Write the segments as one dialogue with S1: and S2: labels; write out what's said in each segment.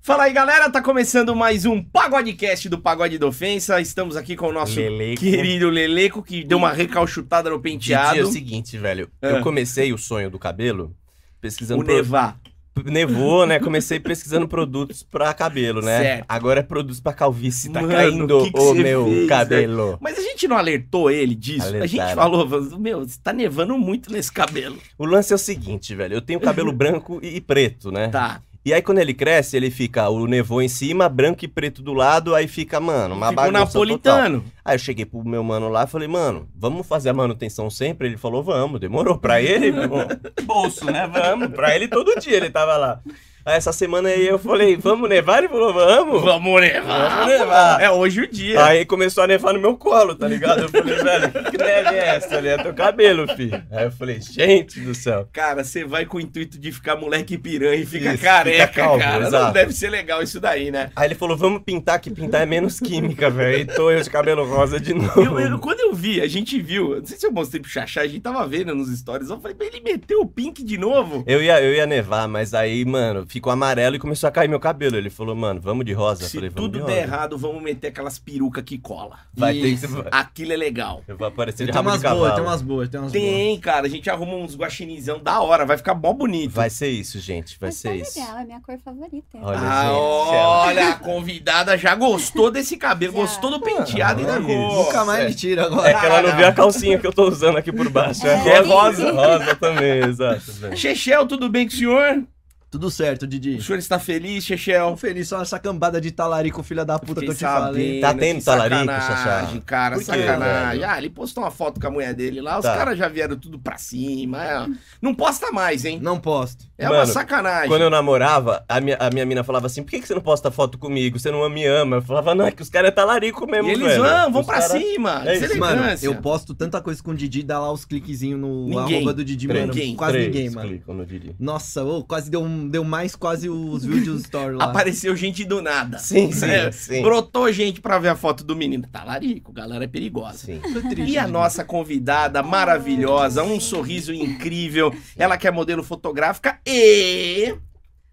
S1: Fala aí, galera. Tá começando mais um Pagodecast do Pagode da Ofensa. Estamos aqui com o nosso
S2: Leleco.
S1: querido Leleco, que deu uma recalchutada no
S2: Didi, é o
S1: penteado.
S2: seguinte, velho.
S1: É.
S2: Eu comecei o sonho do cabelo pesquisando...
S1: O Nevar.
S2: pro- Nevou, né? Comecei pesquisando produtos pra cabelo, né?
S1: Certo.
S2: Agora é produtos pra calvície. Tá
S1: Mano,
S2: caindo
S1: que que
S2: o
S1: você
S2: meu
S1: fez,
S2: cabelo.
S1: Mas a gente não alertou ele disso. A gente
S2: Alertaram.
S1: falou, meu, você tá nevando muito nesse cabelo.
S2: O lance é o seguinte, velho. Eu tenho cabelo branco e e preto, né?
S1: Tá.
S2: E aí quando ele cresce, ele fica o nevô em cima, branco e preto do lado. Aí fica, mano, uma
S1: Ficou
S2: bagunça total.
S1: napolitano.
S2: Aí eu cheguei pro meu mano lá e falei, mano, vamos fazer a manutenção sempre? Ele falou, vamos. Demorou pra ele, meu irmão. Bolso, né? Vamos. Pra ele todo dia ele tava lá. Aí essa semana aí eu falei, vamos nevar? Ele falou, vamos.
S1: Vamos nevar.
S2: Vamos nevar.
S1: É hoje o dia.
S2: Aí começou a nevar no meu colo, tá ligado? Eu falei, velho, que neve é essa? Ele é teu cabelo, filho. Aí eu falei, gente do céu.
S1: Cara, você vai com o intuito de ficar moleque piranha e fica
S2: Isso,
S1: careca,
S2: fica calvo,
S1: cara. Não
S2: exato.
S1: deve ser legal isso daí, né?
S2: Aí ele falou, vamos pintar, que pintar é menos química, velho. E tô eu de cabelo rosa de novo.
S1: Eu- eu- quando eu vi, a gente viu, não sei se eu mostrei pro Xaxá, a gente tava vendo nos stories, eu falei, "Mas ele meteu o pink de novo?
S2: Eu ia, eu ia nevar, mas aí, mano, ficou amarelo e começou a cair meu cabelo. Ele falou, mano, vamos de rosa. Eu
S1: Se
S2: falei, vamos
S1: tudo
S2: de
S1: der
S2: rosa.
S1: errado, vamos meter aquelas perucas que cola.
S2: Vai ter que
S3: Isso.
S2: ser-
S1: Aquilo é legal.
S2: Eu vou aparecer de
S3: Tem
S2: rabo de
S3: umas boas,
S2: cavalo.
S3: tem umas boas, tem umas boas.
S1: Tem, cara, a gente arruma uns guaxinizão da hora, vai ficar mó bonito.
S2: Vai ser isso, gente. Vai
S4: Mas
S2: ser
S4: tá
S2: isso.
S4: legal, é minha cor favorita.
S2: Olha,
S1: Ah,
S2: gente.
S1: olha, a convidada já gostou desse cabelo,
S4: Já.
S1: gostou do penteado e da
S2: Ah,
S1: cor.
S2: isso.
S3: Nunca mais me tira agora.
S2: É que ela não viu a calcinha que eu tô usando aqui por baixo.
S4: É.
S2: Que é rosa. Rosa também, exato. velho.
S1: Chechel, tudo bem com o senhor?
S3: Tudo certo,
S1: O
S3: Didi.
S1: senhor está feliz,
S3: Tô
S1: Chechel?
S3: feliz só essa cambada de talarico, filha da puta, que eu te falei.
S2: Tá tendo
S1: que
S2: talarico,
S1: sacanagem,
S2: Xaxá?
S1: cara,
S2: Por quê,
S1: sacanagem.
S2: velho?
S1: Ah, ele postou uma foto com a mulher dele lá, os
S2: Tá.
S1: caras já vieram tudo pra cima. é. Não posta mais, hein?
S3: Não posto.
S1: É uma
S2: Mano,
S1: sacanagem.
S2: Quando eu namorava, a minha, a minha mina falava assim: por que, que você não posta foto comigo? Você não me ama? Eu falava, não, é que os caras é talarico mesmo,
S1: E eles
S2: velho.
S1: vão, vão
S2: Os
S1: pra
S2: cara-
S1: cima.
S2: É
S1: isso é
S2: isso.
S3: Mano,
S1: elegância.
S3: eu posto tanta coisa com o Didi, dá lá os cliquezinhos no
S1: Ninguém.
S3: arroba do Didi, mano.
S1: Ninguém.
S3: Quase
S2: Três
S3: ninguém, mano.
S2: clicam no Didi.
S3: Nossa, ô, quase deu, um- deu mais quase os vídeos story lá.
S1: Apareceu gente do nada.
S2: Sim, sim,
S1: É,
S2: sim.
S1: Brotou gente pra ver a foto do menino. Talarico, galera é perigosa.
S2: Sim.
S4: Então,
S3: Tô triste,
S1: E a
S3: Didi.
S1: nossa convidada maravilhosa, um sorriso incrível. Ela que é modelo fotográfica e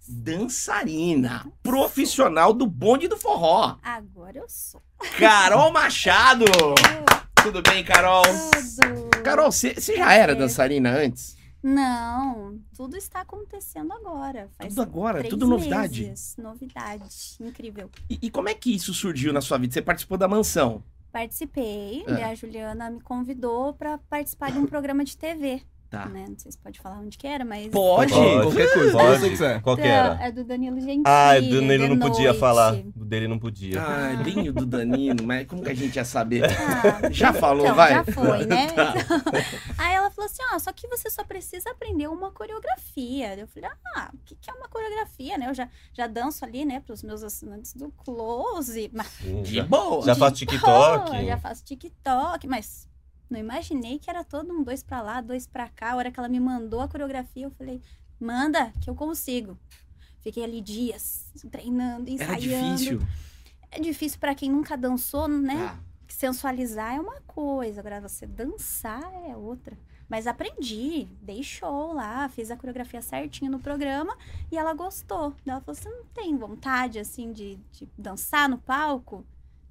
S1: dançarina, profissional do bonde do forró.
S4: Agora eu sou.
S1: Carol Machado! Tudo bem, Carol?
S4: Tudo.
S1: Carol, você você já
S4: É.
S1: era dançarina antes?
S4: Não, tudo está acontecendo agora. Faz
S1: Tudo agora, é
S4: três
S1: tudo novidade.
S4: meses. Novidade, incrível.
S1: E, e como é que isso surgiu na sua vida? Você participou da mansão?
S4: Participei,
S1: É.
S4: e a Juliana me convidou para participar de um programa de TV.
S1: Tá.
S4: Né? Não sei se pode falar onde que era, mas...
S1: Pode?
S3: Qualquer coisa,
S2: Pode.
S3: você quiser.
S2: Qual que
S4: Então,
S2: era?
S4: É do Danilo Gentili.
S2: Ah, do Danilo não
S4: The
S2: podia
S4: Noite.
S2: falar. O dele não podia.
S1: Ah, bem o do Danilo, mas como que a gente ia saber?
S4: Ah,
S1: Já falou,
S4: então,
S1: vai. Tá.
S4: já foi, né? Então, aí ela falou assim, ó, só que você só precisa aprender uma coreografia. Eu falei, ah, o que, que é uma coreografia, né? Eu já, já danço ali, né, pros meus assinantes do Close. Mas,
S2: Sim,
S1: De
S2: já
S1: boa.
S2: já faz TikTok.
S4: pô, já faço TikTok, mas não imaginei que era todo um dois pra lá, dois pra cá. A hora que ela me mandou a coreografia, eu falei, manda, que eu consigo. Fiquei ali dias treinando, ensaiando.
S1: Era difícil.
S4: É difícil pra quem nunca dançou, né?
S1: Ah,
S4: que sensualizar é uma coisa, agora você dançar é outra. Mas aprendi, dei show lá, fiz a coreografia certinho no programa e ela gostou. Daí Ela falou: você não tem vontade assim de, de dançar no palco?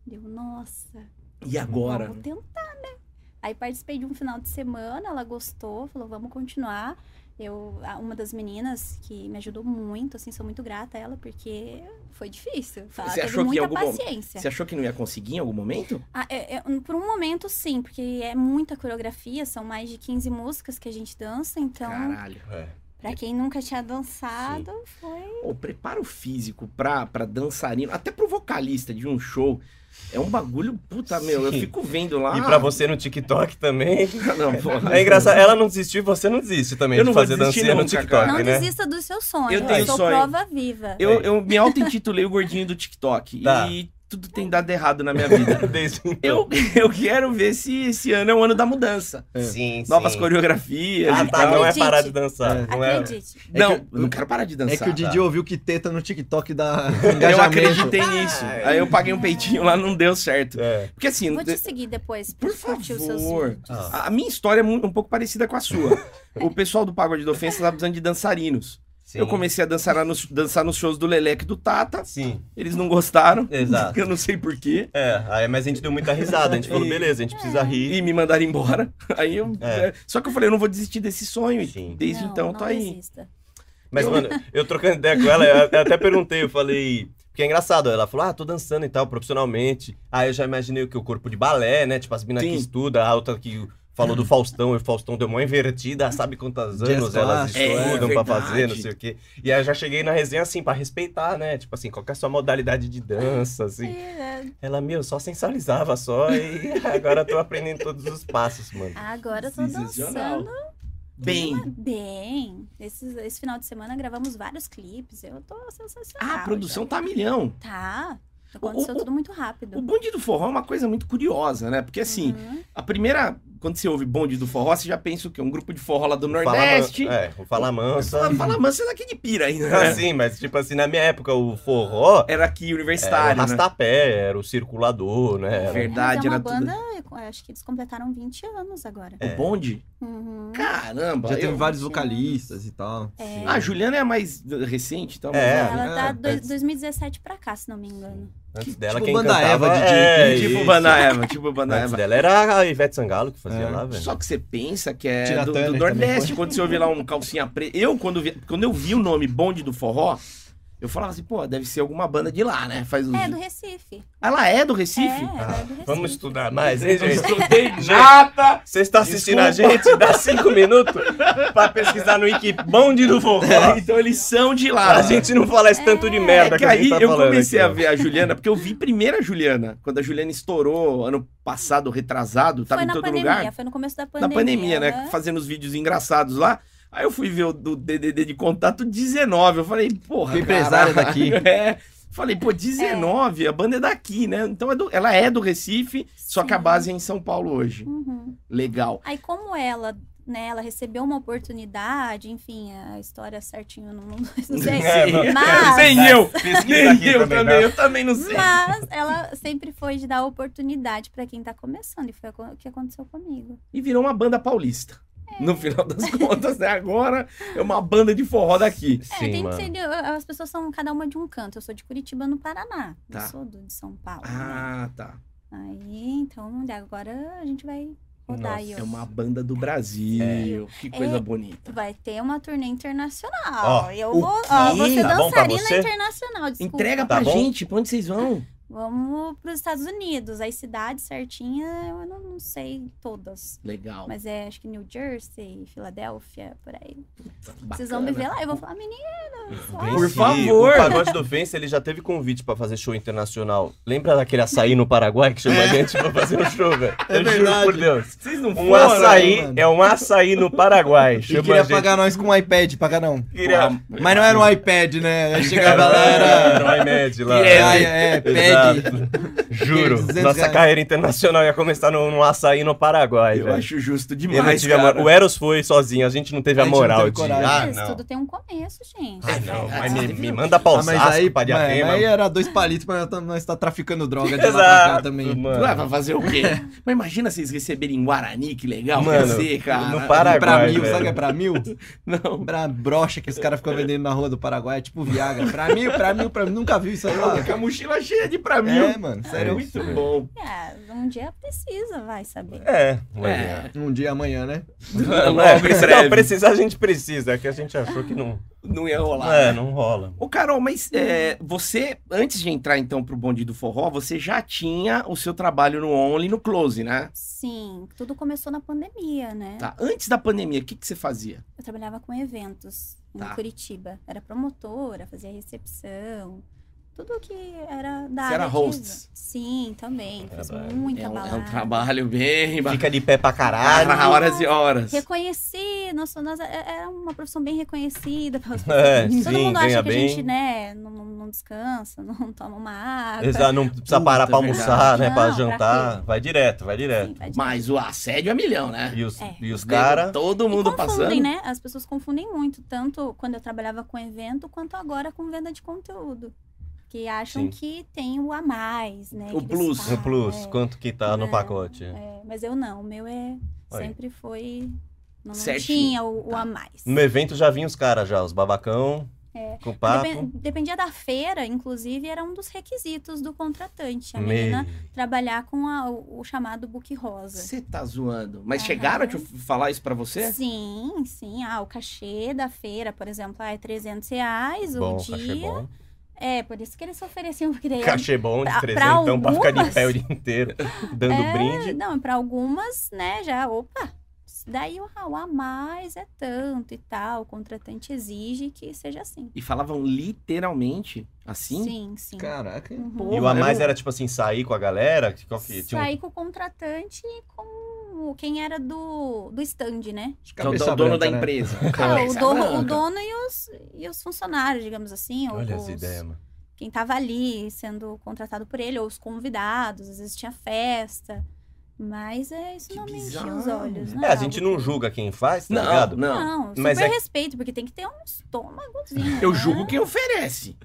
S4: Deu, nossa,
S1: e agora?
S4: vamos tentar, né? Aí participei de um final de semana, ela gostou, falou, vamos continuar. Eu, a- uma das meninas que me ajudou muito, assim, sou muito grata a ela, porque foi difícil. Ela
S1: Você
S4: teve
S1: achou que em
S4: muita
S1: algum momento-
S4: paciência.
S1: Você achou que não ia conseguir em algum momento?
S4: Ah, é- é- um- por um momento, sim, porque é muita coreografia, são mais de 15 músicas que a gente dança, então,
S1: Caralho.
S2: É.
S4: pra quem nunca tinha dançado, foi.
S1: O preparo físico pra, pra dançarino, até pro vocalista de um show, é um bagulho, puta, meu, eu
S2: Sim.
S1: fico vendo lá.
S2: E pra você no TikTok também.
S1: Não, porra.
S2: É engraçado, ela não desistiu e você não desiste também
S1: Eu não
S2: de
S1: vou
S2: fazer
S1: desistir
S2: dancinha no
S1: nunca,
S2: TikTok,
S1: cara.
S4: Não
S2: né?
S4: desista dos seus sonhos.
S1: Eu tenho
S4: sou
S1: sonho.
S4: prova viva.
S1: Eu, eu me auto-intitulei o gordinho do TikTok.
S2: é. Tá.
S1: E tudo tem dado errado na minha vida.
S2: Desde então.
S1: Eu, eu quero ver se esse ano é o ano da mudança.
S2: Sim, sim.
S1: Novas coreografias
S2: Ah,
S1: e
S2: tá,
S1: tal.
S2: não é
S4: Acredite.
S2: parar de dançar.
S3: É.
S2: Não é...
S4: Acredite.
S1: Não,
S3: É que o-
S1: não quero parar de dançar.
S3: É que o Didi
S2: tá.
S3: ouviu que teta no TikTok dá
S1: eu
S3: engajamento.
S1: acreditei nisso.
S2: Ah,
S1: Aí eu paguei um peitinho lá, não deu certo.
S2: É.
S1: Porque assim,
S4: Vou te seguir depois pra
S1: Por
S4: curtir os seus
S1: favor.
S4: vídeos.
S2: Ah.
S1: A a minha história é mu- um pouco parecida com a sua. o pessoal do Pagode da Ofensa tá precisando de dançarinos.
S2: Sim.
S1: Eu comecei a dançar lá nos, dançar nos shows do Leleque e do Tata.
S2: Sim,
S1: Eles não gostaram.
S2: Exato.
S1: Eu não sei porquê.
S2: é. Aí, mas a gente deu muita risada. A gente falou,
S1: E-
S2: beleza, a gente precisa rir.
S1: E me mandaram embora. Aí eu.
S2: É.
S1: é, Só que eu falei, eu não vou desistir desse sonho. E
S2: Sim.
S1: Desde
S4: Não,
S1: então,
S4: não
S1: tô aí.
S4: desista.
S2: Mas, mano, eu trocando ideia com ela, eu até perguntei, eu falei. Porque é engraçado, ela falou, ah, tô dançando e tal, profissionalmente. Aí eu já imaginei o que? O corpo de balé, né? Tipo, as meninas que
S1: Sim.
S2: estudam, a outra que falou do Faustão, e o Faustão deu uma invertida, sabe quantos
S3: Jazz
S2: anos elas
S3: clássico.
S2: estudam
S1: É,
S2: pra
S1: verdade.
S2: fazer, não sei o quê. E aí eu já cheguei na resenha assim, pra respeitar, né? Tipo assim, qual que é a sua modalidade de dança, assim.
S4: É,
S2: Ela, meu, só sensualizava só e agora eu tô aprendendo todos os passos, mano.
S4: Agora eu tô
S1: Sensacional.
S4: dançando
S1: Bem.
S4: bem. Esse, esse final de semana gravamos vários clipes. Eu tô sensacional.
S1: Ah, a produção
S4: já.
S1: tá a milhão.
S4: tá. Aconteceu
S1: O- o-
S4: tudo muito
S1: O
S4: rápido.
S1: bonde do forró é uma coisa muito curiosa, né? Porque assim,
S4: Uhum.
S1: a primeira. Quando você ouve bonde do forró, você já pensa o quê? Um grupo de forró lá do
S2: Fala man-
S1: Nordeste.
S2: É, o Fala Mansa.
S1: Fala, fala mansa daqui de pira ainda. né?
S2: Assim, mas tipo assim, na minha época, o forró
S1: Era aqui,
S2: era o
S1: universitário. né?
S2: rastapé, era o circulador, né? Era-
S1: Verdade.
S4: Mas é uma
S1: era tudo-
S4: banda, eu acho que eles completaram 20 anos agora.
S1: O bonde?
S4: Uhum.
S1: É. Caramba.
S3: Já teve
S1: eu-
S3: vários vocalistas e tal.
S2: assim,
S4: É.
S1: Ah, a Juliana é a mais recente, então.
S2: É,
S4: Ela tá
S3: é,
S4: dois-
S2: antes-
S4: 2017 pra cá, se não me engano.
S2: Antes dela,
S3: tipo
S2: quem
S3: banda
S2: cantava...
S3: Eva de
S2: é,
S3: Jake,
S1: tipo
S2: isso.
S1: Banda Eva, tipo Banda
S2: Antes
S1: Eva.
S2: dela era a Ivete Sangalo que fazia
S3: É.
S2: lá, velho.
S1: Só que você pensa que é
S2: Tina
S1: do, do
S2: Turner também
S1: Nordeste,
S2: foi.
S1: quando você ouve lá um calcinha preta. Eu, quando vi, quando eu vi o nome Bonde do Forró, eu falava assim, pô, deve ser alguma banda de lá, né? Faz os...
S4: É, do Recife.
S1: Ela é do Recife?
S4: É, ela é do Recife.
S2: Ah, Vamos estudar mais, hein,
S1: Eu não
S2: gente?
S1: estudei
S4: É.
S1: nada!
S2: Você está assistindo a
S1: Desculpa.
S2: gente? Dá cinco minutos pra pesquisar no Wiki Bonde do Forró.
S1: Então eles são de lá.
S2: A gente não fala esse tanto de
S1: É
S2: merda
S1: que
S2: que a gente
S1: aí
S2: tá
S1: eu
S2: falando
S1: comecei
S2: aqui,
S1: a
S2: ó.
S1: ver a Juliana, porque eu vi primeiro a Juliana. Quando a Juliana estourou ano passado, retrasado, tava
S4: foi
S1: em
S4: na
S1: todo
S4: pandemia,
S1: lugar.
S4: foi no começo da
S1: na
S4: pandemia.
S1: pandemia, né? Fazendo os vídeos engraçados lá. Aí eu fui ver o do DDD de contato 19. Eu falei, porra.
S3: Que empresário
S1: caralho.
S3: daqui.
S1: É. Falei, pô, 19, a banda é daqui, né? Então é do- ela é do Recife, só que a
S4: Sim.
S1: base é em São Paulo hoje.
S4: Uhum.
S1: Legal.
S4: Aí como ela, né, ela recebeu uma oportunidade, enfim, a história certinho não, não, não sei.
S2: É, não-
S4: Mas-
S1: Nem eu!
S2: Pesquisa
S1: Nem
S2: aqui
S1: eu também,
S2: né?
S1: eu também não sei.
S4: Mas ela sempre foi de dar oportunidade pra quem tá começando, e foi o que aconteceu comigo.
S1: E virou uma banda paulista. No final das contas, né? Agora é uma banda de forró daqui.
S4: é,
S2: Sim,
S4: tem que
S2: mano.
S4: ser, de- as pessoas são cada uma de um canto. Eu sou de Curitiba, no Paraná.
S1: Tá.
S4: Eu sou do, de São Paulo. né?
S1: Ah, tá.
S4: Aí, então, de agora a gente vai rodar e
S1: É
S4: eu-
S1: uma banda do Brasil. Que coisa
S4: É.
S1: bonita.
S4: Vai ter uma turnê internacional.
S2: Ó,
S4: eu
S1: o
S4: vou, ó,
S1: quê?
S4: vou ser
S2: Tá bom pra
S4: dançarina
S2: você?
S4: internacional, desculpa.
S1: Entrega
S2: Tá
S1: pra
S2: bom?
S1: gente, pra onde vocês vão?
S4: Vamos pros Estados Unidos, as cidades certinhas, eu não, não sei todas.
S1: Legal.
S4: Mas é, acho que New Jersey, Filadélfia, por aí.
S1: Bacana.
S4: Vocês vão me ver lá e vão falar, meninas,
S2: Vem
S4: olha.
S1: Por
S2: sim.
S1: favor.
S2: O Pagode do Vence, ele já teve convite pra fazer show internacional. Lembra daquele açaí no Paraguai que chamou a gente pra fazer um show, velho?
S3: É
S2: Eu
S3: verdade.
S2: juro por Deus.
S1: Vocês não
S2: Um
S1: foram?
S2: açaí
S3: mano.
S2: é um açaí no Paraguai.
S3: E
S2: Chama a
S3: queria
S2: gente.
S3: pagar nós com um iPad, pagar não.
S2: Queria-
S3: Mas não era um iPad, né? Aí
S2: É
S3: chegava lá,
S2: Era
S3: era.
S2: um iMed lá.
S3: É, é, pad.
S2: Exato. Juro,
S3: 200
S2: nossa
S3: reais.
S2: carreira internacional ia começar no, no açaí no Paraguai,
S1: Eu
S2: velho.
S1: acho justo
S2: Eu não
S1: demais,
S2: tive a
S1: cara.
S2: mora- O Eros foi sozinho, a gente não teve a,
S3: A gente não
S2: moral
S3: teve
S2: de...
S3: coragem. é
S2: Ah,
S4: Isso
S2: não.
S4: tudo tem um começo, gente.
S2: Ah, não.
S1: Ah,
S2: Mas me,
S1: viu?
S2: me manda pra
S3: Ah, mas
S2: Osasco,
S3: aí,
S2: pra
S3: mas
S2: Diadema.
S3: aí é era dois palitos, mas nós- nós tá traficando droga de lá pra cá
S2: Exato,
S3: também.
S2: mano.
S1: Ué, vai fazer o quê? Mas imagina vocês receberem em Guarani, que legal
S2: Mano,
S1: que ia ser, cara.
S2: no Paraguai,
S3: pra mil,
S2: velho.
S3: sabe o que é pra mil?
S1: Não.
S3: Pra brocha que os caras ficam vendendo na rua do Paraguai, é tipo Viagra. Pra mil, pra mil, pra mil. Nunca viu isso aí lá.
S1: Com a mochila cheia de pra mil.
S3: É, mano,
S1: Era
S3: sério.
S1: muito bom.
S4: É, um dia precisa, vai saber.
S2: É, mas...
S1: É.
S3: Um dia amanhã, né?
S1: Logo
S2: É,
S1: em
S2: precisa-
S1: breve.
S2: não, precisar a gente precisa, é que a gente achou que não.
S1: Não ia rolar.
S2: É, não rola.
S1: Ô, Carol, mas
S4: Uhum.
S1: é, você, antes de entrar então pro bonde do forró, você já tinha o seu trabalho no Only e no Close, né?
S4: Sim, tudo começou na pandemia, né?
S1: Tá. Antes da pandemia, o que, que você fazia?
S4: Eu trabalhava com eventos
S1: Tá.
S4: em Curitiba. Era promotora, fazia recepção. Tudo que era da
S1: Você
S4: área
S1: era
S4: de-
S1: host?
S4: Sim, também. Fiz
S2: Trabalho.
S4: muita
S1: é, um, é
S4: balada.
S1: um trabalho bem...
S2: Fica de pé pra caralho.
S1: Ah, horas e horas.
S4: Reconheci, nossa, nós, é- era uma profissão bem reconhecida pelas
S2: É,
S4: pessoas. Todo
S2: sim,
S4: mundo acha
S2: ganha
S4: que
S2: bem.
S4: a gente, né, não, não- não descansa, não toma uma água.
S2: Exato, ah, não precisa
S1: Puta,
S2: parar pra
S1: verdade.
S2: almoçar, né? Pra
S4: Não, pra
S2: jantar.
S4: quê?
S2: vai direto, vai direto.
S4: Sim, vai de-
S1: Mas o assédio é milhão, né?
S2: E os,
S4: É.
S2: e os
S1: Nego,
S2: caras.
S1: Todo
S4: E
S1: mundo
S4: confundem,
S1: passando.
S4: né? As pessoas confundem muito, tanto quando eu trabalhava com evento, quanto agora com venda de conteúdo. Que acham
S2: Sim.
S4: que tem o a mais, né?
S1: O
S4: que eles
S1: plus,
S4: falam,
S2: No plus,
S4: é.
S2: quanto que tá no
S4: É,
S2: pacote?
S4: é, mas eu não, o meu é
S2: Aí.
S4: sempre foi Não, não
S1: Certinho.
S4: tinha o, o
S1: Tá.
S4: a mais.
S2: No evento já vinham os caras já, os babacão,
S4: É.
S2: com papo.
S4: Depen- Dependia da feira, inclusive, era um dos requisitos do contratante. A menina
S2: Meio.
S4: trabalhar com a- o, o chamado book rosa.
S1: Você tá zoando. Mas
S4: Aham.
S1: chegaram a te falar isso pra você?
S4: Sim, sim. Ah, o cachê da feira, por exemplo, ah, é 300 reais
S2: Bom,
S4: o dia.
S2: cachê bom.
S4: É, por isso que eles ofereciam, porque daí
S2: Cachê bom de
S4: Pra- pra
S2: 300, então, pra ficar de pé o
S4: algumas-
S2: dia inteiro, dando
S4: É,
S2: brinde.
S4: Não, para algumas, né, já, opa, isso daí o rau a mais é tanto e tal, o contratante exige que seja assim.
S1: E falavam literalmente assim?
S4: Sim, sim.
S3: Caraca.
S4: Uhum.
S1: Pô,
S2: E o a
S1: eu
S2: mais
S1: não-
S2: era, tipo assim, sair com a galera? que- Qual que, tinha um-
S4: Saí com o contratante e com o- quem era do, do stand, né?
S3: De
S1: Que é o
S3: cabeça
S1: do- dono
S3: branca,
S1: da
S3: né?
S1: empresa.
S4: É, o,
S1: Cabeça
S4: dono,
S1: branca.
S4: o dono e os, e os funcionários, digamos assim. ou
S2: Olha
S4: os-
S2: as ideias, mano.
S4: Quem tava ali sendo contratado por ele, ou os convidados, às vezes tinha festa. Mas é, isso
S1: Que
S4: não me enchia
S1: bizarro.
S4: os olhos, né?
S2: É, a gente não
S4: Algo que-
S2: julga quem faz, tá
S1: Não,
S2: ligado?
S1: não.
S4: Não, super
S2: Mas é-
S4: respeito, porque tem que ter um estômagozinho.
S1: Eu
S4: né?
S1: julgo quem oferece.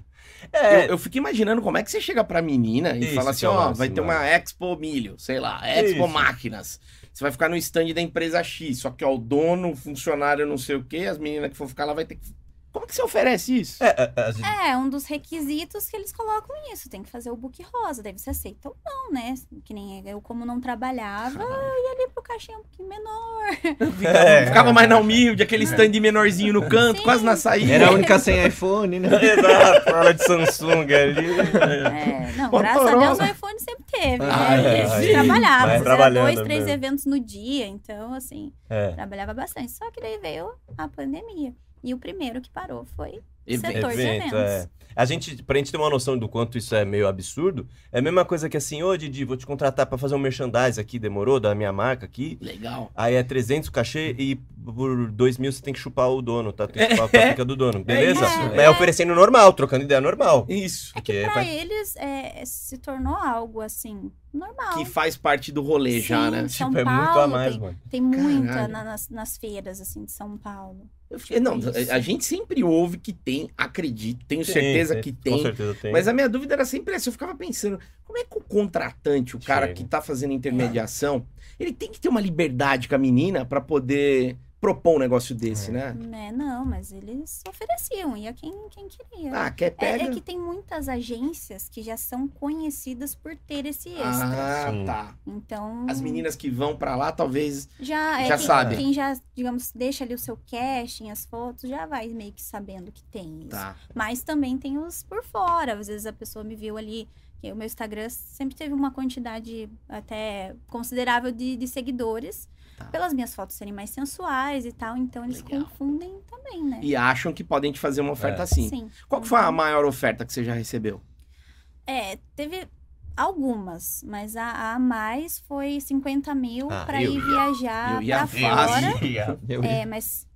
S2: É,
S1: Eu, eu fico imaginando como é que você chega pra menina e
S2: Isso
S1: fala
S2: que
S1: assim,
S2: é o
S1: ó,
S2: lance,
S1: vai ter
S2: mano.
S1: uma Expo Milho, sei lá, Expo
S2: Isso.
S1: Máquinas. Você vai ficar no stand da empresa X, só que ó, o dono, o funcionário, não sei o quê, as meninas que for ficar lá vai ter que... Como que você oferece isso?
S2: é, é, a gente-
S4: É, um dos requisitos que eles colocam isso. Tem que fazer o book rosa. Daí você aceita ou não, né? Que nem eu, como não trabalhava, eu ia ali pro caixinha um pouquinho menor.
S1: Ficava,
S2: É.
S1: ficava mais na humilde, aquele stand menorzinho no canto,
S4: Sim.
S1: quase na saída.
S2: um
S3: Era a única sem iPhone, né?
S2: Exato, fala de Samsung ali.
S4: É, não,
S1: Uma
S4: graças a Deus
S1: Motorola.
S4: o iPhone sempre teve.
S3: Ah,
S1: é,
S4: né? Eles
S1: aí-
S4: trabalhavam.
S2: vai
S4: Vocês eram
S2: trabalhando
S4: dois, três
S2: mesmo.
S4: eventos no dia. Então, assim,
S2: É.
S4: trabalhava bastante. Só que daí veio a pandemia. E o primeiro que parou foi
S1: Evento.
S4: Setor de
S2: Evento,
S4: eventos.
S2: é. A gente, pra gente ter uma noção do quanto isso é meio absurdo, é a mesma coisa que assim, ô Didi, vou te contratar pra fazer um merchandise aqui, demorou, da minha marca aqui.
S1: Legal.
S2: Aí é 300 o cachê e por 2 mil você tem que chupar o dono, tá? Tem que chupar a pica do dono, beleza?
S4: isso,
S2: Mas
S4: é.
S2: oferecendo normal, trocando ideia normal.
S1: Isso.
S4: É que
S2: Porque
S4: pra
S2: faz-
S4: eles é, se tornou algo, assim, normal.
S1: Que faz parte do rolê já,
S4: Sim,
S1: né?
S4: São
S2: é muito a
S4: Paulo
S2: mais,
S4: um tem-
S2: mano.
S4: Tem muita
S1: Caralho.
S4: na- nas, nas feiras, assim, de São Paulo.
S1: Eu fiquei- não,
S4: Isso.
S1: a gente sempre ouve que tem, acredito, tenho
S2: Tem,
S1: certeza
S2: tem,
S1: que
S2: Com
S1: tem.
S2: certeza tem.
S1: Mas a minha dúvida era sempre essa, eu ficava pensando, como é que o contratante, o cara
S2: Chega.
S1: que tá fazendo intermediação, ele tem que ter uma liberdade com a menina pra poder propor um negócio desse,
S2: É.
S1: né?
S4: Né? Não, mas eles ofereciam, ia quem, quem queria.
S1: Ah, quer
S4: é,
S1: pega.
S4: é que tem muitas agências que já são conhecidas por ter esse extra.
S1: Ah,
S2: Sim.
S1: tá.
S4: Então,
S1: As meninas que vão pra lá, talvez.
S4: já, é
S1: já
S4: quem,
S1: sabem.
S4: quem já, digamos, deixa ali o seu casting, as fotos, já vai meio que sabendo que tem isso.
S1: Tá.
S4: Mas também tem os por fora. Às vezes a pessoa me viu ali. que O meu Instagram sempre teve uma quantidade até considerável de, de seguidores.
S1: Tá.
S4: Pelas minhas fotos serem mais sensuais e tal. Então eles
S1: Legal.
S4: confundem também, né? Uhum.
S1: E acham que podem te fazer uma oferta
S2: É.
S1: assim. Qual que foi a maior oferta que você já recebeu?
S4: É, teve algumas, mas a, a mais foi 50 mil
S2: Ah,
S4: pra para
S2: eu
S4: ir
S2: ia-
S4: viajar
S1: eu ia
S4: pra
S1: fácil.
S4: fora.
S3: Eu
S4: É, mas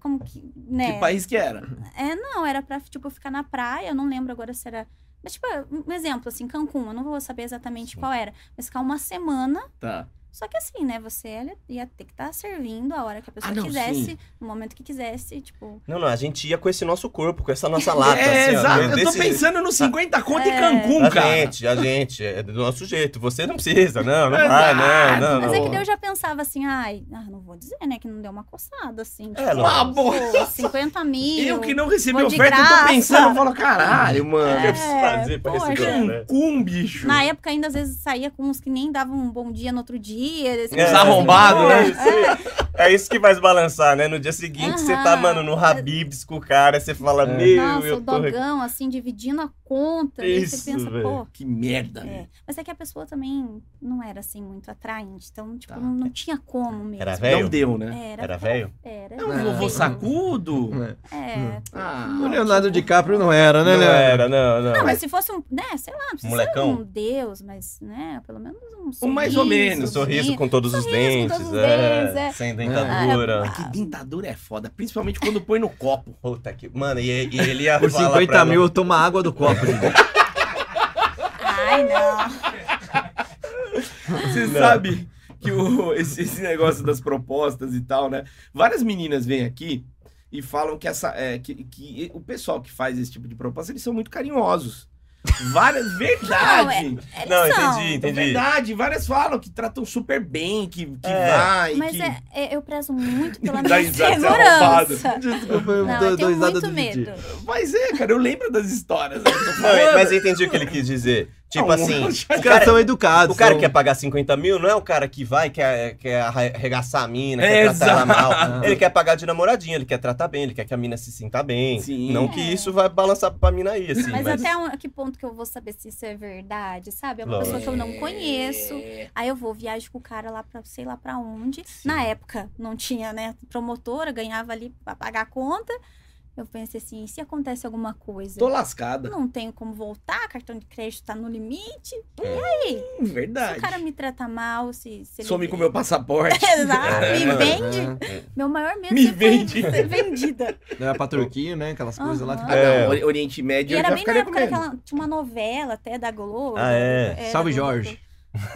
S4: como que. Né?
S1: Que país que era?
S4: É, não, era pra, tipo, ficar na praia, eu não lembro agora se era. Mas, tipo, um exemplo, assim, Cancún, eu não vou saber exatamente
S2: Sim.
S4: qual era. Mas ficar uma semana.
S1: Tá.
S4: Só que assim, né? Você ela ia ter que estar servindo a hora que a pessoa
S2: Ah,
S1: não,
S4: quisesse,
S1: sim.
S4: no momento que quisesse, tipo.
S2: Não, não, a gente ia com esse nosso corpo, com essa nossa lata.
S1: é,
S2: assim, ó,
S1: exato. Eu tô
S2: desse-
S1: pensando nos 50 conto em
S4: É.
S1: Cancún,
S2: a
S1: cara.
S2: gente, a gente, é do nosso jeito. Você não precisa, não, não
S1: Exato.
S2: vai, não, não.
S4: Mas
S2: não.
S4: é que daí eu já pensava assim, ai, ah, não vou dizer, né? Que não deu uma coçada, assim.
S2: É,
S4: tipo,
S2: lógico.
S1: Ah, boa.
S4: pô, 50 mil.
S1: Eu que não recebi
S4: Vou de
S1: oferta, eu tô
S4: graça. É.
S1: pensando, eu falo, caralho,
S2: O que eu
S1: mano.
S2: preciso fazer pra né?
S4: poxa.
S2: receber uma oferta?
S1: Cancún, né? um bicho.
S4: Na época ainda às vezes saía com uns que nem davam um bom dia no outro dia. assim, eles-
S1: Os arrombados, né?
S2: É isso, é isso que faz balançar, né? No dia seguinte, você tá,
S4: Aham.
S2: mano, no Habibs com o cara, você
S1: É.
S2: fala, meu,
S4: Nossa, o
S2: eu tô...
S4: dogão, assim, dividindo a conta. aí
S2: Isso,
S4: você pensa,
S2: velho.
S4: pô.
S1: Que merda,
S4: é.
S1: velho.
S4: Mas é que a pessoa também não era assim muito atraente. Então, tipo,
S1: Tá.
S4: não, não tinha como mesmo.
S2: Era
S1: Não
S2: velho?
S1: deu, né?
S4: Era,
S2: Era velho?
S4: Era.
S1: É um
S3: Ah.
S1: vovô sacudo?
S4: É.
S1: Ah.
S3: O
S4: Não,
S3: Leonardo
S4: tipo,
S3: DiCaprio não era, né,
S2: Não
S3: Leonardo?
S2: era, não, não.
S4: Não, mas se fosse um, né, sei lá, não precisa
S2: Molecão?
S4: ser um deus, mas, né, pelo menos um sorriso.
S1: Um mais ou menos,
S2: Um
S1: um
S2: sorriso com todos os
S4: sorriso com
S2: dentes,
S4: todos os
S2: é,
S4: dentes, é.
S2: sem dentadura.
S4: Ah,
S1: Mas que dentadura é foda, principalmente quando põe no copo.
S2: Puta que... Mano, e, e ele ia
S3: Por
S2: falar
S3: 50
S2: pra
S3: mil
S2: ela-
S3: eu tomo a água do copo. gente.
S4: Ai, não.
S1: Você
S2: Não.
S1: sabe que o- esse, esse negócio das propostas e tal, né? Várias meninas vêm aqui e falam que, essa, é, que, que o pessoal que faz esse tipo de proposta, eles são muito carinhosos. Várias. Verdade!
S4: Não,
S2: Não,
S4: Eles são.
S2: entendi,
S1: É
S2: entendi.
S1: verdade, várias falam que tratam super bem, que, que
S2: É.
S1: vai.
S4: Mas
S1: que...
S4: é, é- eu prezo muito pela
S1: Dá
S4: minha
S1: risada, você é arrombado.
S4: segurança.
S3: Desculpa, eu
S4: Não,
S3: dou- dou
S4: eu tenho
S3: risada
S4: muito
S3: do Didi.
S4: medo.
S1: Mas é, cara, eu lembro das histórias. um né, que eu tô
S2: Não,
S1: falando.
S2: mas eu entendi o que ele quis dizer. Tipo
S1: Não,
S2: assim,
S1: não,
S3: Os caras são educados.
S2: o cara que
S3: são-
S2: quer pagar 50 mil não é o cara que vai, quer, quer arregaçar a mina,
S1: É,
S2: quer tratar ela mal.
S3: exato.
S2: Ele quer pagar de namoradinha, ele quer tratar bem, ele quer que a mina se sinta bem.
S1: Sim.
S2: Não
S1: É.
S2: que isso vai balançar pra mina aí, assim.
S4: Mas,
S2: Mas,
S4: até um- que ponto que eu vou saber se isso é verdade, sabe? É uma
S2: Lógico.
S4: pessoa que eu não conheço. Aí eu vou, viajo com o cara lá pra sei lá pra onde. Na época, não tinha, né, promotora, ganhava ali pra pagar a conta. Eu pensei assim, e se acontece alguma coisa?
S1: Tô lascada.
S4: Não tenho como voltar, cartão de crédito tá no limite.
S1: Hum, verdade.
S4: Se o cara me trata mal, se, se ele...
S1: Some com meu passaporte.
S4: Exato,
S2: É.
S4: me vende.
S3: É.
S4: Meu maior medo
S1: Me
S4: é ser
S1: vende.
S4: ser vendida.
S3: Era É, pra Turquia, né? Aquelas coisas lá.
S4: Aham.
S3: Que...
S1: Ah,
S2: É.
S1: não, Ori- Oriente
S4: E
S1: Médio eu
S4: era
S1: já
S4: bem na
S1: ficaria
S4: época
S1: com medo.
S4: daquela... Tinha uma novela até da Globo.
S2: Ah, é.
S4: da
S3: Salve
S4: Globo.
S3: Jorge.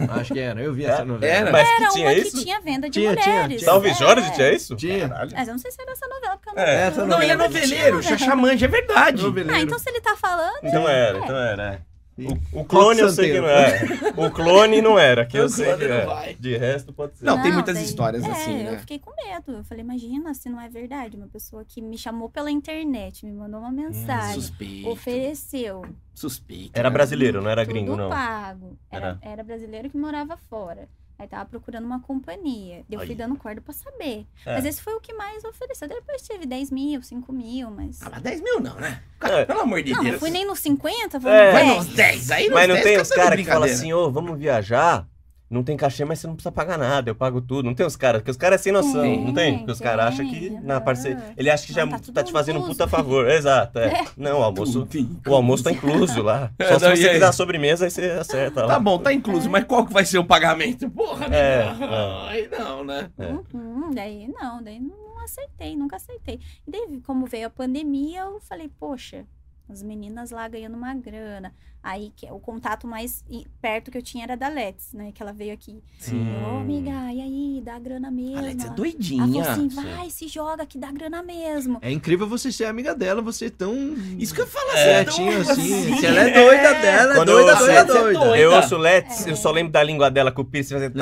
S3: Acho que É, era. Eu vi essa novela.
S1: Era?
S2: mas
S4: Era
S2: que tinha
S4: uma
S2: isso?
S4: que tinha venda de
S3: Tinha, tinha,
S4: mulheres.
S3: tinha.
S2: Salve
S4: É.
S2: Jorge, tinha isso?
S3: Tinha.
S2: Caralho.
S4: Mas eu não sei se era essa novela, porque eu não
S2: É,
S4: lembro.
S3: essa
S1: Não, ele é
S3: Novela.
S1: noveleiro, Xaxamande, é verdade.
S3: Noveleiro.
S4: Ah, então se ele tá falando,
S2: Então era,
S4: É.
S2: então era. é. O, o
S3: Cláudio
S2: clone eu sei que
S3: Santeiro.
S2: não é. O clone não era, que eu
S1: O
S2: sei
S1: clone
S2: que
S1: não
S2: é.
S1: vai.
S2: De resto pode ser.
S1: Não, tem muitas
S4: daí-
S1: histórias
S4: é,
S1: assim, né?
S4: Eu fiquei com medo. Eu falei, imagina se não é verdade. Uma pessoa que me chamou pela internet, me mandou uma
S2: Hum,
S4: mensagem,
S1: Suspeito.
S4: ofereceu.
S1: Suspeito.
S2: Era
S1: né?
S2: brasileiro, não era gringo,
S4: é tudo
S2: não.
S4: pago. Era, era brasileiro que morava fora. Aí tava procurando uma companhia. Eu
S2: Aí.
S4: fui dando corda pra saber.
S2: É.
S4: Mas esse foi o que mais ofereceu. Depois tive 10 mil, 5 mil, mas.
S1: Ah, mas 10 mil não, né?
S2: É.
S1: Pelo amor de
S4: não,
S1: Deus.
S4: não fui nem nos 50, foi
S2: É.
S4: nos
S1: Vai
S4: 10.
S1: nos 10, aí nos
S2: Mas não
S1: 10
S2: tem
S1: tá
S2: os
S1: de
S2: caras que falam
S1: brincadeira.
S2: assim, ô, vamos viajar. Não tem cachê, mas você não precisa pagar nada, eu pago tudo. Não tem os caras, porque os caras é sem noção,
S1: Tem,
S2: não tem? Porque os caras acham
S4: tem,
S2: que
S4: aham.
S2: na parceria. Ele acha que já
S4: Não, tá
S2: tá,
S4: tudo
S2: te fazendo um
S4: incluso.
S2: puta favor. Exato, é.
S4: É.
S2: Não, o almoço.
S1: Tudo.
S2: O almoço tá incluso lá.
S1: É,
S2: Só se
S1: não, e
S2: você
S1: aí?
S2: quiser a sobremesa, aí você acerta lá.
S1: Tá bom, tá incluso, mas qual que vai ser o pagamento? Porra,
S2: É,
S1: né?
S2: é.
S1: Aí não, né?
S2: É.
S4: Uhum, daí não, daí não, não aceitei, nunca aceitei. E daí, como veio a pandemia, eu falei, poxa, as meninas lá ganhando uma grana. Aí que, o contato mais i- perto que eu tinha era da Let's, né? Que ela veio aqui.
S2: Sim.
S4: Ô, amiga, e aí, dá grana mesmo?
S1: Alex é
S4: Ela-
S1: doidinha.
S4: Ela falou assim, vai, se joga que dá grana mesmo.
S3: É incrível você ser amiga dela, você é tão.
S1: Isso que eu falo
S2: É,
S1: assim,
S3: Certinho
S1: então,
S3: assim.
S1: assim,
S3: Se ela é doida dela, é
S2: Quando
S3: doida,
S2: eu-
S3: doida,
S1: você é
S3: doida.
S1: doida.
S2: Eu ouço Let's,
S4: É.
S2: eu só lembro da língua dela com o piercing fazendo.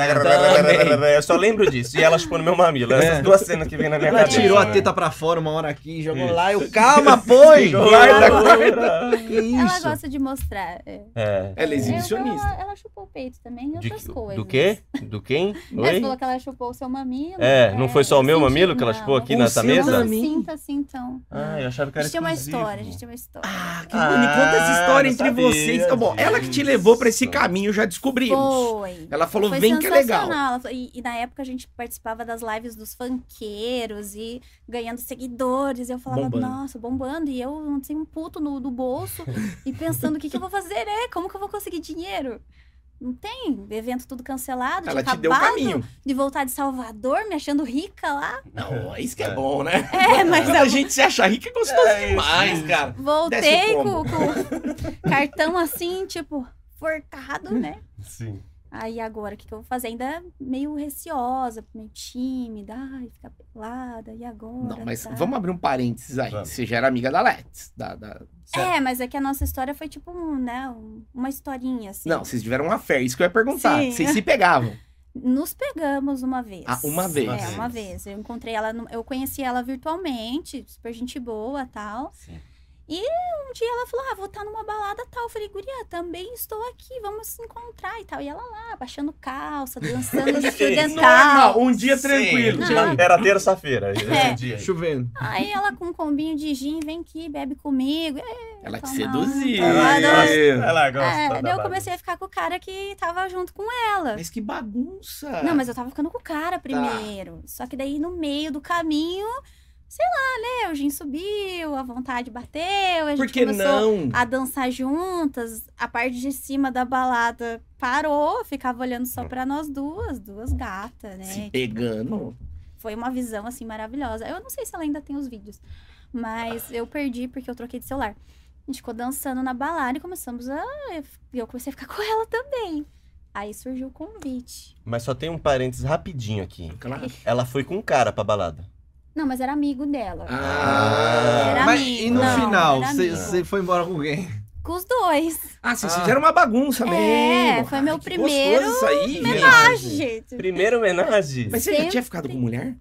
S1: Também.
S2: Eu só lembro disso. E ela chupando meu mamilo. Essas
S3: É.
S2: duas cenas que vem na minha
S3: Ela
S2: cabeça.
S3: tirou a
S2: né?
S3: teta pra fora uma hora aqui, jogou
S2: Isso.
S3: lá. Eu, calma, põe!
S2: Guarda,
S3: Calma.
S2: guarda.
S3: Que isso?
S4: Ela gosta de mostrar. é.
S2: É.
S1: Ela é
S4: Eu-
S1: exibicionista.
S4: Ela, ela chupou o peito também e
S2: De-
S4: outras coisas.
S2: do quê? Do quem?
S4: Ela
S2: Oi?
S4: falou que ela chupou o seu mamilo.
S2: É, não foi só o meu
S4: senti-
S2: mamilo que ela
S4: não,
S2: chupou aqui
S3: não
S2: nessa
S3: foi
S4: Não,
S2: mesa?
S4: não
S3: Mesa?
S4: sinta assim, então.
S2: Ah, eu achava que
S4: A
S2: era
S4: gente tem uma
S2: exclusivo.
S4: história, a gente tem uma história.
S1: Ah, que
S2: Ah,
S1: bonito. Me conta essa história
S2: não
S1: entre
S2: sabia
S1: vocês. Tá bom, ela que te
S2: disso.
S1: levou pra esse caminho, já descobrimos.
S4: Foi.
S1: Ela falou,
S4: Foi
S1: vem que é legal.
S4: sensacional. Ela falou- E, e na época a gente participava das lives dos funkeiros e ganhando seguidores. E eu falava,
S1: Bombando.
S4: nossa, bombando. E eu não sei um puto no, no bolso e pensando, o que, que eu vou fazer, né? Como que eu vou conseguir dinheiro? Não tem. Evento tudo cancelado. tinha
S1: Ela te deu o
S4: acabado
S1: caminho.
S4: De voltar de Salvador, me achando rica lá.
S1: Não, é isso que é,
S2: É.
S1: bom, né?
S4: É, mas
S1: Quando
S4: eu
S1: a gente se acha rica é gostoso
S2: É isso.
S1: demais, cara. Desce
S4: voltei
S1: o
S4: com,
S1: combo.
S4: com cartão assim, tipo, forcado, né?
S2: Sim.
S4: Aí agora, o que, que eu vou fazer? Ainda meio receosa, meio tímida, ai, ficar pelada, e agora?
S1: Não, mas
S4: tá?
S1: vamos abrir um parênteses aí.
S2: Vamos.
S1: Você já era amiga da Let's. Da, da-
S4: É, mas é que a nossa história foi tipo, um, né, um- uma historinha, assim.
S1: Não, vocês tiveram uma fé, isso que eu ia perguntar.
S4: Sim.
S1: Vocês se pegavam.
S4: Nos pegamos uma vez.
S1: Ah, uma vez.
S4: É, uma vez. Eu encontrei ela, no- eu conheci ela virtualmente, super gente boa tal.
S2: Sim.
S4: E um dia ela falou: Ah, vou estar numa balada tal. Eu falei, Guria, também estou aqui, vamos se encontrar e tal. E ela lá, baixando calça, dançando de fio dental.
S1: Normal, um dia
S2: Sim,
S1: tranquilo.
S4: Não.
S2: na- Era terça-feira.
S4: É.
S2: Esse dia aí.
S3: Chovendo.
S4: Aí ela com um combinho de gin, vem aqui, bebe comigo. É,
S1: Ela te
S4: Tomar
S1: seduziu.
S4: um- Ela
S1: Ela-
S2: Ela gosta. da
S4: é, daí eu
S2: bagunça.
S4: comecei a ficar com o cara que tava junto com ela.
S1: Mas que bagunça.
S4: Não, mas eu tava ficando com o
S1: Tá.
S4: cara primeiro. Só que daí no meio do caminho, sei lá, né? O gin subiu, a vontade bateu, a gente
S1: Por que
S4: começou
S1: não?
S4: a dançar juntas. A parte de cima da balada parou, ficava olhando só
S1: Hum.
S4: pra nós duas, duas gatas, né?
S1: Se pegando.
S4: Foi uma visão, assim, maravilhosa. Eu não sei se ela ainda tem os vídeos,
S1: Ah.
S4: mas eu perdi porque eu troquei de celular. A gente ficou dançando na balada e começamos a. Eu comecei a ficar com ela também. Aí surgiu o convite.
S2: Mas só tem um parênteses rapidinho aqui.
S1: Claro.
S2: Ela foi com um cara pra balada.
S4: Não, mas era amigo dela.
S1: Ah.
S4: Era
S3: Mas
S4: amigo,
S3: e no
S4: não,
S3: final,
S4: era amigo.
S3: você foi embora com quem?
S4: com os dois.
S1: Ah, vocês
S2: Ah.
S1: fizeram uma bagunça
S4: É,
S1: mesmo.
S4: foi meu
S1: que
S4: primeiro
S1: gostoso isso aí, gente.
S4: Ah,
S2: Homenagem.
S4: gente.
S2: Primeiro homenagem.
S1: Mas você já tinha ficado com mulher?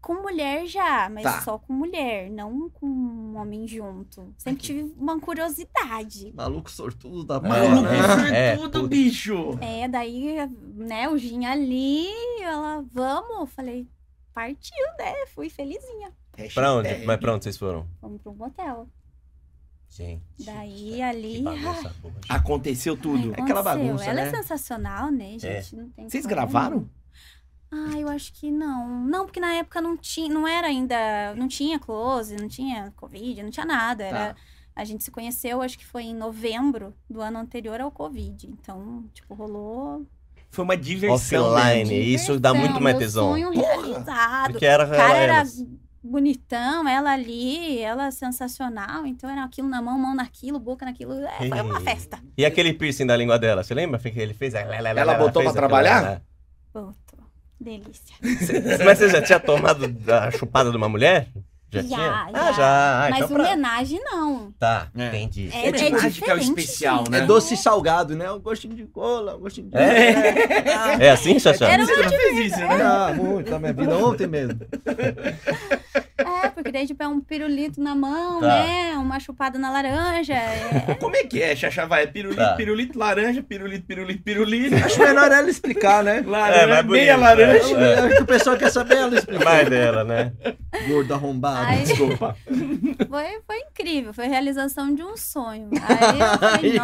S4: Com mulher já, mas
S1: Tá.
S4: só com mulher, não com um homem junto. Sempre tive uma curiosidade.
S3: Maluco sortudo da
S2: Maluco
S3: porra, né?
S2: Ah, É,
S1: tudo, bicho.
S4: É, daí, né, o Gin ali, ela, vamos. Eu Falei, partiu, né? Fui felizinha.
S2: Pra onde?
S1: Hashtag.
S2: Mas pra onde vocês foram?
S4: Vamos pra um motel.
S2: Gente.
S4: Daí, ah,
S2: que
S4: ali.
S2: bagunça boa, gente.
S1: Aconteceu tudo.
S4: ai,
S3: aquela
S4: aconteceu.
S3: bagunça,
S4: Ela
S3: né?
S4: é sensacional, né, gente? Não tem
S1: Vocês
S4: como.
S1: gravaram?
S4: Ah, eu acho que não. Não, porque na época não tinha, não era ainda, não tinha close, não tinha covid, não tinha nada. Era,
S1: Tá.
S4: a gente se conheceu, acho que foi em novembro do ano anterior ao covid. Então, tipo, rolou.
S1: Foi uma diversão.
S2: Offline,
S1: né?
S2: isso dá muito
S4: Diversão,
S2: mais
S4: meu
S2: tesão.
S4: Sonho
S1: Porra!
S4: realizado.
S2: Porque era,
S4: O cara
S2: era
S4: era
S2: elas.
S4: bonitão, ela ali, ela sensacional. Então era aquilo na mão, mão naquilo, boca naquilo. É, foi uma
S2: Ei.
S4: festa.
S2: E aquele piercing da língua dela, você lembra que ele fez?
S1: Ela botou
S2: fez
S1: pra
S2: aquilo,
S1: trabalhar?
S2: né?
S4: Puto, delícia.
S2: Mas você já tinha tomado a chupada de uma mulher? Já,
S4: Já,
S2: tinha?
S4: já.
S2: Ah, já. Ah,
S4: Mas
S2: então pra-
S4: homenagem não.
S2: Tá,
S3: É.
S2: entendi.
S1: É de mágica, é o especial,
S4: gente.
S1: né?
S3: É doce e salgado, né? Um gostinho de cola, um gostinho de.
S2: É, assim, Xaxá?
S4: Era um uma
S1: Você já fez isso, né?
S3: Ah, muito, na minha vida ontem mesmo.
S4: É, porque daí tipo é um pirulito na mão,
S2: Tá.
S4: né? Uma chupada na laranja. é.
S1: Como é que é, Xaxá? Vai, é pirulito,
S2: Tá.
S1: pirulito, laranja, pirulito, pirulito, pirulito,
S3: Acho melhor ela explicar, né?
S2: É,
S1: laranja,
S2: vai bonito,
S1: meia laranja.
S3: Acho melhor que o pessoal quer saber ela explicar.
S2: Mais dela, né?
S3: Gordo arrombado.
S4: Ai.
S1: Desculpa.
S4: Foi, foi incrível, foi realização de um sonho. Aí eu falei,
S3: Entendi.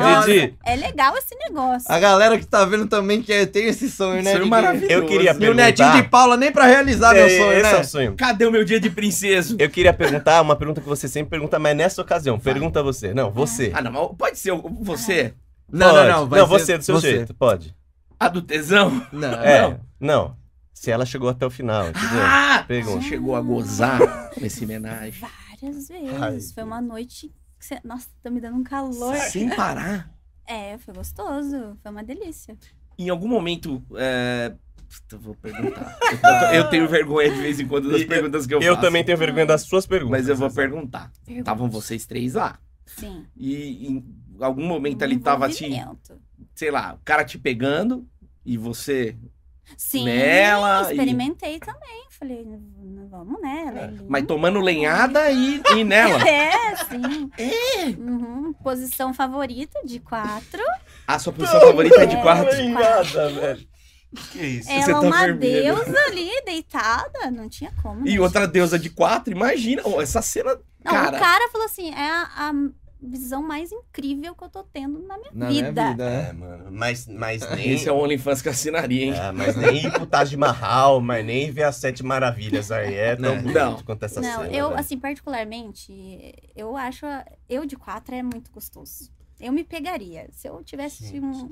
S4: nossa, é legal esse negócio.
S3: A galera que tá vendo também que tem esse sonho, né?
S1: Sonho
S3: Ninguém-
S1: é maravilhoso.
S2: um Eu queria
S3: E o netinho de
S2: perguntar...
S3: Paula nem pra realizar meu
S2: É,
S3: sonho,
S2: Esse é
S3: né?
S2: o sonho.
S1: Cadê o meu dia de princesa?
S2: Eu queria perguntar uma pergunta que você sempre pergunta, mas nessa ocasião. Pergunta você. Não, você.
S1: Ah, não, mas pode ser o- você,
S3: Não,
S2: Pode.
S3: não, não. vai
S2: Não,
S3: ser
S2: você do seu jeito. Pode.
S1: a do tesão.
S3: Não.
S2: É.
S1: Não.
S2: Não. Se ela chegou até o final, entendeu?
S1: Ah!
S2: Pergunta.
S1: Você chegou a gozar nesse homenagem.
S4: Várias
S2: Ai,
S4: vezes. foi
S2: Deus.
S4: uma noite. que cê- Nossa, tá me dando um calor.
S1: Sem parar.
S4: É, foi gostoso. Foi uma delícia.
S1: Em algum momento. É... Puta, eu vou perguntar. Eu, tô- eu tenho vergonha de vez em quando das
S2: E-
S1: perguntas que eu,
S2: Eu
S1: faço.
S2: também tenho vergonha das suas perguntas.
S1: Mas eu vou perguntar. Estavam vocês três lá.
S4: Sim.
S1: E em algum momento tá ali tava assim, te,
S4: envolvimento.
S1: sei lá, o cara te pegando e você.
S4: Sim,
S1: nela e-
S4: experimentei também. Falei, "Não, vamos nela. É. linda."
S1: Mas tomando lenhada e, e nela.
S4: É, sim.
S1: É?
S4: Uhum, Posição favorita de quatro.
S1: A sua posição favorita é de
S4: É.
S1: quarto.
S2: Obrigada, Ah, velho. Que isso?
S1: você
S4: Ela é
S1: tá
S4: uma
S1: vermelha.
S4: deusa ali, deitada. Não tinha como. né,
S1: E outra deusa de quatro, imagina. ó, essa cena.
S4: Não,
S1: Cara.
S4: o cara falou assim: é a, a visão mais incrível que eu tô tendo na minha
S3: Na
S4: vida.
S3: minha vida, é.
S2: É, mano. Mas, mas nem.
S1: Esse é o OnlyFans que eu assinaria, hein?
S2: Ah, mas nem ir pro Taj Mahal, mas nem ver as Sete Maravilhas aí. É tão
S3: Não.
S2: bonito
S1: Não.
S2: quanto essa
S4: Não,
S2: cena. né?
S4: eu,
S2: velho.
S4: assim, particularmente, eu acho. a- Eu de quatro é muito gostoso. Eu me pegaria. Se eu tivesse um,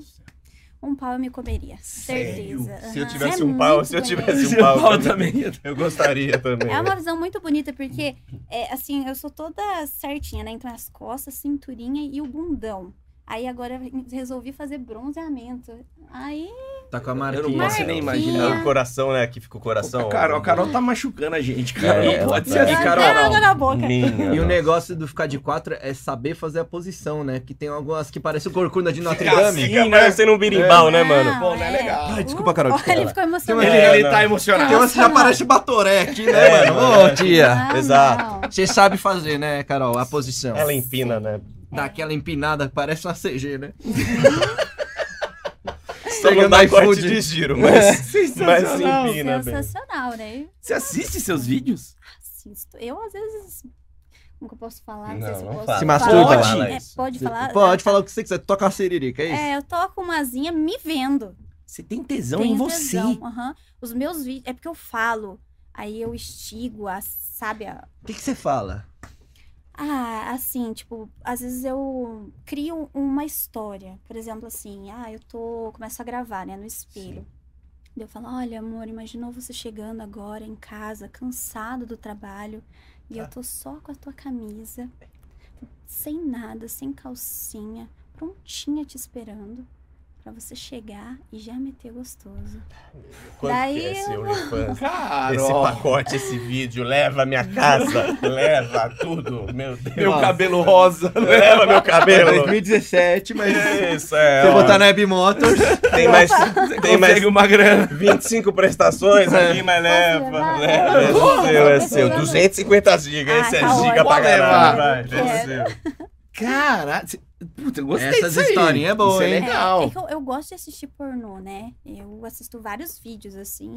S4: um pau, eu me comeria.
S2: Sério?
S4: Certeza.
S2: Se eu
S4: Aham.
S2: tivesse
S4: É
S2: um pau,
S4: muito
S2: se eu
S4: bonito.
S2: tivesse
S1: Esse
S2: um pau
S1: pau
S2: também.
S1: também.
S2: Eu gostaria também.
S4: É uma visão muito bonita, porque, é, assim, eu sou toda certinha, né? Então, as costas, cinturinha e o bundão. Aí, agora, resolvi fazer bronzeamento. Aí,
S3: Tá com a
S1: Eu não
S3: marquinha.
S1: posso nem
S2: É
S1: imaginar.
S2: o coração, né? Que fica o coração.
S1: Ô, Carol, a Carol tá machucando a gente, cara.
S2: É,
S1: não pode
S2: ela
S1: ser
S2: tá-
S1: assim,
S4: Dá
S1: Carol.
S4: até água na boca.
S2: Minha
S3: E o
S2: nossa.
S3: negócio do ficar de quatro é saber fazer a posição, né? Que tem algumas que parece o corcunda de Notre
S1: Fica
S3: Dame.
S1: assim,
S2: Fica parecendo um birimbau, né, mano?
S4: Não,
S1: Pô, não é legal.
S3: Ai, desculpa, Carol,
S4: Olha,
S3: desculpa.
S4: ele ficou
S1: Ele,
S4: emocionado.
S2: É,
S1: ele
S2: não.
S1: tá emocionado.
S3: Tem umas que já parece Batoré aqui, né,
S2: É,
S3: mano? Ô,
S2: mano.
S3: tia.
S4: Ah,
S2: Exato.
S4: não.
S3: Você sabe fazer, né, Carol? A posição.
S2: Ela empina, né?
S3: Dá aquela empinada que parece uma CG, né?
S2: Só não
S3: Pegando
S2: dá corte
S3: iFood.
S2: de giro,
S1: né?
S2: mas, mas se
S1: Sensacional.
S2: empina, velho.
S4: Sensacional, né?
S1: Você assiste seus vídeos?
S4: Assisto. Eu, às vezes, como que eu posso falar? Não, sei
S2: Não,
S4: se eu
S2: não
S4: posso
S2: fala.
S3: Se
S4: falar.
S3: masturba.
S4: Pode,
S2: Fala
S4: é,
S2: isso.
S4: pode falar?
S3: Pode falar o que você quiser. Toca a siririca, é isso?
S4: É, eu toco uma asinha me vendo.
S1: Você tem tesão
S4: Tenho
S1: Então, em você.
S4: tesão, aham. Os meus vídeos... É porque eu falo. Aí eu estigo, a, sabe? a-
S3: O que, que você fala?
S4: Ah, assim, tipo, às vezes eu crio uma história. Por exemplo, assim, ah, eu tô. Começo a gravar, né, no espelho. Daí eu falo, olha, amor, imaginou você chegando agora em casa, cansado do trabalho, e eu tô só com a tua camisa, sem nada, sem calcinha, prontinha te esperando. Pra você chegar e já meter gostoso.
S2: Quanto que é
S4: Daí
S2: esse
S4: eu-
S2: OnlyFans? Esse
S1: Carol,
S2: pacote, esse vídeo, leva minha casa, leva tudo, meu Deus.
S1: meu cabelo rosa.
S2: Leva meu cabelo.
S3: 2017, mas. Se
S2: Isso, é.
S3: eu
S2: ó,
S3: botar na Web Motors,
S2: Tem mais, tem
S1: Tem
S2: mais
S1: mais uma grana.
S2: 25 prestações aqui, mas leva.
S4: levar?
S2: Leva, é
S4: Porra,
S2: seu, é
S4: tá
S2: seu.
S4: pegando.
S2: 250 GB,
S4: Ah,
S2: esse é
S4: tá
S2: giga
S4: ótimo.
S2: pra
S1: Pode levar.
S2: caralho. Vai, é
S4: Quero.
S2: seu.
S1: Caralho, cê- puta, eu gostei
S3: Essas
S1: disso aí.
S3: historinhas é boa,
S1: Isso
S3: hein?
S1: É
S4: É,
S1: legal.
S4: é que eu, eu gosto de assistir pornô, né? Eu assisto vários vídeos, assim,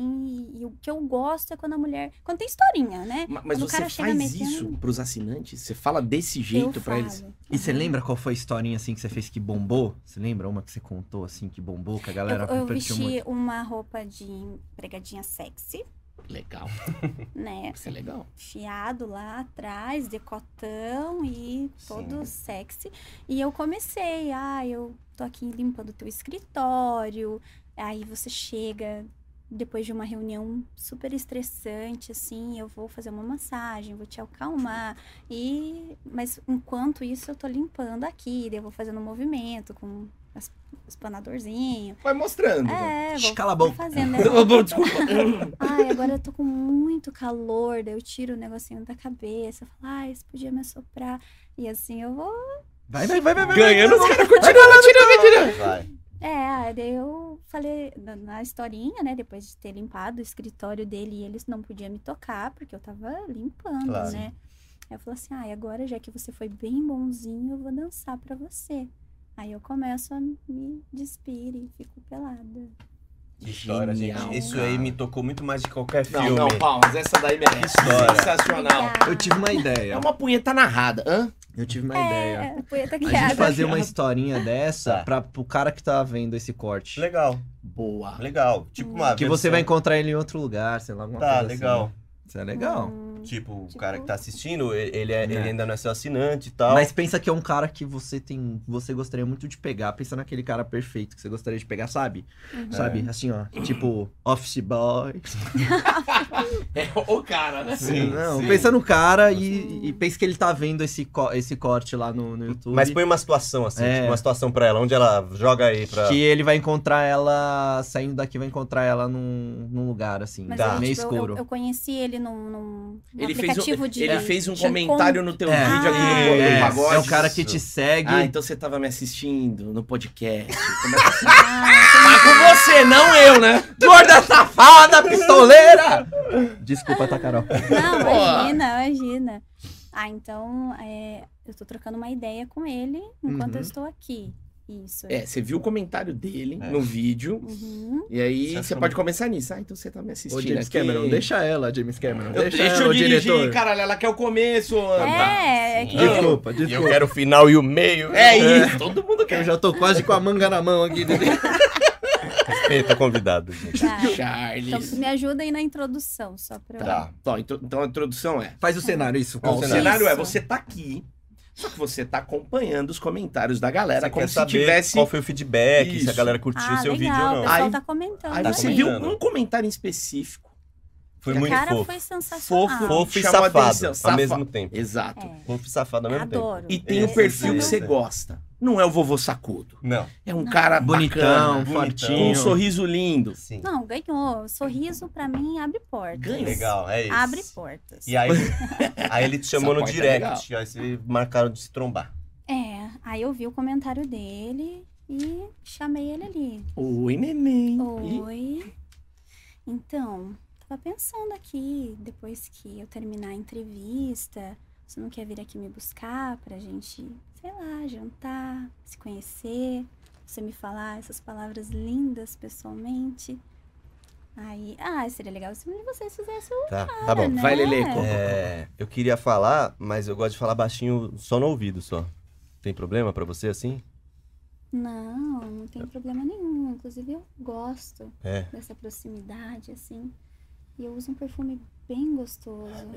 S4: e, e o que eu gosto é quando a mulher. Quando tem historinha, né?
S1: Ma- Mas
S4: Quando o
S1: você
S4: cara chega
S1: faz
S4: metendo-
S1: isso pros assinantes? Você fala desse
S4: Eu
S1: jeito pra eles?
S4: falo. é.
S3: E você lembra qual foi a historinha assim que você fez que bombou? Você lembra uma que você contou assim que bombou, que a galera
S4: Eu, eu
S3: repercutiu
S1: um
S4: vesti
S3: muito?
S4: uma roupa de empregadinha sexy,
S1: Legal,
S4: né?
S1: isso é legal.
S4: Fiado lá atrás, decotão e
S2: Sim.
S4: todo sexy. E eu comecei, ah, eu tô aqui limpando o teu escritório. Aí você chega depois de uma reunião super estressante, assim, eu vou fazer uma massagem, vou te acalmar. E mas enquanto isso eu tô limpando aqui, daí eu vou fazendo um movimento com as- um espanadorzinho.
S1: Vai mostrando. né?
S4: É, vou,
S3: Cala a
S4: vou
S3: boca.
S4: fazendo. né?
S1: Desculpa.
S4: Ai, agora eu tô com muito calor, daí eu tiro o negocinho da cabeça, eu falo, ai, isso podia me assoprar. E assim eu vou.
S3: Vai, vai, vai, vai, vai.
S1: Ganhando, os caras continuam tirando, tirando.
S2: Vai.
S4: É, aí daí eu falei na, na historinha, né? Depois de ter limpado o escritório dele e eles não podiam me tocar, porque eu tava limpando,
S2: Claro.
S4: né? Aí eu falo assim, ai, agora já que você foi bem bonzinho, eu vou dançar pra você. Aí eu começo a me despir e fico pelada.
S2: Que história,
S1: Genial,
S2: gente. Isso
S1: cara.
S2: aí me tocou muito mais de qualquer filme.
S1: Não, não, palmas. Essa daí merece.
S2: História.
S1: Sensacional.
S4: Obrigada.
S3: Eu tive uma
S1: É
S3: ideia.
S1: uma punheta narrada. Hã?
S3: Eu tive uma ideia.
S4: É, foi até
S3: A
S4: criada.
S3: gente fazer
S4: Hum,
S3: uma historinha
S2: Tá.
S3: dessa pra, pro cara que tá vendo esse corte.
S2: Legal,
S1: Boa.
S2: legal. Tipo uma
S4: tá
S3: Que você vai encontrar ele em outro lugar, sei lá, alguma
S2: Tá,
S3: coisa assim,
S2: legal.
S3: né? Isso é legal.
S4: Hum,
S2: Tipo, o
S4: Tipo-
S2: cara que tá assistindo, ele, ele é- ele
S3: É.
S2: ainda não é seu assinante e tal.
S3: Mas pensa que é um cara que você tem. Você gostaria muito de pegar. Pensa naquele cara perfeito que você gostaria de pegar, sabe?
S4: Uhum.
S3: Sabe? Assim, ó. Tipo, office boy.
S1: É o cara, né?
S2: Sim,
S3: não,
S2: sim.
S3: pensa no cara e, e pensa que ele tá vendo esse, co- esse corte lá no, no YouTube.
S2: Mas põe uma situação assim,
S3: É.
S2: tipo, uma situação pra ela, onde ela joga aí pra.
S3: Que ele vai encontrar ela, saindo daqui, vai encontrar ela num, num lugar assim,
S4: Mas
S2: Tá.
S4: eu,
S3: meio
S4: tipo, eu-
S3: escuro.
S4: Eu, eu conheci ele num, num- num
S1: Ele fez,
S4: aplicativo
S1: um,
S4: de.
S1: ele fez um
S4: de
S1: comentário no teu
S3: É.
S1: vídeo aqui
S4: Ah,
S1: no, no
S3: é,
S1: um pagode.
S3: é o cara que te segue.
S1: Ah, então você tava me assistindo no podcast.
S4: encontro. Ah,
S1: Tá com você, não eu, né?
S3: Gorda safada, Ah, pistoleira! Desculpa, tá, Carol?
S4: entendi. Não,
S1: Pô.
S4: imagina, imagina. Ah, então é, eu tô trocando uma ideia com ele enquanto
S3: Uhum.
S4: eu estou aqui. Isso.
S1: É, você viu o comentário dele
S2: É.
S1: no vídeo.
S4: Uhum.
S1: E aí
S2: Você
S1: você,
S2: achou
S1: pode começar nisso. Ah, então você tá me assistindo.
S3: Ô, James
S1: aqui.
S3: Cameron, deixa ela, James Cameron.
S1: Eu
S3: Deixa,
S1: deixa
S3: ela,
S1: eu
S3: o
S1: dirigir,
S3: diretor. Tá.
S1: caralho. Ela quer o começo, Ana.
S4: É, é
S2: sim.
S4: que
S1: Eu-
S3: Desculpa,
S2: E eu
S3: desculpa.
S2: quero o final e o meio.
S1: É isso, todo mundo
S3: Eu
S1: quer.
S3: já tô quase com a manga na mão aqui.
S2: Respeita convidado, gente.
S4: tá. Então
S1: Charles.
S4: me ajuda aí na introdução, só pra eu.
S2: Tá.
S1: Tá, então então a introdução é.
S3: Faz o cenário, isso.
S1: Ó, o
S2: cenário.
S1: cenário é
S4: Isso.
S1: você tá aqui, só que você tá acompanhando os comentários da galera
S2: Você
S1: como
S2: quer
S1: se
S2: saber
S1: tivesse.
S2: qual foi o feedback, se a
S1: Isso.
S2: galera curtiu
S4: Ah,
S2: seu
S4: legal,
S2: vídeo ou
S4: o
S2: não.
S4: pessoal
S1: Aí-
S4: tá comentando.
S1: Aí
S2: Tá
S1: você
S4: também.
S1: viu
S2: comentando.
S1: um comentário em específico.
S2: Foi
S1: O
S4: O
S2: muito
S4: cara
S2: fofo.
S4: foi sensacional.
S3: Ah,
S1: Fofo,
S2: Fofo e
S1: Chamou a
S2: safado
S1: atenção,
S2: ao
S1: safa-
S2: mesmo tempo.
S1: Exato.
S4: É,
S2: Fofo e safado ao mesmo tempo.
S4: adoro.
S1: Tá E tem
S4: Esse
S1: o perfil
S4: eu
S1: que
S4: não-
S1: você gosta. Não é o vovô sacudo.
S2: Não.
S1: É um cara bonitão,
S3: Bonitão,
S1: com
S2: bonitão.
S1: um
S3: fortinho.
S1: sorriso lindo.
S2: Sim.
S4: Não, ganhou. Sorriso pra mim abre portas.
S1: Ganhou.
S2: Legal, é isso.
S4: Abre portas.
S2: E aí, aí ele te chamou
S1: Essa
S2: no
S1: parte é
S2: direct. aí vocês marcaram de se trombar.
S4: É, aí eu vi o comentário dele e chamei ele ali.
S1: Oi, neném. Ih,
S4: Oi. Então, tava pensando aqui, depois que eu terminar a entrevista, você não quer vir aqui me buscar pra gente, sei lá, jantar, se conhecer, você me falar essas palavras lindas pessoalmente. Aí, ah, seria legal se um de vocês fizesse o.
S2: Tá, tá bom.
S4: né?
S1: Vai, Leleco.
S2: É, eu queria falar, mas eu gosto de falar baixinho só no ouvido só. Tem problema pra você assim?
S4: Não, não tem problema nenhum. Inclusive, eu gosto
S2: É.
S4: dessa proximidade, assim. E eu uso um perfume bem gostoso.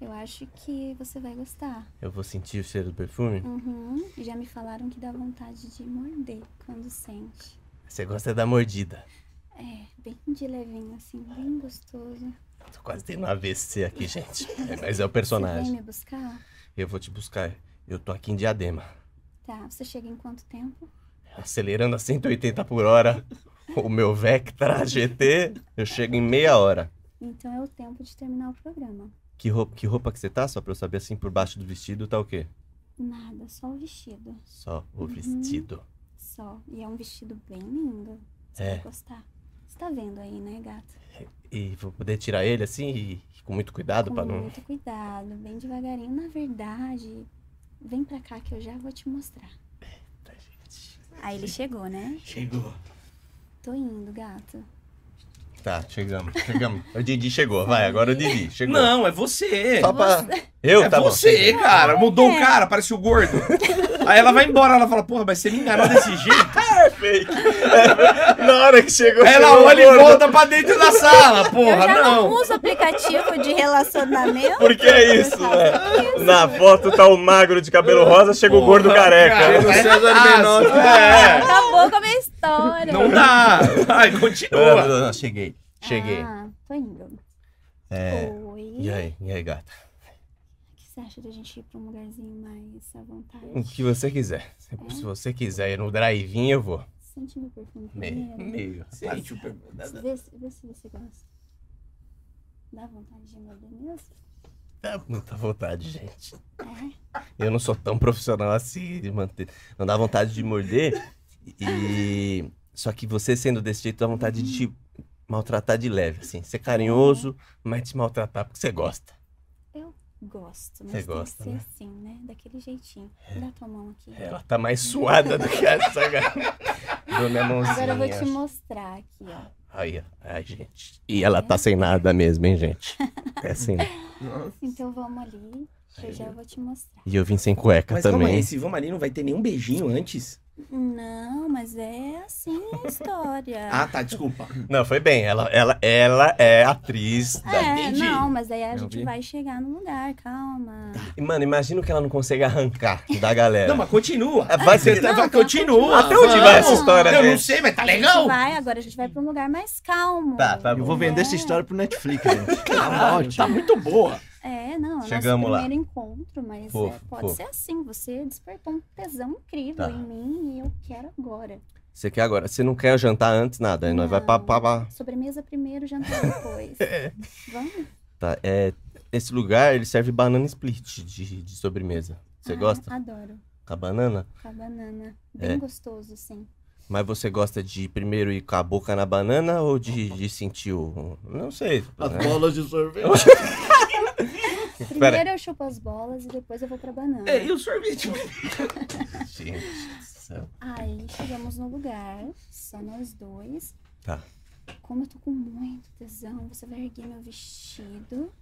S4: Eu acho que você vai gostar.
S2: Eu vou sentir o cheiro do perfume?
S4: Uhum. Já me falaram que dá vontade de morder quando sente.
S2: Você gosta da mordida.
S4: É, bem de levinho, assim, bem gostoso.
S2: Tô quase tendo um AVC aqui, gente. É, mas é o
S4: Você vem
S2: personagem.
S4: me buscar?
S2: Eu vou te buscar. Eu tô aqui em Diadema.
S4: Tá, você chega em quanto tempo?
S2: acelerando a 180 por hora o meu Vectra GT, eu chego em meia hora.
S4: Então é o tempo de terminar o programa.
S2: Que roupa, que roupa que você tá? Só pra eu saber assim, por baixo do vestido tá o quê?
S4: Nada, só o vestido.
S2: Só o
S4: Uhum.
S2: vestido.
S4: Só. E é um vestido bem lindo. Você
S2: É.
S4: vai gostar. Você tá vendo aí, né, gata?
S2: E vou poder tirar ele assim, e, e com muito cuidado
S4: Com
S2: Tipo, pra
S1: Hum.
S2: não.
S4: muito cuidado, bem devagarinho. Na verdade, vem pra cá que eu já vou te mostrar. Aí ele chegou, né?
S1: Chegou.
S4: Tô indo, gato.
S2: Tá, chegamos, chegamos. O Didi chegou, vai, agora o Didi chegou.
S1: Não, é você.
S2: Só pra. Eu?
S1: é
S2: tá bom.
S1: você,
S4: chegou.
S1: cara. Mudou o
S4: É.
S1: cara, parece o gordo. Aí ela vai embora, ela fala, porra, mas você me enganou desse jeito?
S2: É fake. É, na hora que chegou.
S1: Aí ela
S2: chegou
S1: olha e
S2: gordo.
S1: volta pra dentro da sala,
S4: eu
S1: porra,
S4: já não.
S1: não.
S4: uso aplicativo de relacionamento.
S2: Por que é isso,
S4: Eu
S2: né? Na foto tá o magro de cabelo rosa, chega o
S1: Porra,
S2: gordo careca.
S1: cara.
S2: É,
S1: Vai
S3: César
S1: na
S3: Menotti.
S1: taça. É.
S4: Acabou com a minha história.
S1: Não dá. Ai,
S2: Não,
S1: continua.
S2: não, não, cheguei. Cheguei.
S4: Ah, tô indo.
S2: É.
S4: Oi.
S2: E aí, e aí, gata?
S4: O que você acha da gente ir pra um lugarzinho mais à vontade?
S2: O que você quiser. Se- Se você quiser ir no drive-in, eu vou.
S4: Sente meu perfume
S2: Meio.
S1: Hum.
S4: primeiro.
S2: Meio.
S1: Sente o per-
S4: Vê, se- vê se você gosta. Dá vontade de morder mesmo?
S2: Dá Tá, muita vontade, gente.
S4: É.
S2: Eu não sou tão profissional assim de manter. Não dá vontade de morder. E. Só que você sendo desse jeito, dá vontade de te maltratar de leve, assim. Ser carinhoso, mas te maltratar porque você gosta.
S4: Gosto,
S2: Você
S4: mas
S2: gosta,
S4: tem
S2: né? É.
S4: que ser assim, né? Daquele jeitinho. Dá tua mão aqui.
S2: Ela tá mais suada do que essa garota. Dou minha mãozinha.
S4: Agora eu vou te mostrar aqui, ó.
S2: Aí, ó. ai, gente. E ela tá sem nada mesmo, hein, gente? É assim. né?
S4: Então vamos ali, que eu já vou te mostrar.
S2: E eu vim sem cueca
S4: é
S1: Mas calma
S2: também.
S1: aí, se vamos ali, não vai ter nenhum beijinho antes?
S4: Não, mas é assim a história.
S1: Ah, tá, desculpa.
S2: Não, foi bem. Ela, ela, ela é atriz da
S4: é,
S2: Didi.
S4: não, mas aí a
S2: Eu
S4: gente
S2: vi. Tá,
S4: vai chegar no lugar, calma.
S2: E, Mano, imagina o que ela não consegue arrancar da galera.
S1: Não, mas continua.
S2: É, vai ser-
S1: Tá-
S4: Não,
S1: continua.
S2: Até onde vai essa
S1: vamos.
S2: história?
S1: Eu não
S2: dessa?
S1: sei, mas tá
S4: A gente
S1: legal.
S4: vai, agora a gente vai pra um lugar mais calmo.
S2: Tá, tá bom.
S3: Eu vou vender essa
S4: É.
S3: história pro Netflix, gente. Tá
S1: Caralho, tá
S3: ótimo.
S1: muito boa.
S4: É, não, é o nosso
S2: Chegamos lá.
S4: primeiro encontro, mas é,
S2: Fofo,
S4: pode
S2: fofo.
S4: ser assim. Você despertou um tesão incrível
S2: Tá.
S4: em mim e eu quero agora.
S2: Você quer agora? Você não quer jantar antes, nada. Aí nós vai pra,
S4: Não.
S2: pra, pra-
S4: Sobremesa primeiro, jantar depois.
S2: É.
S4: Vamos?
S2: Tá, é. Esse lugar, ele serve banana split de, de sobremesa. Você
S1: Uhum.
S4: Ah,
S2: gosta?
S4: Adoro.
S2: Com a banana?
S4: Com a banana. Bem
S2: É.
S4: gostoso, assim. sim.
S2: Mas você gosta de primeiro ir com a boca na banana ou de, de sentir o. Não sei.
S1: Ah,
S3: As
S2: né?
S3: bolas de sorvete.
S4: Primeiro eu chupo as bolas e depois eu vou pra banana.
S1: É, e o sorvete?
S2: Gente do céu.
S4: Aí chegamos no lugar, só nós dois.
S2: Tá.
S4: Como eu tô com muito tesão, você vai erguer meu vestido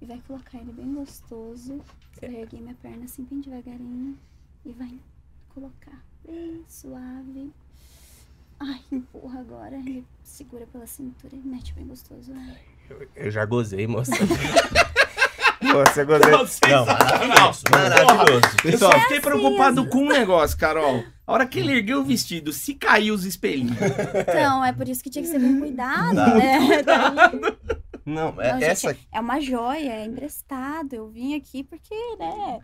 S4: e vai colocar ele bem gostoso. Você vai erguer minha perna assim bem devagarinho e vai colocar bem suave. Ai, empurra agora. E segura pela cintura e mete bem gostoso. Ai,
S2: Eu já gozei, moça. Você gozei.
S1: Sensacional.
S2: Não, é maravilhoso.
S1: Eu
S2: Maravilhoso.
S1: só
S3: Pessoal,
S1: fiquei
S4: assim.
S1: preocupado com um negócio, Carol. A hora que ele ergueu o vestido, se caiu os espelhinhos.
S4: Então, é por isso que tinha que ser bem cuidado, né? Daí-
S2: Não,
S4: Não,
S2: é,
S4: gente,
S2: essa.
S4: é uma joia, é emprestado. Eu vim aqui porque, né?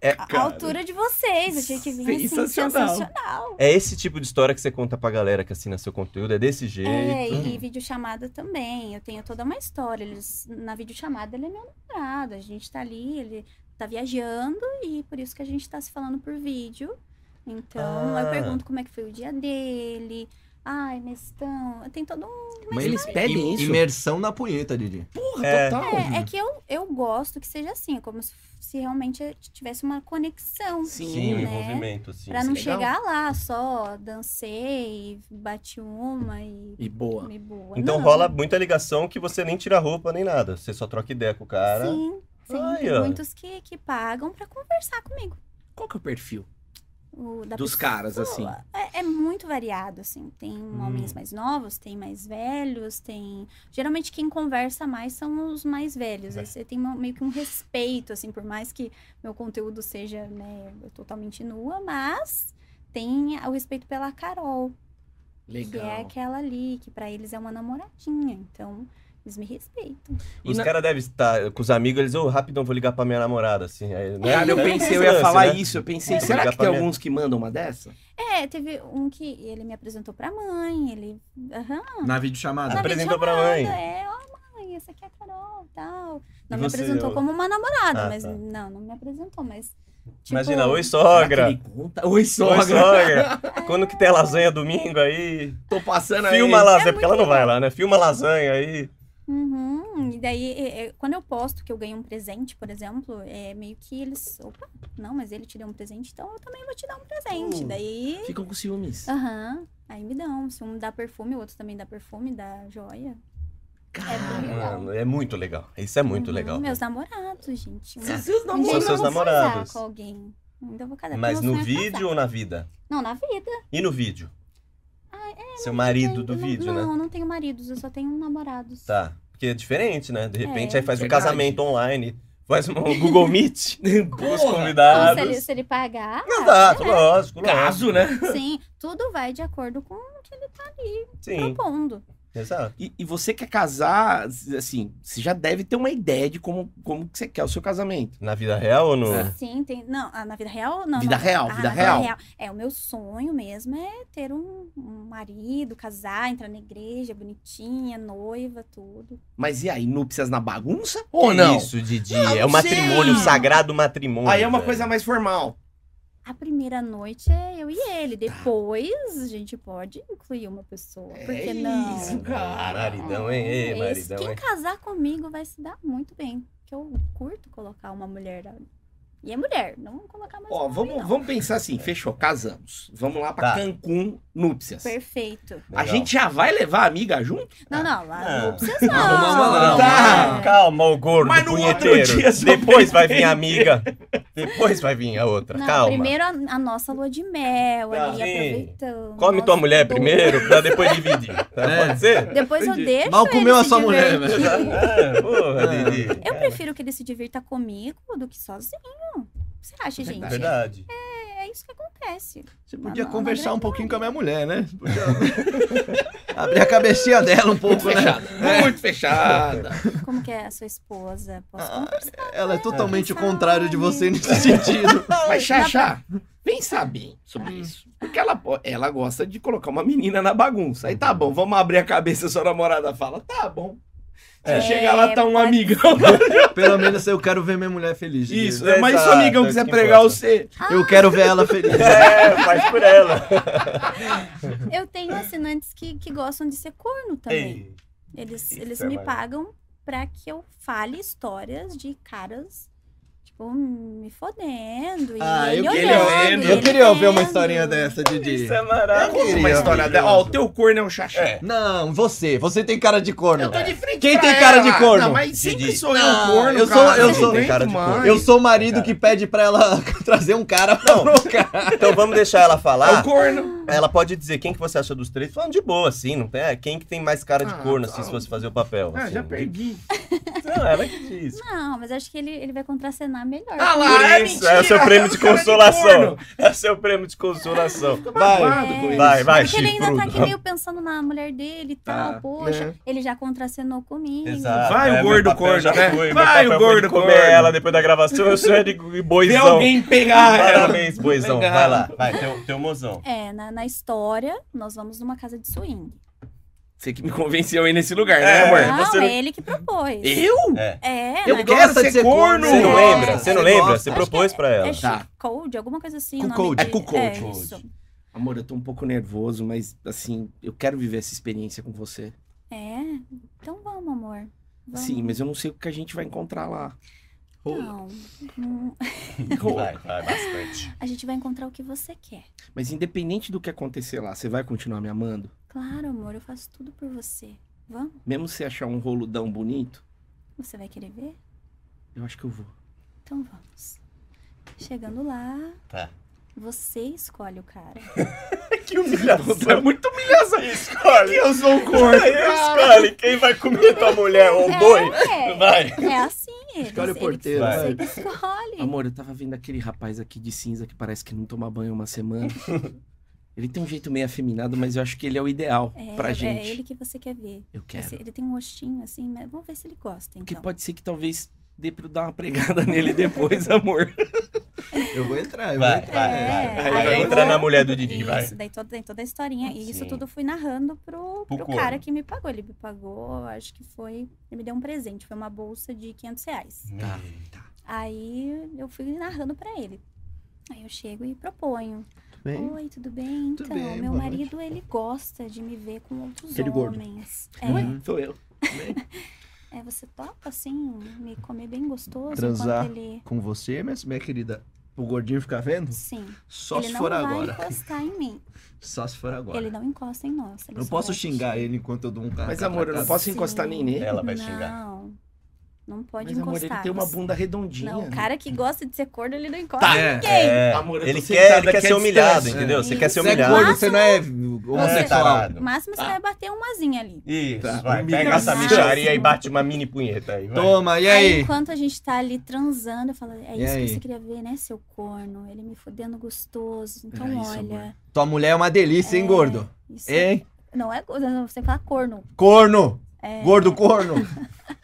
S2: É,
S4: a- a
S1: cara,
S4: altura de vocês. Eu tinha que vir assim,
S1: sensacional.
S4: sensacional.
S2: É esse tipo de história que você conta pra galera que assina seu conteúdo, é desse jeito.
S4: É, e, e videochamada também. Eu tenho toda uma história. Eles, na videochamada, ele é meu namorado. A gente tá ali, ele tá viajando e por isso que a gente tá se falando por vídeo. Então,
S2: Ah.
S4: eu pergunto como é que foi o dia dele. Ai, Nestão. Tem todo um.
S3: Mas
S1: Eles pedem
S3: im-
S1: isso?
S3: Imersão na punheta, Didi.
S1: Porra,
S2: É.
S1: total.
S4: É, é que eu, eu gosto que seja assim, é como se, se realmente tivesse uma conexão.
S1: Sim,
S2: Sim, o
S1: né?
S2: envolvimento, assim.
S4: Pra não
S1: Isso é legal.
S4: chegar lá só dancei, bati uma e
S1: E boa.
S4: me boa.
S2: Então
S4: Não.
S2: rola muita ligação que você nem tira roupa nem nada. Você só troca ideia com o cara.
S4: Sim, sim.
S2: Ai,
S4: tem
S2: ó.
S4: muitos que, que pagam pra conversar comigo.
S1: Qual que é o perfil
S4: O, da
S1: dos
S4: pessoa.
S1: caras, assim?
S4: É, é muito variado, assim. Tem
S1: Hum.
S4: homens mais novos, tem mais velhos, tem. Geralmente quem conversa mais são os mais velhos. Aí você tem uma- meio que um respeito, assim, por mais que meu conteúdo seja, né, totalmente nua, mas tem o respeito pela Carol, que é
S1: Legal.
S4: aquela ali, que pra eles é uma namoradinha. Então, eles me respeitam.
S2: Os
S1: E na-
S2: caras devem estar com os amigos, eles, ô, rapidão, vou ligar pra minha namorada, assim. Aí, né?
S1: Cara, eu
S2: Deve
S1: pensei,
S2: ser
S1: eu ia
S2: lance,
S1: falar
S2: né?
S1: isso, eu pensei,
S2: Vou
S1: será
S2: ligar
S1: que
S2: pra
S1: tem
S2: minha-
S1: alguns que mandam uma dessa?
S4: É, É, teve um que ele me apresentou pra mãe, ele. Aham.
S3: Na videochamada.
S4: Na
S2: Apresentou pra
S4: videochamada,
S2: mãe.
S4: É, ó, mãe, essa aqui é a Carol tal. Não
S2: E
S4: me
S2: você,
S4: apresentou
S2: ó?
S4: como uma namorada,
S2: Ah,
S4: mas
S2: tá.
S4: não, não me apresentou, mas. Tipo,
S2: Imagina, oi sogra.
S1: Será que ele conta? Oi, sogra.
S2: Oi sogra. Quando que tem lasanha domingo aí?
S1: Tô passando aí.
S2: Filma lasanha, porque ela
S4: É muito
S2: não vai lá, né? Filma lasanha aí.
S4: Uhum. E daí, é, é, quando eu posto que eu ganho um presente, por exemplo, é meio que eles. Opa, não, mas ele te deu um presente, então eu também vou te dar um presente.
S2: Uh.
S1: Hum.
S4: Daí.
S1: Ficam com ciúmes.
S4: Aham. Aí me dão. Se um dá perfume, o outro também dá perfume, dá joia. É bem legal.
S2: Mano, é muito legal. Isso é muito
S4: Uhum,
S2: legal.
S4: Meus namorados, gente. Um-
S1: Ah, seus
S4: um dia
S2: São
S4: eu
S2: seus
S4: vou casar
S2: namorados.
S4: com alguém. Ainda vou casar.
S2: Mas
S4: porque meu
S2: no
S4: sonho é
S2: vídeo ou na vida?
S4: casar. Não, na vida.
S2: E no vídeo? Seu
S4: Tem-
S2: marido do
S4: eu é, não-
S2: vídeo,
S4: não,
S2: né?
S4: eu não tenho maridos, eu só tenho namorados.
S2: Tá. Porque é diferente, né? De repente
S4: É.
S2: aí faz um
S1: Verdade.
S2: casamento online, faz um Google Meet com
S1: Porra,
S2: os
S4: Então, se, ele,
S2: convidados.
S4: se ele pagar.
S2: Não dá,
S4: é.
S2: lógico, lógico.
S1: caso, né?
S4: Sim, tudo vai de acordo com o que ele tá ali
S2: Sim,
S4: propondo.
S2: exato.
S1: E, e você quer casar, assim, você já deve ter uma ideia de como, como que você quer o seu casamento.
S2: Na vida real ou no.
S4: Sim, tem. Não, ah, na vida real, não.
S1: Vida
S4: não.
S1: real,
S4: Ah,
S1: vida
S4: na
S1: real.
S4: É, o meu sonho mesmo é ter um, um marido, casar, entrar na igreja, bonitinha, noiva, tudo.
S1: Mas e aí, núpcias na bagunça
S2: Que
S1: ou não?
S2: Isso, Didi.
S1: Não
S2: é o matrimônio,
S1: sei.
S2: o sagrado matrimônio.
S1: Aí é uma
S2: velho.
S1: coisa mais formal.
S4: A primeira noite é eu e ele. Depois a gente pode incluir uma pessoa. Por que
S1: Tá. é
S4: não?
S1: isso, cara.
S2: Maridão, hein?
S4: É,
S2: Ei,
S4: esse-
S2: maridão,
S4: Quem
S2: hein?
S4: casar comigo vai se dar muito bem. Porque eu curto colocar uma mulher. ali. E é mulher, não vou colocar
S1: Ó,
S4: mais um homem,
S1: vamos,
S4: não.
S1: vamos pensar assim, fechou, casamos. Vamos lá pra
S2: Tá.
S1: Cancún, núpcias.
S4: Perfeito.
S1: A
S2: Legal.
S1: gente já vai levar a amiga junto?
S4: Não, não, lá
S2: Não.
S4: não, precisa não.
S3: Arruma uma lá,
S4: Não,
S1: tá.
S4: é.
S2: Calma, o gordo
S1: Mas no
S2: punheteiro.
S1: outro dia só
S2: Depois vai
S1: tem
S2: vir a amiga. Depois vai vir a outra.
S4: Não,
S2: Calma.
S4: primeiro a, a nossa lua de mel
S1: Tá.
S4: ali,
S2: Sim.
S4: aproveitando.
S2: Come
S4: nosso
S2: tua mulher
S4: doce.
S2: primeiro, pra depois dividir. Tá?
S3: É.
S2: Pode ser?
S4: Depois eu
S1: Entendi.
S4: deixo
S3: Mal
S4: ele
S3: comeu a
S4: se
S3: sua mulher, né?
S4: divertir.
S1: É.
S3: velho.
S2: Ah, porra,
S3: Ah.
S2: Didi.
S4: Eu
S2: Cara,
S4: prefiro que ele se divirta comigo do que sozinho. O que Você acha,
S1: Tá.
S4: gente?
S2: é Verdade.
S4: É isso que acontece. Tá
S3: Você podia
S4: Não, não,
S3: conversar
S4: não,
S3: um
S4: não.
S3: pouquinho com a minha mulher, né? Você podia Abrir a cabecinha dela um pouco, né?
S1: Fechada. é Muito fechada.
S3: um-
S4: Como que é a sua esposa? Posso
S3: Ah,
S4: conversar?
S3: Ela é totalmente o
S4: Sabe.
S3: contrário de você nesse sentido.
S1: Mas, Xaxá, vem saber sobre isso. Porque ela, po- ela gosta de colocar uma menina na bagunça. Aí tá bom, vamos abrir a cabeça, sua namorada fala, tá bom. Se
S4: É.
S1: chegar lá, tá um
S4: Pode-
S1: amigão.
S3: Pelo menos eu quero ver minha mulher feliz. Diego.
S1: Isso, né? mas se o
S2: Exato,
S1: amigão
S2: isso
S1: quiser
S2: que
S1: pregar
S2: importa.
S1: você.
S3: Eu quero ver ela feliz.
S2: É, faz por ela.
S4: Eu tenho assinantes que, que gostam de ser corno também.
S2: Ei,
S4: eles
S2: isso
S4: eles
S2: é
S4: me
S2: maravilhoso.
S4: pagam pra que eu fale histórias de caras, tipo, me fodendo. E
S3: Ah, eu
S4: ele
S1: queria-
S4: olhando, e
S1: eu
S4: ele vendo.
S3: Didi.
S2: isso é maravilhoso.
S1: Conta uma história dela. Ó, o teu corno é o Xaxá.
S2: É.
S3: Não, você. Você tem cara de corno.
S1: Eu tô de frente
S3: Quem
S1: pra
S3: tem cara
S1: ela.
S3: de corno?
S1: Não, mas sempre
S2: Didi.
S1: sou eu
S3: Não,
S1: o corno,
S3: eu sou-
S1: cara.
S3: eu
S1: Não
S3: sou-
S1: aguento
S2: cara de
S1: mais.
S2: corno.
S3: Eu sou o marido
S2: Cara.
S3: que pede pra ela trazer um cara pra
S2: Não.
S3: trocar.
S2: Então vamos deixar ela
S1: É o
S2: falar.
S1: corno.
S2: Ela pode dizer quem que você achou dos três. Falando de boa, assim, não tem? é, Quem que tem mais cara de
S1: Ah,
S2: corno, assim,
S1: tá.
S2: se fosse fazer o papel.
S1: Ah,
S2: assim.
S1: já perdi.
S2: Não, ela que diz.
S4: Não, mas acho que ele, ele vai contracenar melhor.
S1: Ah lá,
S2: Por
S1: é
S2: isso,
S1: mentira,
S2: é o seu prêmio de
S1: cara de
S2: consolação.
S1: corno.
S2: É o seu prêmio de consolação.
S3: Vai.
S1: Magoado com isso.
S2: Vai, vai,
S4: Porque ele ainda tá aqui
S2: chifrudo.
S4: meio pensando na mulher dele e
S1: Tá,
S4: tal, poxa,
S3: né?
S4: ele já contracenou comigo.
S1: Vai o
S2: É, meu
S1: gordo
S2: papel
S1: corno,
S2: já
S1: né?
S2: foi, meu
S1: Vai o
S2: papel foi
S1: gordo
S2: de comer
S1: corno.
S2: ela depois da gravação, eu sou de
S1: Vê
S2: boizão.
S1: alguém É. pegar ela.
S2: Parabéns, boizão.
S1: Legal.
S2: Vai lá, vai, teu, teu mozão.
S4: É, na, na história, nós vamos numa casa de swing.
S1: Você que me convenceu aí nesse lugar,
S2: É,
S1: né, amor?
S4: não,
S2: você-
S4: é ele que propôs.
S1: Eu?
S2: É.
S4: É,
S1: Eu
S4: na-
S1: quero ser corno.
S2: Você não
S4: É.
S2: lembra? Você não lembra? Você
S4: Acho que
S2: propôs pra ela.
S4: É
S1: Tá.
S4: cheat code, alguma coisa assim.
S3: Cu
S4: o nome
S3: code.
S4: de-
S2: É cu code.
S4: É, isso.
S1: Amor, eu tô um pouco nervoso, mas assim, eu quero viver essa experiência com você.
S4: É, então vamos, amor. Vamos.
S1: Sim, mas eu não sei o que a gente vai encontrar lá.
S4: Não, hum,
S2: Vai, vai, bastante.
S4: a gente vai encontrar o que você quer.
S1: Mas independente do que acontecer lá, você vai continuar me amando?
S4: Claro, amor, eu faço tudo por você. Vamos?
S1: Mesmo se achar um roludão bonito,
S4: Você vai querer ver?
S1: eu acho que eu vou.
S4: Então vamos. Chegando lá,
S2: Tá.
S4: você escolhe o cara.
S2: Que humilhação.
S1: é muito humilhação.
S2: Escolhe.
S1: eu sou o corno.
S2: Escolhe quem vai comer tua mulher ou o boi.
S4: É,
S2: Vai.
S4: é assim, ele.
S3: Escolhe o
S4: ele-
S3: porteiro.
S2: vai.
S4: Você que escolhe.
S1: Amor, eu tava vendo aquele rapaz aqui de cinza que parece que não toma banho uma semana. ele tem um jeito meio afeminado, mas eu acho que ele é o ideal
S4: É,
S1: pra
S4: é
S1: gente.
S4: ele que você quer ver.
S1: Eu quero.
S4: Você- ele tem um rostinho assim, mas vamos ver se ele gosta,
S1: Porque
S4: então.
S1: pode ser que talvez Dê pra eu dar uma pregada nele depois, amor.
S3: Eu vou entrar, eu
S2: Vai,
S3: vou entrar.
S2: Ah,
S4: É,
S2: vai, vai.
S1: Aí
S2: Vai
S1: eu
S2: entrar
S1: vou-
S2: na mulher do Didi,
S4: isso,
S2: vai.
S4: daí toda, tem toda a historinha. E isso
S2: Sim.
S4: tudo eu fui narrando pro,
S2: Pro
S4: pro
S2: corno.
S4: cara que me pagou. Ele me pagou, acho que foi. Ele me deu um presente, foi uma bolsa de 500 reais.
S3: Tá,
S4: Aí eu fui narrando pra ele. Aí eu chego e proponho.
S3: tudo bem.
S4: Oi, tudo bem?
S3: Tudo
S4: Então,
S3: bem,
S4: meu
S3: boa
S4: marido, ele gosta de me ver com outros
S3: Aquele gordo. Uhum.
S4: homens.
S3: Ué?
S4: É,
S1: Sou eu.
S4: é, você topa, assim, me comer bem gostoso
S3: Transar.
S4: enquanto ele...
S3: Com você, minha, minha querida. O gordinho fica vendo?
S4: Sim.
S3: Só
S4: ele
S3: se
S4: não
S3: for
S4: vai
S3: agora.
S4: encostar em mim.
S3: Só se for agora.
S4: Ele não encosta em nós. ele
S3: Eu não
S4: só
S3: posso
S4: gosta.
S3: xingar ele enquanto eu dou um cara.
S1: Mas, amor, eu não
S4: Sim.
S1: posso encostar nem nele.
S2: Ela vai
S4: não,
S2: xingar.
S4: Não, pode
S1: Mas, amor,
S4: encostar.
S1: ele tem uma
S4: Você-
S1: bunda redondinha.
S4: Não, o cara que gosta de ser corno, ele não encosta
S3: Tá.
S4: em
S3: É,
S4: ninguém.
S2: É,
S1: Amor, eu tô
S2: ele quer,
S1: sentado
S2: ele quer
S1: aqui à
S2: ser humilhado,
S1: distância.
S2: entendeu? Você
S4: Isso.
S2: quer ser
S3: Você é gordo,
S2: humilhado.
S4: Máximo-
S3: você não é
S2: É,
S3: homossexual.
S2: tarado.
S4: O máximo você
S3: Tá.
S4: vai bater uma zinha ali.
S2: Isso,
S1: Tá,
S2: vai.
S1: humilhação.
S2: Pega essa micharia e bate uma mini punheta aí, vai.
S3: Toma, e
S4: Aí,
S3: aí?
S4: enquanto a gente tá ali transando, eu falo, é
S3: E
S4: isso
S3: aí?
S4: que você queria ver, né, seu corno? Ele me fodendo gostoso. Então,
S1: Era Ah, isso,
S4: olha.
S3: Tua mulher é uma delícia, hein,
S4: É.
S3: gordo?
S4: Isso
S3: Hein?
S4: Não é gordo, não, você fala corno.
S3: Corno!
S4: É.
S3: Gordo, corno!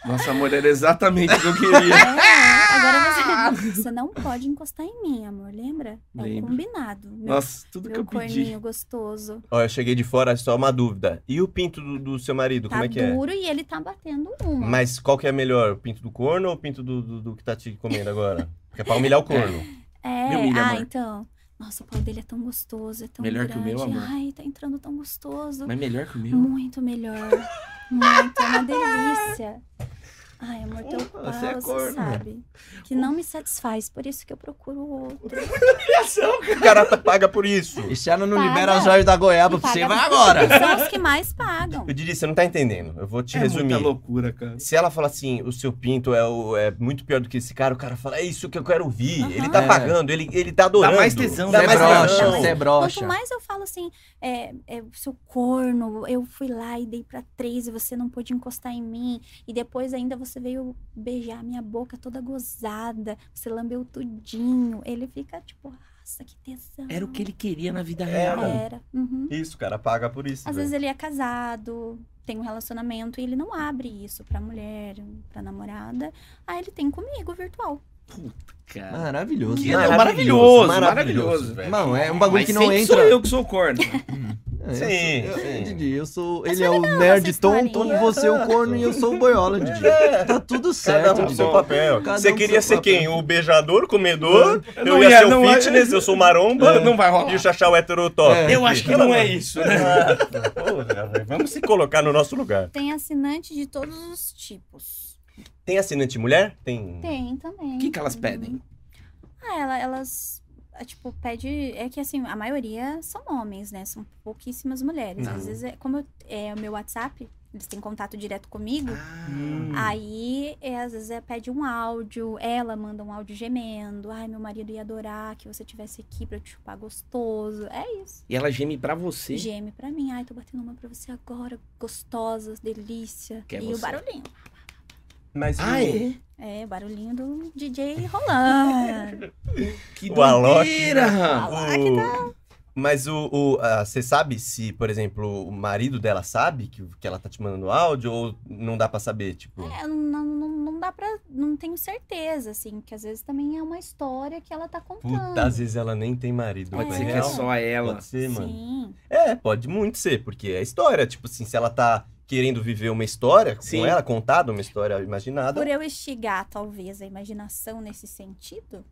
S1: Nossa, amor, era exatamente o que eu queria.
S4: É, agora você, você não pode encostar em mim, amor, lembra? É
S1: Ah!
S4: um
S1: Lembro.
S4: combinado. Meu,
S1: Nossa, tudo que
S4: meu
S1: eu pedi.
S4: corninho gostoso.
S2: Ó, eu cheguei de fora, só uma dúvida. E o pinto do, do seu marido,
S4: Tá
S2: como é que é?
S4: duro e ele tá batendo uma.
S2: Mas qual que é melhor, o pinto do corno ou o pinto do, do- do que tá te comendo agora? Porque é pra humilhar o corno.
S4: É,
S1: Me humilha,
S4: ah,
S1: amor.
S4: então. Nossa, o pau dele é tão gostoso, é tão
S1: Melhor que o
S4: grande.
S1: meu, amor.
S4: Ai, tá entrando tão gostoso.
S1: Mas melhor que o meu.
S4: Muito melhor. Muito, é uma delícia. Ai, amor, teu
S3: Opa,
S4: pau,
S3: você
S4: você,
S3: é corno.
S1: né?
S4: sabe. Que não me satisfaz, por isso que eu procuro outro.
S2: O garota paga por isso.
S3: E se ela não
S4: Paga.
S3: libera as joias da goiaba
S4: E
S3: pra você,
S4: Tá, paga-
S3: vai agora!
S4: São os que mais pagam.
S2: Eu diria, você não tá entendendo. Eu vou te
S1: É
S2: resumir.
S1: muita loucura, cara.
S2: Se ela fala assim, o seu pinto é, o- é muito pior do que esse cara, o cara fala, é isso que eu quero ouvir.
S4: Aham.
S2: Ele tá
S3: É.
S2: pagando, ele, ele tá adorando.
S1: mais tesão,
S2: dá
S1: né?
S3: Você é
S2: mais
S1: Dá mais
S3: broxa,
S2: tesão.
S3: você é broxa.
S4: Quanto mais eu falo assim, é, é, seu corno, eu fui lá e dei pra três e você não pôde encostar em mim. E depois ainda você veio beijar a minha boca toda gozada. Você lambeu tudinho. Ele fica tipo, nossa, que tesão.
S1: Era o que ele queria na vida
S2: Era.
S1: real.
S4: Era. Uhum.
S2: Isso, cara, paga por isso.
S4: Às
S1: Né.
S2: velho.
S4: vezes ele é casado, tem um relacionamento e ele não abre isso pra mulher, pra namorada. Aí ele tem comigo virtual.
S1: Puta, cara.
S3: Maravilhoso.
S1: Que
S3: né?
S1: não,
S2: maravilhoso,
S1: maravilhoso, maravilhoso.
S2: velho.
S3: Mano, é um bagulho
S1: Mas
S3: que não
S1: sempre
S3: entra.
S1: sou eu que sou o corno.
S3: É,
S2: Sim,
S3: eu sou- eu-
S2: sim.
S3: Didi, eu sou.
S4: Mas
S3: Ele
S4: foi
S3: é o
S4: legal
S3: nerd
S4: essa
S3: tonto,
S4: historinha.
S3: você é o corno e eu sou o boiola, Didi.
S2: É.
S3: Tá tudo
S2: Cada
S3: certo,
S2: um com
S3: Didi.
S2: seu papel.
S3: Cada
S2: Você
S3: um com
S2: queria
S3: seu
S2: ser quem?
S3: papel.
S2: O beijador, o comedor? Eu,
S1: Não
S2: ia
S1: ia,
S2: ser o
S1: não ia.
S2: fitness, eu sou o maromba.
S1: Não vai rolar.
S2: E o Ah, chachau heterotop.
S3: É.
S1: Eu acho que não é isso, né?
S2: Vamos se colocar no nosso lugar.
S4: Tem assinante de todos os tipos.
S2: Tem assinante mulher? Tem.
S4: Tem também.
S1: Hum. O que, que elas
S4: Uhum.
S1: pedem?
S4: Ah, ela- elas, ah, tipo, pede... É que, assim, a maioria são homens, né? São pouquíssimas mulheres. Às vezes, é, como eu- é o meu WhatsApp, eles têm contato direto comigo.
S3: Hum.
S1: Ah,
S4: Aí, é, às vezes, é, pede um áudio. Ela manda um áudio gemendo. Ai, meu marido ia adorar que você tivesse aqui pra eu te chupar gostoso. É isso.
S1: E ela geme pra você.
S4: Geme pra mim. Ai, tô batendo uma pra você agora. Gostosa, delícia.
S1: Quer
S4: e o
S1: você.
S4: barulhinho.
S2: Mas
S1: Ah, é?
S4: É, barulhinho do DJ rolando.
S1: Que
S2: O Alok.
S1: doideira! tá.
S2: O... Mas o. o- ah, Você sabe se, por exemplo, o marido dela sabe que, que ela tá te mandando áudio ou não dá pra saber? Tipo.
S4: É, não, não, não dá pra. Não tenho certeza, assim, que às vezes também é uma história que ela tá contando.
S2: Puta, às vezes ela nem tem marido.
S1: então. Pode
S2: né?
S1: ser que é
S2: Real.
S1: só ela.
S2: Pode ser, mano.
S4: Sim.
S2: É, pode muito ser, porque é história. Tipo assim, se ela tá querendo viver uma história
S1: Sim.
S2: com ela, contada, uma história imaginada.
S4: Por eu estigar, talvez, a imaginação nesse sentido.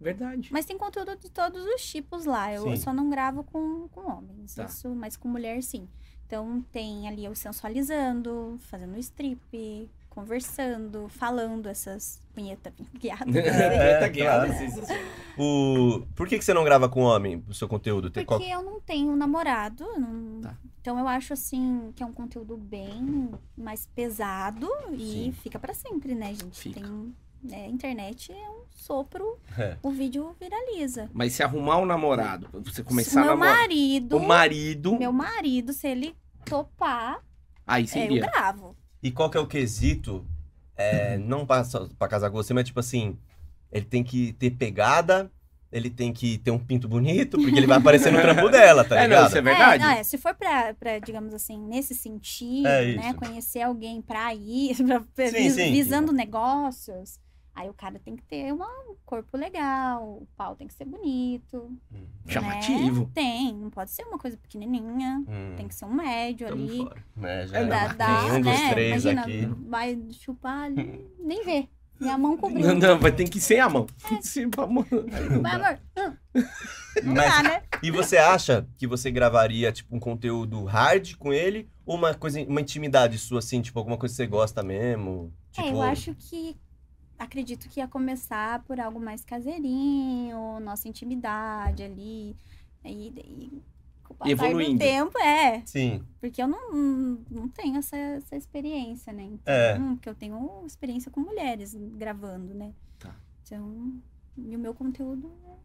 S1: Verdade.
S4: Mas tem conteúdo de todos os tipos lá. Eu
S2: Sim.
S4: só não gravo com, com homens.
S1: Tá.
S4: Isso, mas com mulher, sim. Então tem ali eu sensualizando, fazendo strip, conversando, falando essas punheta guiadas.
S2: É,
S1: Tá guiada,
S2: claro.
S1: sensacional.
S2: O... Por que, que você não grava com homem o seu conteúdo? Tem qual-
S4: Porque eu não tenho namorado. não-
S1: Tá.
S4: Então eu acho assim que é um conteúdo bem mais pesado e
S2: Sim.
S4: fica pra sempre, né, gente?
S1: Fica.
S4: Tem. né, internet é um sopro,
S2: É.
S4: o vídeo viraliza.
S1: Mas se arrumar um namorado, você
S4: Se
S1: começar
S4: o
S1: a
S4: meu
S1: namorar.
S4: marido,
S1: O marido.
S4: meu marido, se ele topar,
S1: Aí
S4: é, eu
S1: seria.
S4: gravo.
S2: E qual que é o quesito?
S4: Uhum.
S2: É, não pra, só pra casar com você, mas tipo assim, ele tem que ter pegada, ele tem que ter um pinto bonito, porque ele vai aparecer no trampo dela, tá
S1: é, não,
S2: ligado?
S1: isso é verdade.
S4: É, não, é, se for pra, pra, digamos assim, nesse sentido,
S2: É
S4: né?
S2: isso.
S4: Conhecer alguém pra ir, pra- pra-
S2: Sim,
S4: vis-
S2: sim.
S4: visando negócios, aí o cara tem que ter uma- um corpo legal, o pau tem que ser bonito. né?
S1: Chamativo.
S4: Tem, não pode ser uma coisa pequenininha.
S2: Hum,
S4: Tem que ser um médio
S3: Tamo
S4: ali.
S3: fora.
S2: né, já
S1: É,
S4: Dá-
S2: tem
S4: dá,
S2: um dos
S4: né?
S2: três
S4: Imagina,
S2: aqui.
S4: vai chupar ali, nem vê. Minha mão
S1: Não,
S4: cobrindo.
S1: não, vai ter que ser a mão.
S4: É.
S1: Sim, pra mão.
S4: Vai, amor. Hum, Não
S2: Mas-
S4: dá, né?
S2: E você acha que você gravaria, tipo, um conteúdo hard com ele? Ou uma coisa, uma intimidade sua, assim, tipo, alguma coisa que você gosta mesmo? Tipo,
S4: É, eu acho que. Acredito que ia começar por algo mais caseirinho, nossa intimidade ali. E, e com o passar
S1: Evoluindo.
S4: do tempo, é.
S2: Sim,
S4: Porque eu não, não tenho essa, essa experiência, né? Então,
S2: É.
S4: Porque eu tenho experiência com mulheres gravando, né?
S1: Tá.
S4: Então, e o meu conteúdo é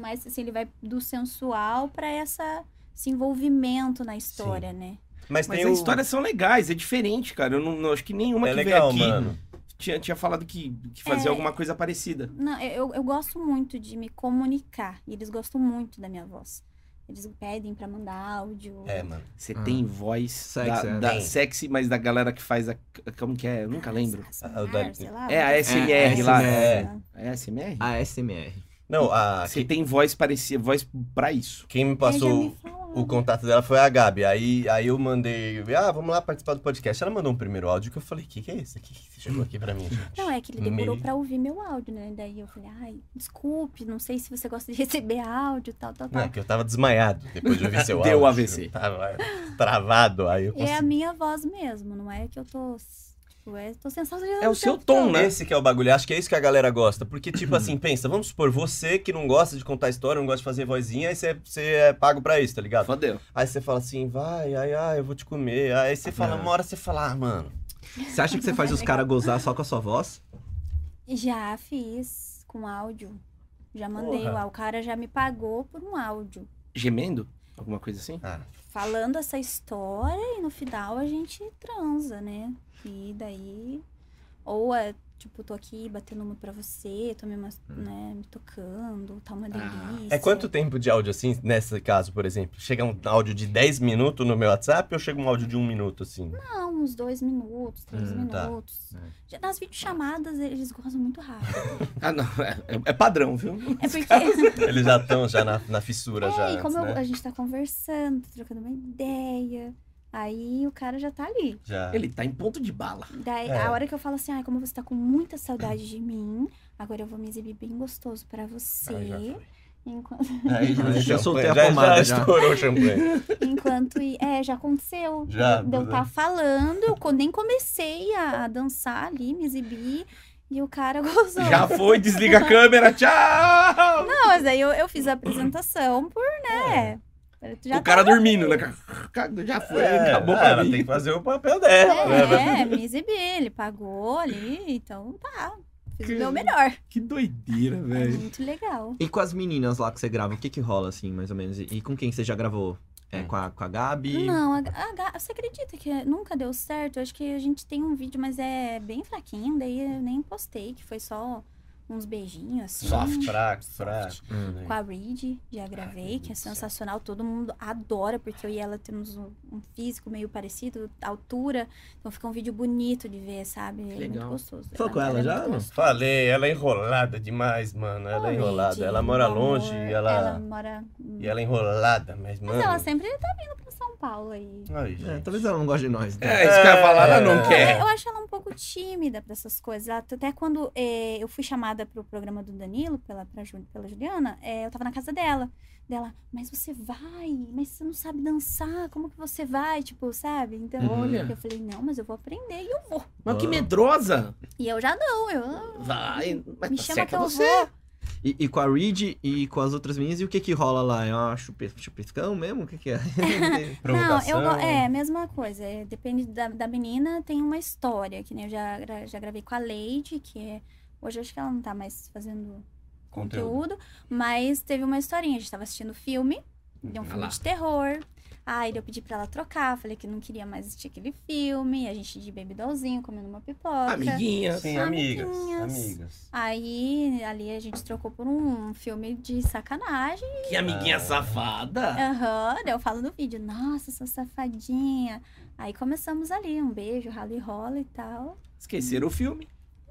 S4: mais assim, ele vai do sensual pra essa esse envolvimento na história, né?
S2: mas,
S1: Mas
S2: tem
S1: as
S2: o...
S1: histórias são legais, é diferente, cara. Eu não, não- acho que nenhuma
S2: É
S1: que
S2: legal,
S1: veio aqui
S2: mano.
S1: tinha, tinha falado que, que fazia
S4: É.
S1: alguma coisa parecida.
S4: Não, eu, eu gosto muito de me comunicar. E eles gostam muito da minha voz. Eles pedem pra mandar áudio.
S2: É, mano.
S1: Você
S3: Ah.
S1: tem voz
S3: Sexy,
S1: da,
S3: é.
S1: da
S2: né? Tem.
S1: sexy, mas da galera que faz a. Como que é? Eu nunca lembro.
S2: Ah, o da-
S4: ASMR, sei lá,
S1: É, a
S4: alguma
S1: SMR
S4: coisa
S1: lá.
S4: assim.
S1: É SMR?
S2: Ah,
S3: A SMR.
S2: Não, a...
S1: Você tem voz parecida, voz pra isso.
S2: Quem me
S4: Eles já me
S2: passou
S4: falaram.
S2: o contato dela foi a Gabi. Aí, aí eu mandei... Ah, vamos lá participar do podcast. Ela mandou um primeiro áudio que eu falei, que que é isso? O que que você chegou aqui pra mim, gente?
S4: Não, é que ele demorou
S2: Meio-
S4: pra ouvir meu áudio, né? Daí eu falei, ai, desculpe, não sei se você gosta de receber áudio, tal, tal,
S2: Não, é
S4: tal.
S2: que eu tava desmaiado depois de ouvir seu áudio.
S1: Deu AVC.
S2: Tava é, travado, aí eu
S4: É a
S2: consegui.
S4: minha voz mesmo, não é que eu tô. Tipo, é, tô sensacional.
S1: É o seu tom, né?
S2: Esse que é o bagulho, acho que é isso que a galera gosta. Porque, tipo assim, pensa, vamos supor, você que não gosta de contar história, não gosta de fazer vozinha, aí você, você é pago pra isso, tá ligado?
S1: Fodeu.
S2: Aí você fala assim, vai, ai, ai, eu vou te comer. Aí você fala, uma hora você fala, ah, mano.
S3: Você acha que você faz os caras gozar só com a sua voz?
S4: Já fiz com áudio. Já mandei.
S2: Porra.
S4: lá, O cara já me pagou por um áudio.
S1: Gemendo? Alguma coisa assim?
S2: Ah,
S4: Falando essa história e no final a gente transa, né? E daí. Ou é, tipo, tô aqui batendo uma pra você, tô me, mas-
S2: Hum.
S4: né, me tocando, tá uma
S1: Ah.
S4: delícia.
S2: é quanto tempo de áudio assim, nesse caso, por exemplo? Chega um áudio de 10 minutos no meu WhatsApp ou chega um áudio de um minuto, assim?
S4: Não, uns dois minutos, três
S3: Hum,
S2: tá.
S4: minutos.
S3: É.
S4: Já Nas videochamadas, eles gozam muito rápido.
S1: Ah, não. É, é padrão, viu?
S4: É porque.
S2: Eles já estão já na, na fissura, já.
S4: É, e
S2: antes,
S4: como eu-
S2: né?
S4: a gente tá conversando, tá trocando uma ideia. Aí o cara já tá ali.
S2: Já.
S1: Ele tá em ponto de bala.
S4: Daí,
S2: É.
S4: a hora que eu falo assim, ai, como você tá com muita saudade de mim, agora eu vou me exibir bem gostoso pra você.
S2: Aí já foi.
S4: enquanto,
S2: Aí
S3: já
S2: champanhe,
S3: soltei a
S2: já,
S3: pomada,
S2: já
S3: já.
S2: estourou o champanhe.
S4: enquanto. e- É, já aconteceu.
S2: Já,
S4: De eu
S2: né?
S4: tá falando, eu co- nem comecei a, a dançar ali, me exibir. E o cara gozou.
S1: Já foi, desliga a câmera, tchau!
S4: Não, mas aí eu, eu fiz a apresentação por, né? Tu já
S1: o cara
S4: tá-
S1: dormindo, né? Cagou, Já foi,
S2: É,
S1: acabou
S2: ah,
S1: pra
S2: ela
S1: mim.
S2: tem que fazer o papel dela, né?
S4: É, me exibi, ele pagou ali, então tá. Fiz o meu melhor.
S1: Que doideira,
S4: É
S1: velho.
S4: muito legal.
S3: E com as meninas lá que você grava, o que que rola, assim, mais ou menos? E, e com quem você já gravou? É, com, a, com a Gabi?
S4: Não, a, a Ga- você acredita que nunca deu certo? Eu acho que a gente tem um vídeo, mas é bem fraquinho, daí eu nem postei, que foi só uns beijinhos assim.
S1: Soft.
S2: Fraco,
S4: Soft.
S3: Hum.
S4: Com a Reed, já gravei,
S2: meu
S4: que é
S2: Deus do céu.
S4: sensacional, todo mundo adora, porque eu e ela temos um, um físico meio parecido, altura, então fica um vídeo bonito de ver, sabe? É
S1: legal.
S4: muito gostoso.
S3: Foi com ela
S4: é
S3: já,
S4: muito
S3: não?
S4: gostosa.
S2: Falei, ela é enrolada demais, mano. Ela é enrolada. Ela mora
S4: Meu
S2: longe
S4: amor,
S2: e ela,
S4: Ela mora.
S2: e ela é enrolada, mas, mano.
S4: Mas ela sempre tá vindo pra São Paulo aí.
S2: Ai,
S3: É,
S2: gente.
S3: talvez ela não goste de nós. né?
S1: É, isso que eu ia falar, ela
S2: É.
S1: não quer.
S4: Eu acho ela um pouco tímida pra essas coisas. Ela- Até quando eh, eu fui chamada pro programa do Danilo, pela, pra Ju- pela Juliana, eh, eu tava na casa dela. Dela, mas você vai, mas você não sabe dançar, como que você vai? Tipo, sabe? Então,
S1: Olha.
S4: eu falei, não, mas eu vou aprender e eu vou.
S1: Mas que medrosa.
S4: E eu já não, eu. "Ah,
S1: Vai, mas
S4: Me
S1: tá
S4: chama
S1: seca
S4: que eu
S1: você.
S4: vou.
S3: E, e com a Reed e com as outras meninas, e o que que rola lá? É uma chupe, chupiscão mesmo? O que que é?
S4: Não, eu
S2: Provocação.
S4: go- é mesma coisa. é, Depende da, da menina, tem uma história. Que nem eu já, gra- já gravei com a Lady, que é. Hoje eu acho que ela não tá mais fazendo
S2: Conteúdo.
S3: Uhum.
S4: conteúdo, mas teve uma historinha. A gente tava assistindo filme, de um
S1: Ah
S4: filme
S1: lá.
S4: de terror. Aí eu pedi pra ela trocar, falei que não queria mais assistir aquele filme, a gente de baby dollzinho, comendo uma pipoca.
S3: Ah,
S1: Amiguinha.
S2: Sim, amigas.
S4: Amiguinhas.
S2: Amigas.
S4: Aí ali a gente trocou por um filme de sacanagem.
S1: Que amiguinha
S4: É.
S1: safada.
S3: Ah.
S4: Aham, daí eu falo no vídeo, nossa, sua safadinha. Aí começamos ali, um beijo, ralo e rola e tal.
S1: Esqueceram o filme.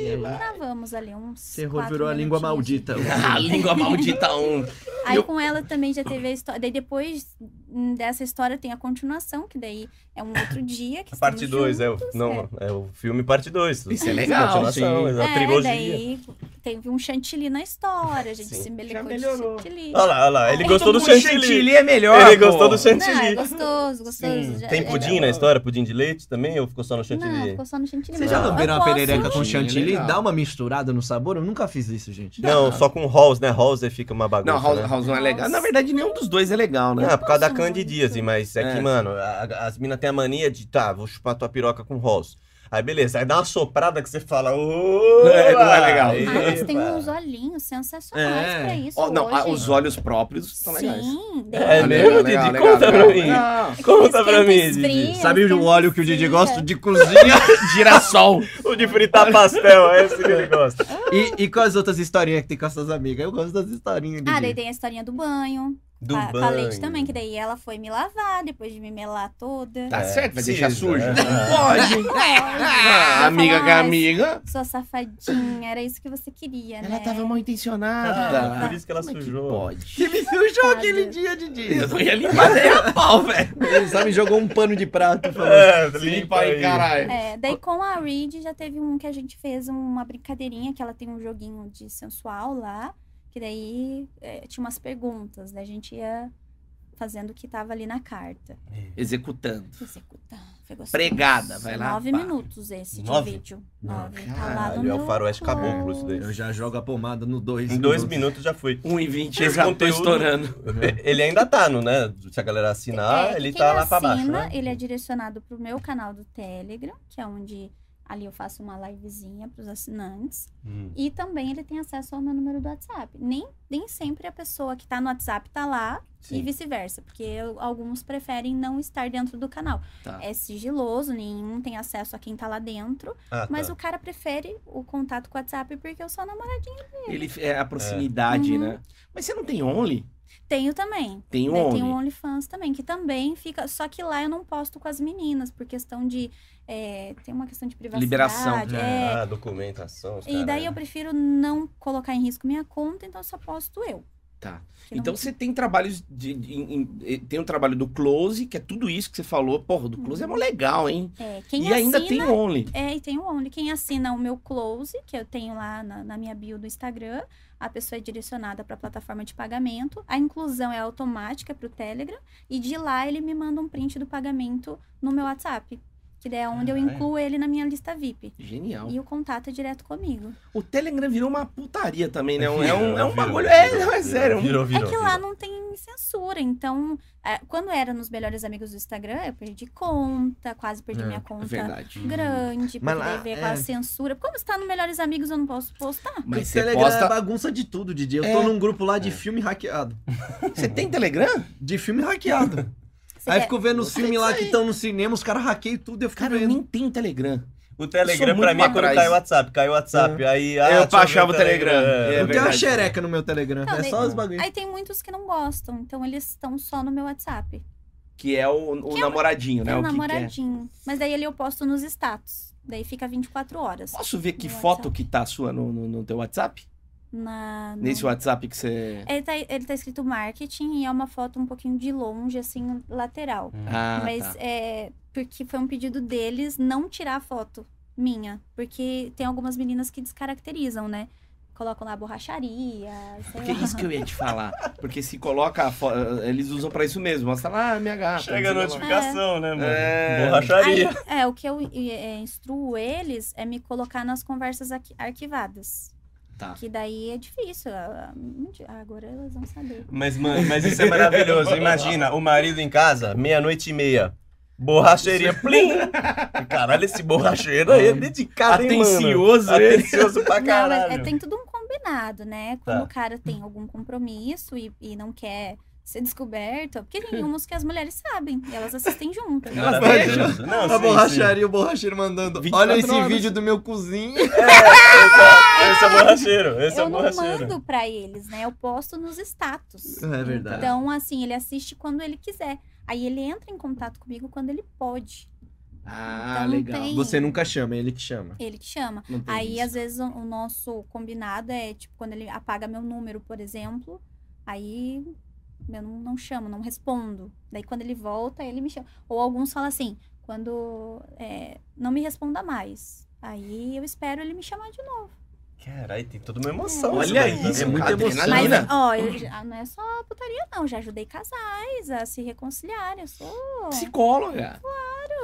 S3: E aí,
S4: Gravamos ali uns.
S3: terror
S4: quatro
S3: virou a língua
S4: minutinhos.
S3: maldita.
S1: A Ah, língua maldita um.
S4: Aí
S1: Eu-
S4: com ela também já teve a história. Daí depois hum, dessa história tem a continuação, que daí é um outro dia. Que
S2: A parte 2, é, o-
S4: juntos,
S2: não, é o filme parte 2.
S1: Isso é legal,
S2: Continuação,
S1: sim.
S2: é a trilogia.
S4: daí teve um chantilly na história, a gente
S2: Sim.
S4: se belecou
S1: Já
S4: de
S1: melhorou.
S4: chantilly.
S2: Olha lá, olha lá. Ele
S4: Então,
S2: gostou do
S1: Então, o
S2: chantilly.
S1: é melhor.
S2: Ele
S1: pô.
S2: gostou do
S4: Não, é
S2: chantilly.
S4: gostoso, gostoso.
S2: Sim.
S4: já-
S2: Tem
S4: é-
S2: pudim na história? Pudim de leite também? Ou ficou só no
S4: Não,
S2: chantilly?
S4: ficou só no chantilly.
S3: Vocês
S4: mas
S3: já
S4: eu- eu
S3: lamberam uma
S4: posso-
S3: perereca com
S1: Chantilly é
S3: chantilly e
S1: legal.
S3: dá uma misturada no sabor? Eu nunca fiz isso, gente.
S2: Não, só com Halls, né? Halls aí fica uma bagunça.
S1: Não, House,
S2: né?
S1: House não é legal. Na verdade, nenhum dos dois é legal, né?
S2: Não, é por causa da
S4: Nossa,
S2: candidíase,
S4: muito.
S2: mas é,
S1: É.
S2: que, mano, a- as minas têm a mania de, tá, vou chupar tua piroca com Halls. Aí beleza, aí dá uma soprada que você fala, ô.
S1: É, não é legal.
S4: Ah, mas tem uns olhinhos sensacionais
S3: É.
S4: pra isso.
S1: Ó, não,
S4: hoje.
S1: ah, os olhos próprios são legais.
S4: Sim,
S2: É
S1: Ah,
S2: mesmo, Didi? Conta pra mim.
S1: Não.
S2: Conta pra
S4: Esquenta
S2: mim,
S4: esfria.
S2: Didi.
S3: Sabe o
S4: Esquenta
S3: óleo que o Didi
S4: esfria.
S3: gosta de cozinha?
S1: Girassol.
S2: O de fritar pastel, é esse que ele gosta.
S3: E, e com as outras historinhas que tem com essas amigas? Eu gosto das historinhas,
S4: Ah, daí
S3: Didi.
S4: tem a historinha do banho.
S2: Do
S4: a, Com a
S2: banho.
S4: leite também, que daí ela foi me lavar depois de me melar toda.
S1: Tá
S2: É,
S1: certo, vai
S2: precisa,
S1: deixar sujo.
S2: é.
S1: Não pode. Ah, amiga com amiga.
S4: Sua safadinha, era isso que você queria, né?
S1: Ela tava mal intencionada.
S2: Ah, por isso que ela
S1: Como é que
S2: sujou.
S1: pode?
S3: Você me sujou
S4: Sabe.
S3: aquele dia, Didi.
S1: Eu não ia limpar nem a pau, velho.
S3: Ele só me jogou um pano de prato e falou...
S2: É,
S1: Limpa aí, caralho.
S4: É, daí com a Reed já teve um que a gente fez uma brincadeirinha, que ela tem um joguinho de sensual lá, que daí é, tinha umas perguntas, né? A gente ia fazendo o que tava ali na carta.
S1: Executando.
S4: Executando, foi gostoso.
S1: Pregada, vai lá,
S4: Nove
S1: pá.
S4: minutos esse
S2: Nove?
S4: de vídeo.
S3: Não,
S4: Nove. tá
S1: caralho,
S4: no
S2: é o
S4: meu
S2: faroeste
S4: close.
S2: caboclo isso daí.
S3: Eu já jogo a pomada no dois
S2: Em dois minutos já foi.
S1: 1,20 eu
S2: Esse
S1: já tô
S2: conteúdo-
S1: estourando.
S2: Ele ainda tá, no, né? Se a galera assinar,
S4: É,
S2: ele
S4: quem
S2: tá lá pra baixo,
S4: assina,
S2: né?
S4: Ele é direcionado pro meu canal do Telegram, que é onde ali eu faço uma livezinha pros assinantes.
S2: Hum.
S4: E também ele tem acesso ao meu número do WhatsApp. Nem, nem sempre a pessoa que tá no WhatsApp tá lá e
S2: Sim.
S4: vice-versa, porque eu- alguns preferem não estar dentro do canal.
S1: Tá.
S4: É sigiloso, nenhum tem acesso a quem tá lá dentro,
S2: Ah,
S4: mas
S2: tá.
S4: o cara prefere o contato com o WhatsApp porque eu sou namorada.
S1: Ele é a proximidade,
S4: Uhum.
S1: né? Mas você não tem Only?
S4: Tenho também.
S1: Tem um
S4: Daí tem o
S1: Only.
S4: OnlyFans também, que também fica. Só que lá eu não posto com as meninas, por questão de. é, tem uma questão de privacidade.
S1: Liberação. né?
S4: é.
S2: Ah, documentação. os
S4: E daí eu
S2: caralho.
S4: prefiro não colocar em risco minha conta, então só posto eu.
S1: Tá.
S4: Que não-
S1: Então você tem trabalhos de, de- em- em- tem o trabalho do Close, que é tudo isso que você falou. Porra, do Close é mó legal, hein?
S4: é, quem
S1: e ainda
S4: assina-
S1: tem Only.
S4: É, e tem o Only. Quem assina o meu Close, que eu tenho lá na, na minha bio do Instagram, a pessoa é direcionada para a plataforma de pagamento. A inclusão é automática para o Telegram. E de lá ele me manda um print do pagamento no meu WhatsApp. Que daí é onde
S3: Ah,
S4: eu
S2: Caralho.
S4: incluo ele na minha lista VIP.
S1: Genial.
S4: E o contato é direto comigo.
S1: O Telegram virou uma putaria também, né? É um, é um, é um
S2: Virou,
S1: bagulho.
S2: virou,
S1: É,
S2: virou,
S1: não, é sério. é um-
S2: Virou, virou.
S4: é que lá não tem censura, então, é, quando era nos melhores amigos do Instagram, eu perdi conta, quase perdi
S3: É,
S4: minha
S1: É
S4: conta
S1: verdade.
S4: grande, porque
S3: Mas lá,
S4: daí veio com a
S3: é.
S4: censura. Como está no melhores amigos, eu não posso postar.
S1: Mas
S3: o
S1: você
S3: Telegram é
S1: posta.
S3: bagunça de tudo, Didi. Eu
S1: É.
S3: tô num grupo lá de
S2: É.
S3: filme hackeado.
S1: Você tem Telegram?
S3: De filme hackeado.
S4: Você
S3: aí
S4: quer-
S3: fico vendo os
S1: Você
S3: filmes
S1: que
S3: lá
S1: sabe.
S3: que estão no cinema, os caras hackeiam tudo, eu fico
S1: Cara, eu
S3: vendo.
S1: nem tenho Telegram.
S2: O
S1: Sou
S2: Telegram
S1: muito
S2: pra mim é
S1: pra
S2: quando
S1: trás.
S2: cai o WhatsApp. Cai o WhatsApp. Aí. ah,
S1: Eu
S2: deixa ver
S1: baixava o Telegram.
S2: É.
S1: É.
S3: Não tem uma
S1: verdade.
S3: xereca no meu Telegram.
S4: Não,
S3: é
S4: nem-
S3: só os bagulhos.
S4: Aí tem muitos que não gostam, então eles estão só no meu WhatsApp.
S1: Que é o, o
S4: Que é o-
S1: namoradinho, né?
S4: É
S1: o
S4: um
S1: que que é.
S4: namoradinho. Mas daí ali eu posto nos status. Daí fica 24 horas.
S1: Posso ver que
S4: No
S1: foto
S4: WhatsApp.
S1: que tá a sua no, no, no teu WhatsApp?
S4: Na, no-
S1: Nesse WhatsApp que você.
S4: Ele tá, ele tá escrito marketing e é uma foto um pouquinho de longe, assim, lateral.
S1: Ah,
S4: Mas
S1: tá.
S4: é porque foi um pedido deles não tirar a foto minha. Porque tem algumas meninas que descaracterizam, né? Colocam lá borracharia,
S1: Porque
S4: sei
S1: é
S4: lá.
S1: isso que eu ia te falar. Porque se coloca a foto. Eles usam pra isso mesmo. Mostra lá, ah, minha gata.
S2: Chega a
S1: não sei lá.
S2: notificação, né, mano?
S1: É.
S2: Borracharia.
S4: É. Aí, é, o que eu é, instruo eles é me colocar nas conversas aqui- arquivadas.
S1: Tá.
S4: Que daí é difícil. ah, ah, Agora elas vão saber.
S2: Mas, mano, mas isso é maravilhoso. Imagina, o marido em casa, meia-noite e meia. Borracheria, plim! Caralho, esse borracheiro aí é dedicado, hein, mano?
S1: Atencioso, hein?
S2: Atencioso pra
S4: Não, mas
S2: Ah, caralho.
S4: é, tem tudo um combinado, né? Quando
S2: Tá.
S4: o cara tem algum compromisso e, e não quer ser descoberta, porque tem umas que as mulheres sabem, e elas assistem junto.
S1: Elas
S2: Maravilhoso. Não,
S3: a
S2: sim,
S3: borracharia, o borracheiro mandando.
S1: 24
S3: Olha esse
S1: horas."
S3: vídeo do meu cozinho.
S2: sim. É, esse é o borracheiro. Esse é
S4: eu
S2: o
S4: não
S2: borracheiro.
S4: mando pra eles, né? Eu posto nos status.
S3: É
S2: Tá.
S3: verdade.
S4: Então, assim, ele assiste quando ele quiser. Aí ele entra em contato comigo quando ele pode.
S1: Ah,
S4: Então
S1: legal.
S4: tem-
S3: Você nunca chama, é ele que chama.
S4: Ele que chama.
S1: Não tem
S4: Aí,
S1: isso.
S4: às vezes, o- o nosso combinado é, tipo, quando ele apaga meu número, por exemplo, aí eu não, não chamo, não respondo. Daí, quando ele volta, ele me chama. Ou alguns falam assim, quando é, não me responda mais. Aí eu espero ele me chamar de novo.
S2: Cara, aí tem toda uma emoção.
S1: Olha
S2: daí, tá
S1: isso,
S2: vendo?
S1: muita emoção,
S4: Mas,
S1: Adrenalina.
S4: ó, eu já- não é só putaria, não. Já ajudei casais a se reconciliarem. Eu sou.
S1: Psicóloga.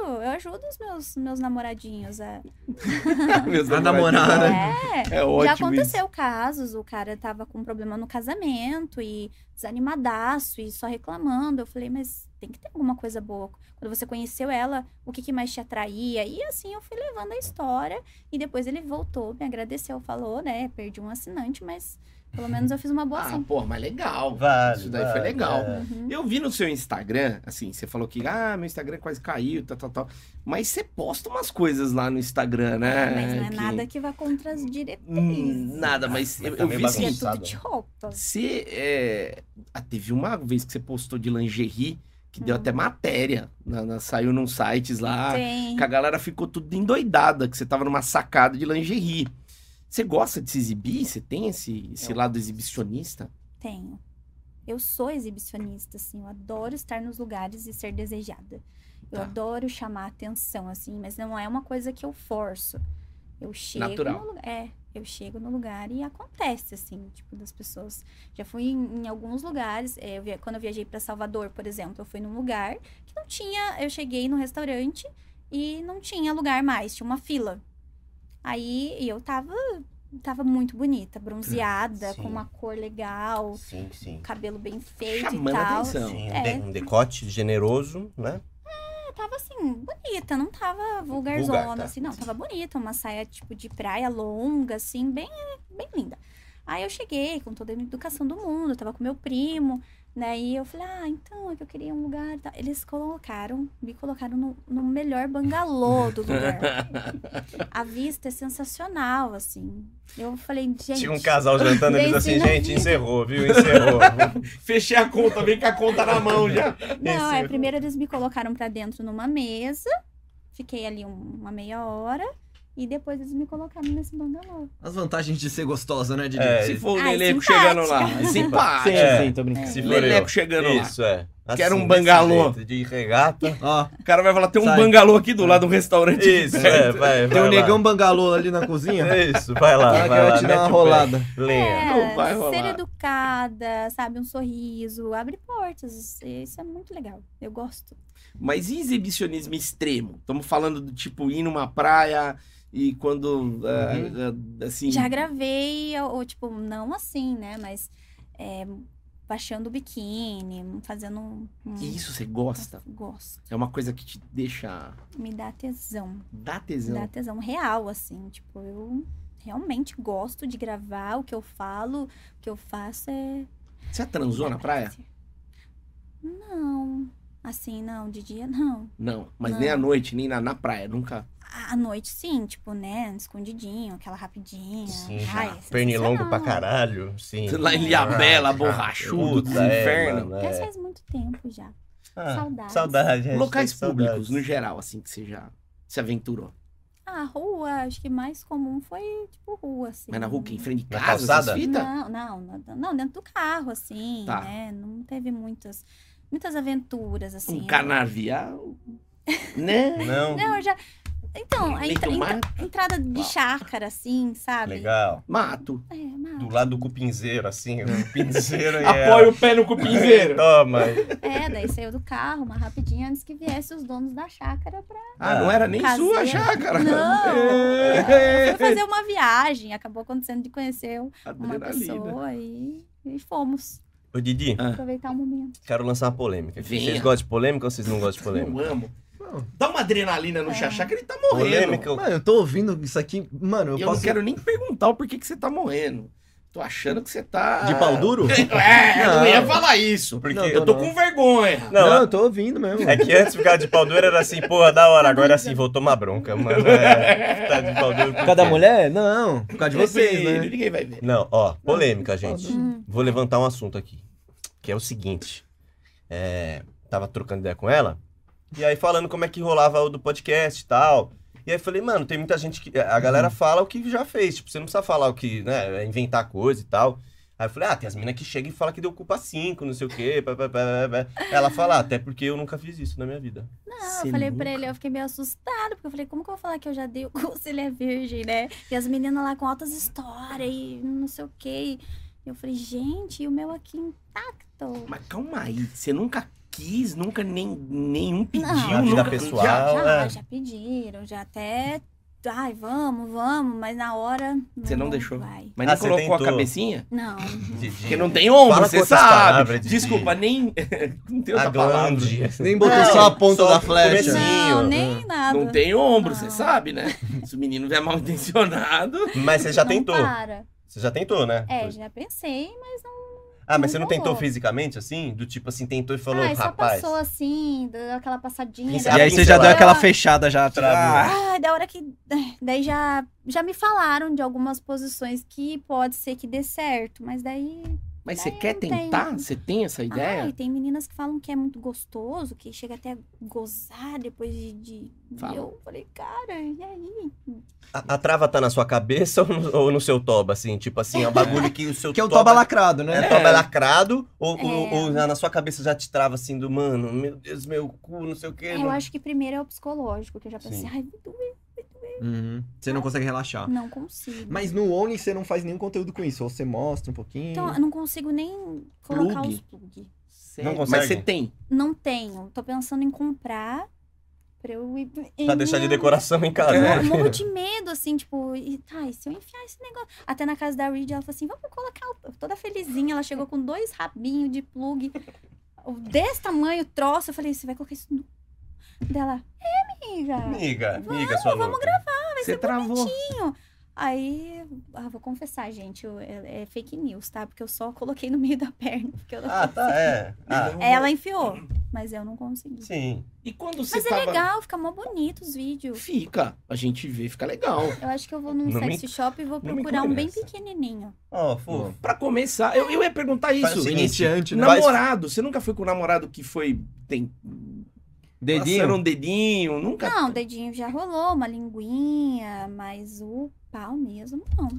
S4: Eu ajudo os meus, meus namoradinhos a. Tá
S1: Meus
S3: A namorada.
S1: namorados.
S4: É.
S1: É ótimo.
S4: Já aconteceu casos, o cara tava com um problema no casamento e desanimadaço e só reclamando. Eu falei, mas tem que ter alguma coisa boa. Quando você conheceu ela, o que, que mais te atraía? E assim eu fui levando a história. E depois ele voltou, me agradeceu, falou, né? Perdi um assinante, mas pelo menos eu fiz uma boa
S1: Ah,
S4: ação.
S1: pô, mas legal.
S2: Vale,
S1: Isso daí
S2: vale,
S1: foi legal.
S2: é.
S4: Uhum.
S1: Eu vi no seu Instagram, assim, você falou que, ah, meu Instagram quase caiu, tal, tal, tal. Mas você posta umas coisas lá no Instagram, né?
S4: Mas não é
S1: que-
S4: nada que vá contra as
S1: Hum,
S4: diretrizes.
S1: Nada, mas
S2: Mas
S1: eu,
S2: tá
S1: eu
S2: meio
S1: vi
S4: Porque é
S1: assim.
S2: bagunçado.
S4: tudo de roupa.
S1: Você. é, ah, teve uma vez que você postou de lingerie, que deu
S4: Hum.
S1: até matéria. na- na- saiu num sites lá.
S4: Tem.
S1: Que a galera ficou tudo endoidada, que você tava numa sacada de lingerie. Você gosta de se exibir? Você tem esse, esse
S2: Eu-
S1: lado exibicionista?
S4: Tenho. Eu sou exibicionista, assim. Eu adoro estar nos lugares e ser desejada. Eu
S1: Tá.
S4: adoro chamar atenção, assim, mas não é uma coisa que eu forço. Eu chego
S1: Natural.
S4: no lugar. É, eu chego no lugar e acontece, assim, tipo, das pessoas. Já fui em, em alguns lugares. é, eu via- quando eu viajei para Salvador, por exemplo, eu fui num lugar que não tinha. Eu cheguei no restaurante e não tinha lugar mais, tinha uma fila. Aí e eu tava, tava muito bonita,
S1: É,
S4: bronzeada,
S2: Sim.
S4: com uma cor legal
S2: Sim, sim.
S4: cabelo bem feito
S1: Chamando
S4: e tal.
S1: atenção. Não.
S2: Sim, um,
S4: É.
S2: de- um decote generoso, né?
S4: Eu tava assim, bonita, não tava vulgarzona,
S2: Vulgar, tá.
S4: assim, não. Tava bonita, uma saia tipo de praia longa, assim, bem, bem linda. Aí eu cheguei com toda a minha educação do mundo, eu tava com meu primo, né? E eu falei, ah, então, é que eu queria um lugar. e tal. Eles colocaram, me colocaram no, no melhor bangalô do lugar. a vista é sensacional, assim. Eu falei, gente.
S2: Tinha um casal jantando e eles assim,
S4: Bem-vindo.
S2: gente, encerrou, viu? Encerrou.
S1: Fechei a conta, vem com a conta na mão já.
S4: Não, é,
S2: Encerrou.
S4: primeiro eles me colocaram pra dentro numa mesa, fiquei ali um- uma meia hora, e depois eles me colocaram nesse bangalô.
S3: As vantagens de ser gostosa, né, Didi?
S2: É,
S1: Se for o
S4: Ai,
S1: Leleco
S4: simpática.
S1: chegando lá. Simpático.
S2: É.
S5: tô brincando.
S2: Se for eu.
S1: Leleco chegando lá.
S2: Isso, é.
S1: Quero um
S2: desse
S1: bangalô.
S2: jeito, De regata.
S3: Ó,
S1: O cara vai falar, tem um
S3: Sai.
S1: bangalô aqui do lado, um restaurante. aqui
S2: Isso,
S1: perto.
S2: é, vai, vai
S3: tem um
S2: lá.
S3: negão bangalô ali na cozinha.
S2: Isso, vai lá,
S3: Ela
S2: vai
S3: quer
S2: lá.
S3: te dar uma
S2: mete o pé.
S3: rolada.
S2: Lenha.
S1: É, não vai
S4: É, ser
S1: rolar.
S4: educada, sabe, um sorriso, abre portas, isso é muito legal, eu gosto.
S1: Mas e exibicionismo extremo? Estamos falando do tipo ir numa praia e quando. ah, ah, assim.
S4: Já gravei, ou, ou, tipo, não assim, né, mas é, baixando o biquíni, fazendo um... um-
S1: E isso você gosta?
S4: Gosto,
S1: É uma coisa que te deixa.
S4: me dá tesão,
S1: dá
S4: me
S1: tesão.
S4: dá tesão real, assim, tipo, eu... Realmente gosto de gravar o que eu falo, o que eu faço é
S1: Você transou na praia?
S4: Não. Assim, não, de dia não.
S1: Não, mas
S4: Não.
S1: nem à noite, nem na, na praia, nunca.
S4: À noite sim, tipo, né, escondidinho, aquela rapidinha.
S2: Sim,
S4: Ai,
S2: já.
S4: é
S2: Pernilongo pra
S4: sensacional.
S2: caralho, sim.
S1: Lá em Ilhabela,
S2: Ah,
S1: borrachudo,
S2: puta, é,
S1: inferno.
S2: mano,
S4: Mas
S2: é.
S4: faz muito tempo já.
S2: Ah,
S4: Saudades.
S2: Saudade. hashtag
S1: Locais públicos,
S2: saudades.
S1: no geral, assim, que você já se aventurou.
S4: Ah, rua, acho que mais comum foi, tipo, rua, assim.
S1: Mas na rua, que em frente de
S2: Na
S1: casa, essas
S2: calçada?
S1: fitas?
S4: Não, não, não, não, dentro do carro, assim,
S1: Tá.
S4: né? Não teve muitas, muitas aventuras, assim.
S1: Um canavial. né?
S2: Não,
S4: Não, eu já... Então, a
S1: Meio
S4: entra-
S1: que um
S4: entra-
S1: mato.
S4: entrada de
S1: Uau.
S4: chácara, assim, sabe?
S2: legal.
S1: Mato.
S4: É, mas...
S2: Do lado do cupinzeiro, assim, o cupinzeiro e
S1: Apoia o pé no
S2: ela.
S1: cupinzeiro.
S2: Toma.
S4: É, daí saiu do carro, uma rapidinha, antes que viesse os donos da chácara pra...
S1: Ah, não era nem
S4: Caseiro.
S1: sua chácara.
S4: Não.
S1: É.
S4: Fui fazer uma viagem, acabou acontecendo de conhecer um, uma
S1: Adrenalina.
S4: pessoa e, e fomos
S2: Ô, Didi,
S1: Ah.
S4: aproveitar o momento.
S2: quero lançar uma polêmica. aqui.
S1: Venha.
S2: Vocês gostam de polêmica ou vocês não gostam de polêmica?
S1: Eu amo.
S3: Não.
S1: Dá uma adrenalina no
S4: É.
S1: Xaxá que ele tá morrendo.
S2: Polêmica, eu-
S3: Mano, eu tô ouvindo isso aqui. Mano, eu,
S1: Eu,
S3: posso.
S1: não quero nem perguntar o porquê que você tá morrendo. Tô achando que você tá.
S3: De pau duro?
S1: É, eu não
S3: Não.
S1: ia falar isso, porque
S3: Não, tô
S1: eu tô
S3: não.
S1: com vergonha.
S2: Não,
S3: eu tô ouvindo mesmo.
S2: É que antes ficava de pau duro era assim, porra, da hora. Agora assim, vou tomar bronca, mano. É, tá de pau duro. por
S3: Por causa da
S2: quê?
S3: mulher? Não, por causa de vocês,
S1: Ninguém-
S3: né?
S1: Ninguém vai ver.
S2: Não, ó, polêmica, gente.
S4: Hum.
S2: Vou levantar um assunto aqui. Que é o seguinte. É, tava trocando ideia com ela. E aí falando como é que rolava o do podcast e tal. E aí falei, mano, tem muita gente que. A galera fala o que já fez. Tipo, você não precisa falar o que, né? Inventar coisa e tal. Aí eu falei, ah, tem as meninas que chegam e falam que deu culpa 5, não sei o quê. Pá, pá, pá, pá, pá. Ela fala, "Ah, até porque eu nunca fiz isso na minha vida.
S4: Não,
S2: é
S3: Você
S4: eu falei
S3: nunca-
S4: pra ele, eu fiquei meio assustada, porque eu falei, como que eu vou falar que eu já dei o cu se ele é virgem, né? E as meninas lá com altas histórias e não sei o quê. E eu falei, gente, e o meu aqui intacto?
S1: Mas calma aí, você nunca quis, nunca nem, nenhum pediu,
S4: Na
S2: vida
S1: nunca.
S2: pessoal.
S1: Já-
S4: Já,
S2: é.
S4: já pediram, já até. Ai, vamos, vamos, mas na hora.
S1: Você não deixou?
S4: Vai.
S1: Mas
S2: Ah,
S1: não
S2: você
S1: colocou a
S2: tentou.
S1: cabecinha?
S4: Não.
S1: Porque não tem ombro,
S2: Fala com
S1: você
S2: outras
S1: sabe.
S2: palavras, Didi.
S1: Desculpa, nem. não tem outra palavra.
S2: Aglande.
S3: Nem botou
S2: Não,
S3: só a ponta
S2: só
S3: da
S2: o
S3: flecha.
S2: comecinho.
S4: Não,
S2: Sim,
S4: nem nada.
S1: Não tem ombro,
S4: Não.
S1: você sabe, né? Se o menino é mal intencionado.
S2: Mas você já
S4: Não
S2: tentou.
S4: Para.
S2: Você já tentou, né?
S4: É, já pensei, mas.
S2: Ah, mas você não
S4: Não rolou.
S2: tentou fisicamente, assim? Do tipo assim, tentou e falou,
S4: ai, só
S2: rapaz.
S4: passou assim, deu aquela passadinha.
S2: Isso
S4: da-
S2: é
S3: E aí você já
S2: pincelada.
S3: deu aquela fechada já. tipo,
S2: Travou.
S4: Ai, da hora que. ai, Daí já, já me falaram de algumas posições que pode ser que dê certo, mas daí.
S1: Mas você
S4: Ai,
S1: quer
S4: não tem.
S1: tentar? Você tem essa
S4: Ai,
S1: ideia?
S4: tem meninas que falam que é muito gostoso, que chega até a gozar depois de. de... e
S1: Fala.
S4: Eu falei, cara, e aí?
S2: A, a trava tá na sua cabeça ou no, ou no seu toba, assim? Tipo assim, é um bagulho que o seu
S3: Que é o toba lacrado,
S2: É,
S3: né?
S2: toba é lacrado, ou,
S4: É.
S2: ou- ou na na sua cabeça já te trava assim, do mano, meu Deus, meu cu, não sei o quê.
S4: Eu,
S2: não-
S4: acho que primeiro é o psicológico, que eu já
S2: Sim. Ah,
S4: pensei, ai, vai doer,
S2: É.
S3: Uhum. Você não consegue relaxar.
S4: não consigo.
S3: Mas no Only você não faz nenhum conteúdo com isso. Ou você mostra um pouquinho.
S4: Então, eu não consigo nem colocar
S1: Plug?
S4: os plug.
S1: Sério?
S2: consegue?
S1: Mas você tem.
S4: Não tenho. Tô pensando em comprar pra eu ir.
S2: Pra deixar tá de
S4: Meu
S2: decoração em casa,
S3: É.
S2: né?
S4: Eu morro de medo, assim, tipo, e, tá, e se eu enfiar esse negócio? Até na casa da Reed, ela falou assim: vamos colocar o- toda felizinha. Ela chegou com dois rabinhos de plug, o- desse tamanho, troço. Eu falei: você vai colocar isso no. Dela, é, amiga.
S2: Miga, miga, sua
S4: vamos
S2: louca.
S4: Ah, é
S1: Você travou.
S4: Aí, ah, vou confessar, gente, eu- é, é fake news, tá? Porque eu só coloquei no meio da perna. Porque eu não
S2: Ah, tá, é. Ah,
S4: Ela enfiou, mas eu não consegui.
S2: sim.
S1: E quando você
S4: Mas é
S1: tava.
S4: legal, fica mó bonito os vídeos.
S1: Fica. A gente vê, fica legal.
S4: Eu acho que eu vou num
S2: Não me-
S4: sex shop e vou
S2: não me
S4: procurar um bem
S2: interessa.
S4: pequenininho.
S2: Ó, fofo.
S1: Pra começar, eu, eu ia perguntar
S2: Faz o
S1: isso.
S2: seguinte,
S3: Iniciante, né?
S2: Vai-
S1: Namorado, você nunca foi com um namorado que foi. Tem,
S3: Dedinho.
S1: Passaram um dedinho, nunca.
S4: Não, o dedinho já rolou, uma linguinha, mas o pau mesmo não.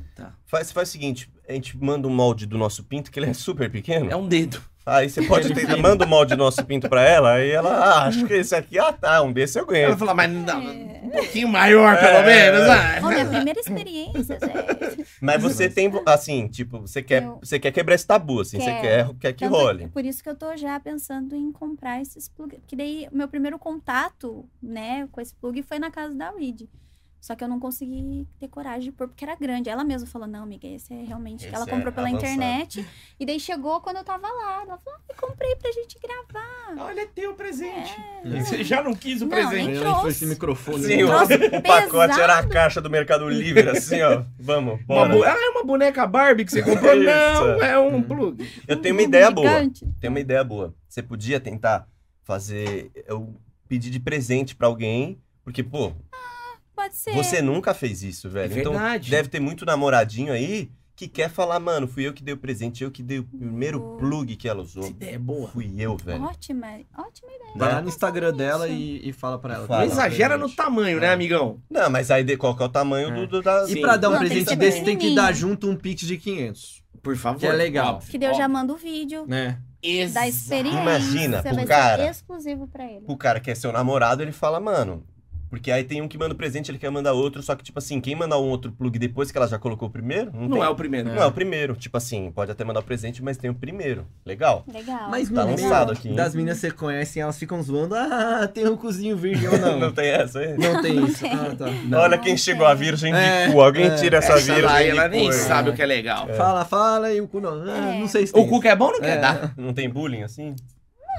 S2: Faz, faz o seguinte, a gente manda um molde do nosso pinto, que ele é super pequeno.
S1: É um dedo.
S2: Aí você pode tentar, manda o molde do nosso pinto pra ela, aí ela, ah, acho que esse aqui, ah tá, um desse eu
S1: Ela
S2: ganho.
S1: fala, mas não,
S4: É.
S1: um pouquinho maior, pelo menos.
S2: É
S4: Ó,
S1: ah.
S4: minha primeira experiência, gente.
S2: Mas você tem, vo- assim, tipo, você quer,
S4: Eu-
S2: você quer quebrar esse tabu, assim, você quer,
S4: Quero. Então tá
S2: quer que
S4: Tanto
S2: role.
S4: Por isso que eu tô já pensando em comprar esses plug. Porque daí, o meu primeiro contato, né, com esse plug foi na casa da Reed. Só que eu não consegui ter coragem de pôr, porque era grande. Ela mesma falou, não, amiga, esse é realmente...
S2: Esse
S4: ela
S2: é
S4: comprou pela
S2: avançado.
S4: internet. E daí chegou quando eu tava lá. Ela falou, ah, eu comprei pra gente gravar.
S1: Olha, tem o presente.
S3: É.
S1: Você já não quis o
S4: Não,
S1: presente.
S4: nem
S3: Olha
S4: trouxe.
S3: onde foi esse microfone.
S2: Sim, o,
S4: Nossa,
S2: o pacote
S4: pesado.
S2: era a caixa do Mercado Livre, assim, ó. Vamos,
S1: Uma
S2: bora.
S1: bu- Ah, é uma boneca Barbie que você comprou?
S2: Isso.
S1: Não, é um
S3: Hum.
S1: plug.
S2: Eu
S4: Um
S2: tenho uma
S4: plug
S2: ideia boa.
S4: gigante.
S2: Tenho uma ideia boa. Você podia tentar fazer, eu pedir de presente pra alguém, porque, pô,
S4: Pode ser.
S2: Você nunca fez isso, velho.
S1: É verdade.
S2: Então, deve ter muito namoradinho aí que quer falar, mano, fui eu que dei o presente, eu que dei o primeiro
S4: Boa.
S2: plug que ela
S1: Essa
S2: usou.
S1: ideia é boa.
S2: Fui eu, velho.
S4: Ótima, ótima ideia.
S3: Vai lá
S2: Né?
S3: no Instagram dela e, e fala pra ela.
S2: Fala.
S1: Não
S2: Fala,
S1: exagera no tamanho, né,
S3: É.
S1: amigão?
S2: Não, mas aí de- qual que é o tamanho
S3: É.
S2: do, do- da...
S1: Sim.
S3: E pra dar um
S4: Não, tem que
S3: presente
S4: ser
S3: desse, tem que dar
S4: pequenininho.
S3: junto um pix de 500.
S1: Por favor.
S3: Que é legal.
S1: Óbvio.
S4: Que daí eu
S1: Ó,
S4: já mando o vídeo
S3: Né?
S4: da
S1: exa-
S4: experiência.
S2: Imagina, pro
S4: vai
S2: cara.
S4: ser exclusivo pra ele.
S2: O cara que é seu namorado, ele fala, mano... Porque aí tem um que manda presente, ele quer mandar outro, só que, tipo assim, quem mandar um outro plug depois que ela já colocou o primeiro, não,
S1: Não
S2: tem-
S1: é o primeiro.
S2: Não é o primeiro. Tipo assim, pode até mandar o presente, mas tem o primeiro. Legal.
S4: Legal.
S3: Mas
S2: Tá
S3: no meio
S2: lançado aqui, hein?
S3: das meninas que você conhece, elas ficam zoando. Ah, tem um cozinho virgem ou não.
S2: não
S3: não,
S2: tem essa aí?
S3: tem
S4: Não
S3: isso.
S4: tem.
S3: Ah, tá.
S2: Olha
S4: Não
S2: quem
S4: tem.
S2: chegou a virgem de
S3: É,
S2: cu. Alguém
S3: é.
S2: tira essa,
S1: Essa
S2: virgem
S1: lá,
S2: de
S1: ela nem
S2: cu. né?
S1: sabe o que é legal.
S3: Fala, fala e o cu não. Ah,
S4: É.
S3: Não sei se tem
S1: O cu que é bom não quer
S3: É.
S1: dar.
S2: Não tem bullying, assim?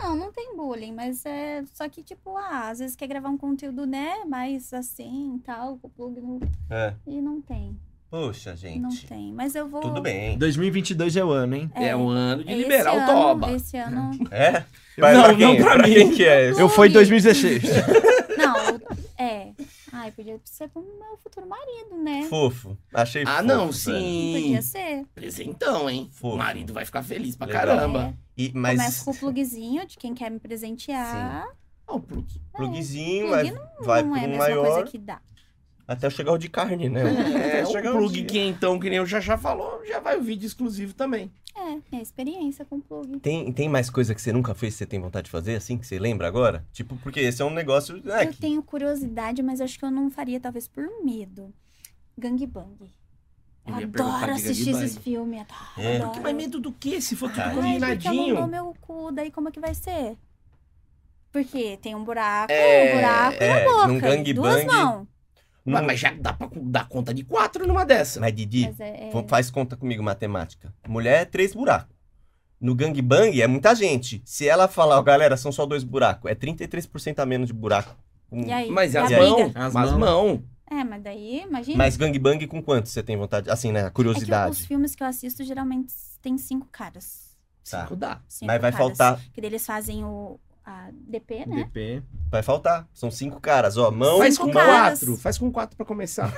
S4: Não, não tem bullying, mas é. Só que, tipo, ah, às vezes quer gravar um conteúdo, né? Mais assim e tal, com o plug no...
S2: É.
S4: e não tem.
S2: Poxa,
S4: Não
S2: gente.
S4: tem. Mas eu vou.
S2: Tudo bem.
S3: 2022 é o ano, hein?
S1: É, um ano de
S4: Esse
S1: liberar o
S4: ano-
S1: toba.
S4: Esse ano.
S2: É?
S1: Não,
S2: pra
S1: não
S2: quem?
S1: pra
S2: pra
S1: mim.
S2: quem que é esse?
S4: Eu fui em
S3: 2016.
S4: Não, o- é. Ai, podia ser com o meu futuro marido, né?
S2: Fofo. Achei fofo.
S1: Ah, não,
S2: velho.
S1: sim.
S4: Podia ser.
S1: Presentão, hein?
S2: Fofo.
S1: O marido vai ficar feliz pra
S2: Legal.
S4: É.
S1: caramba.
S2: E,
S4: Começa
S2: mas.
S4: com o plugzinho de quem quer me presentear.
S1: Ah, o plug.
S2: Plugzinho,
S4: Plug
S2: mas vai
S4: não
S2: pro
S4: é a mesma
S2: maior.
S4: coisa que dá.
S2: Até chegar o de carne, né?
S1: É,
S2: Até
S1: o
S2: chegar
S1: plug
S2: de-
S1: que então, que nem o Xaxá falou, já vai o vídeo exclusivo também.
S4: É, minha experiência com plug.
S2: Tem, tem mais coisa que você nunca fez que você tem vontade de fazer, assim, que você lembra agora? Tipo, porque esse é um negócio. né,
S4: Eu
S2: que-
S4: tenho curiosidade, mas acho que eu não faria, talvez por medo. Gangbang.
S1: Eu
S4: Eu
S1: ia perguntar de
S4: adoro assistir
S1: gangbang.
S4: esses filmes, adoro.
S2: É.
S4: adoro.
S1: Mas medo do que se for tudo
S2: Ai,
S4: Ah, Ai, um porque alongou
S1: combinadinho?
S4: meu cu, daí como é que vai ser? Porque tem um buraco,
S1: É,
S4: um buraco
S2: é,
S4: e a
S2: num
S4: boca.
S2: gangbang-
S4: duas mãos.
S2: Não-
S1: Mas, mas já dá pra cu- dar conta de quatro numa dessa.
S2: Mas, Didi,
S4: Mas é- é-
S2: fa- faz conta comigo matemática. Mulher, é três buracos. No gangbang é muita gente. Se ela falar, ó, galera, são só dois buracos, é 33% a menos de buraco. Com-
S4: E aí?
S1: Mas
S4: É e a
S1: as
S4: briga?
S1: mãos,
S3: As
S1: as mãos.
S4: É, mas daí, imagina.
S2: Mas gangbang com quanto você tem vontade? Assim, né?
S4: é que eu- os
S2: Curiosidade.
S4: filmes que eu assisto geralmente tem cinco caras.
S2: Tá.
S1: Cinco dá.
S4: Cinco
S2: Mas vai
S4: caras.
S2: faltar,
S4: Que daí eles fazem o a DP, né?
S3: DP.
S2: vai faltar. São cinco caras, ó. Mão,
S1: Faz
S4: Cinco
S1: com
S4: caras.
S1: quatro. Faz com quatro pra começar.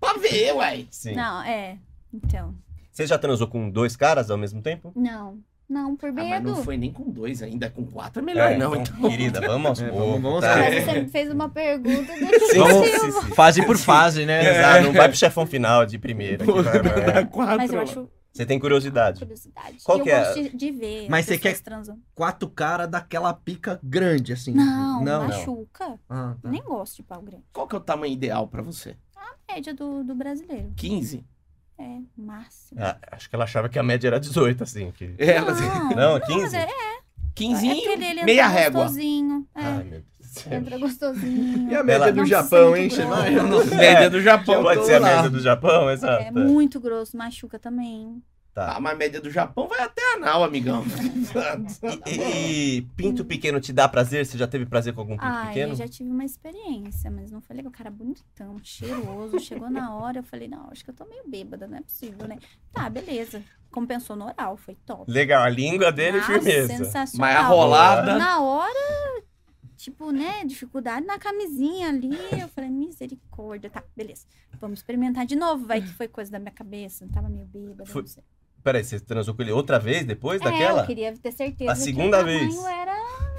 S1: pra ver, uai.
S2: Sim.
S4: Não, é. Então.
S2: Você já transou com dois caras ao mesmo tempo?
S4: Não. Não, por
S1: Ah, mas
S4: medo.
S1: não foi nem com dois ainda. Com quatro é melhor
S2: É,
S1: não, então.
S2: Querida, vamos aos
S3: É,
S2: poucos.
S3: vamos- vamos
S2: tá?
S3: aos
S4: Mas
S1: poucos.
S4: você me fez uma pergunta do tipo assim,
S2: Sim,
S3: Vamos-
S4: que
S2: sim, sim, sim.
S3: Fase por fase, né?
S4: É.
S2: Exato, não vai pro chefão final de primeira. que vai- vai- vai.
S1: quatro.
S4: Mas eu acho
S2: Você tem curiosidade.
S4: curiosidade.
S2: Qual
S4: E eu
S2: que é?
S4: gosto de, de ver.
S3: Mas
S4: as
S3: você quer-
S4: pessoas transando.
S3: Quatro caras daquela pica grande, assim.
S4: Não,
S3: não.
S2: mas-
S4: machuca.
S3: Ah, tá.
S4: Nem gosto de pau grande.
S1: Qual que é o tamanho ideal pra você?
S4: Média do, do brasileiro.
S1: 15?
S4: É, máximo.
S2: Ah, acho que ela achava que a média era 18, assim. que-
S1: É,
S4: Não,
S2: Não,
S4: não,
S2: 15?
S4: é, é,
S1: Quinzinho,
S4: aquele, ele é
S1: meia
S4: entra
S1: régua.
S4: gostosinho. É,
S2: Ai, meu Deus do céu.
S4: entra gostosinho.
S3: E a média
S2: Ela-
S3: do
S4: Não
S3: Japão,
S4: sente
S3: hein? Você
S4: o gosto.
S3: vai- eu não sei.
S1: Média do Japão.
S2: É. Pode
S1: tô
S2: ser a
S1: lá.
S2: média do Japão, exato.
S4: É muito grosso, machuca também.
S1: Ah, mas a média do Japão vai até anal, amigão.
S2: E, e pinto pequeno te dá prazer? Você já teve prazer com algum pinto
S4: Ai,
S2: pequeno?
S4: eu já tive uma experiência, mas não foi legal. O cara bonitão, cheiroso. Chegou na hora, eu falei, não, acho que eu tô meio bêbada, não é possível, né? Tá, beleza. Compensou no oral, foi top.
S2: Legal, a língua dele é
S4: Nossa,
S2: firmeza.
S4: sensacional.
S1: mas a rolada.
S4: Na hora, tipo, né, dificuldade na camisinha ali. Eu falei, misericórdia. Tá, beleza. Vamos experimentar de novo. Vai que foi coisa da minha cabeça. Tava meio bêbada,
S2: Foi
S4: não sei.
S2: Peraí, você transou com ele outra vez depois
S4: É, eu
S2: daquela?
S4: queria ter certeza.
S2: A
S4: que
S2: segunda
S4: o tamanho
S2: vez.
S4: Era,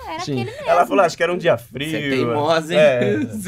S4: era
S3: Sim.
S4: aquele mesmo.
S2: Ela falou, acho que era um dia
S1: Você é
S2: frio.
S1: teimosa, hein?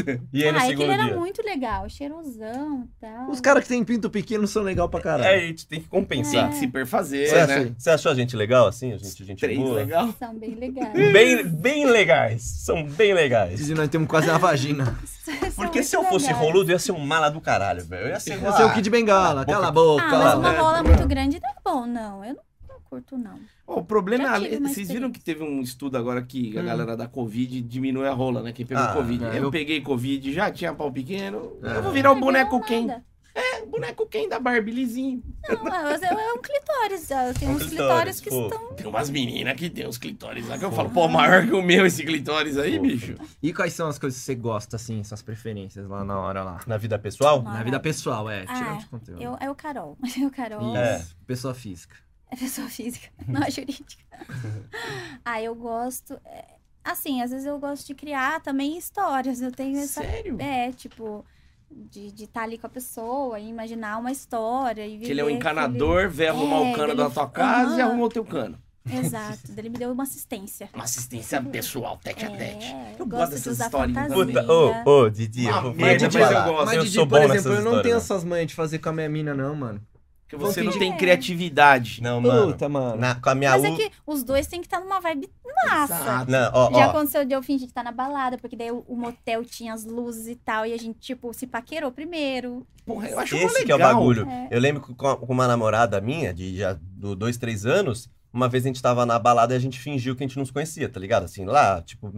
S2: É. E aí no
S4: ah, é que ele
S2: segundo
S4: era
S2: dia.
S4: muito legal, cheirosão e tal.
S3: Os caras que têm pinto pequeno são legal pra
S2: É, a
S3: caralho.
S2: gente tem que
S1: Tem
S2: compensar.
S4: É.
S1: que se perfazer,
S2: Você,
S1: né?
S2: acha- você achou a gente legal assim? A gente, gente
S1: Três,
S2: boa?
S1: legal.
S4: são bem legais.
S2: Bem, bem legais. São bem legais.
S3: E nós temos quase uma vagina.
S4: São
S2: Porque
S4: muito
S2: se eu fosse
S4: legais.
S2: roludo, eu ia ser um mala do caralho, velho. Eu ia ser,
S3: Eu
S2: lá,
S3: sei é o Kid Bengala.
S2: boca-
S3: Cala a Ah. boca.
S4: Ah,
S2: Cala
S4: mas
S2: a
S4: uma
S2: boca.
S4: rola muito grande não é bom, não. Eu não, não curto, não.
S1: Ó, o problema é.
S4: Já
S1: a-
S4: tive uma
S1: Vocês viram
S4: experiência.
S1: que teve um estudo agora que a
S3: Hum.
S1: galera da Covid diminui a rola, né? Quem pegou
S2: Ah,
S1: Covid.
S3: não.
S1: Eu, peguei Covid, já tinha pau pequeno.
S3: Ah.
S1: Eu vou virar o
S4: Não é
S1: um boneco
S4: bom
S1: quem?
S4: nada.
S1: É, o boneco quem da Barbie lisinho.
S4: Não, é, é um clitóris. ó, Tem
S2: É um
S4: uns
S2: clitóris,
S4: clitóris que
S2: pô.
S4: estão
S1: Tem umas meninas que tem uns clitóris lá que eu falo, pô, maior que o meu esse clitóris aí,
S2: Fofo.
S1: bicho.
S3: E quais são as coisas que você gosta, assim, suas preferências lá na hora lá?
S2: Na vida pessoal?
S4: Ah,
S3: Na vida pessoal, é.
S4: Ah,
S3: Tirando de conteúdo.
S4: Eu, é o Carol. É o Carol.
S3: Isso.
S4: É.
S2: É.
S3: Pessoa física.
S4: pessoa física, não é jurídica. ah, eu gosto. é, Assim, às vezes eu gosto de criar também histórias. Eu tenho essa.
S1: Sério?
S4: É, tipo, de estar ali com a pessoa e imaginar uma história. E
S1: Que ele é um
S4: viver
S1: encanador, vem arrumar
S4: É,
S1: o cano
S4: ele-
S1: da tua casa e
S4: Aham.
S1: arruma o teu cano.
S4: aquele- Exato. Ele me deu uma assistência.
S1: Uma assistência pessoal, tete a tete.
S4: É,
S1: Eu gosto
S4: de
S1: dessas
S4: usar
S1: histórias,
S4: fantasia.
S1: Puta,
S2: ô, ô, Didi,
S1: Uma
S2: é eu vou-
S1: merda,
S2: vou te
S1: mas eu
S2: falar.
S1: gosto.
S3: Mas,
S2: Eu
S3: Didi,
S2: sou
S3: por
S2: bom
S3: exemplo,
S2: nessas
S3: eu não tenho
S2: histórias,
S3: essas manhas de fazer com a minha mina, não, mano.
S1: Porque é. você não
S3: Entendi.
S1: tem criatividade. né?
S2: Não, mano.
S3: Puta, mano.
S2: Na- com a minha
S4: Mas
S2: U...
S4: é que os dois têm que estar numa vibe massa.
S1: Exato.
S2: Não, ó,
S4: Já
S2: ó.
S4: aconteceu de eu fingir que tá na balada, porque daí o, o motel tinha as luzes e tal, e a gente, tipo, se paquerou primeiro.
S1: Porra, eu acho mó
S2: Esse
S1: legal.
S2: que é o bagulho.
S4: É.
S2: Eu lembro que com, com uma namorada minha, de já do dois, três anos, uma vez a gente tava na balada e a gente fingiu que a gente não se conhecia, tá ligado? Assim, lá, tipo,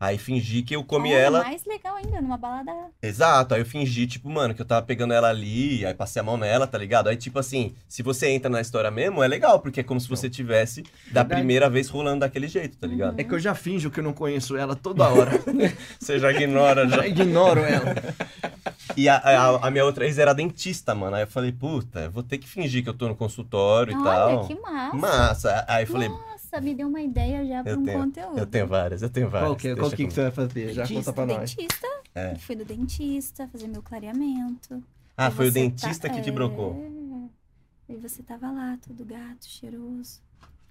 S2: Aí fingi que eu comi
S4: Olha,
S2: ela.
S4: mais legal ainda, numa balada.
S2: Exato, aí eu fingi, tipo, mano, que eu tava pegando ela ali, aí passei a mão nela, tá ligado? Aí, tipo assim, se você entra na história mesmo, é legal, porque é como se você tivesse da
S3: Verdade.
S2: primeira vez rolando daquele jeito, tá ligado?
S4: Uhum.
S3: É que eu já finjo que eu não conheço ela toda hora.
S2: Você já ignora, já.
S3: já ignoro ela.
S2: E a, a- a minha outra ex era dentista, mano. Aí eu falei, puta, eu vou ter que fingir que eu tô no consultório e
S4: Olha,
S2: tal.
S4: que massa.
S2: Massa. Aí eu falei,
S4: Nossa, me deu uma ideia já pra um
S2: tenho-
S4: conteúdo.
S2: eu tenho várias, eu tenho várias.
S3: Qual que, é- qual
S2: deixa
S3: que,
S2: comigo.
S3: que você vai fazer? Já conta
S4: Dentista,
S3: pra nós.
S4: Dentista.
S2: É.
S4: Fui do dentista fazer meu clareamento.
S2: Ah,
S4: E
S2: foi o
S4: você
S2: dentista
S4: tá-
S2: que te
S4: é.
S2: brocou.
S4: E você tava lá, todo gato, cheiroso.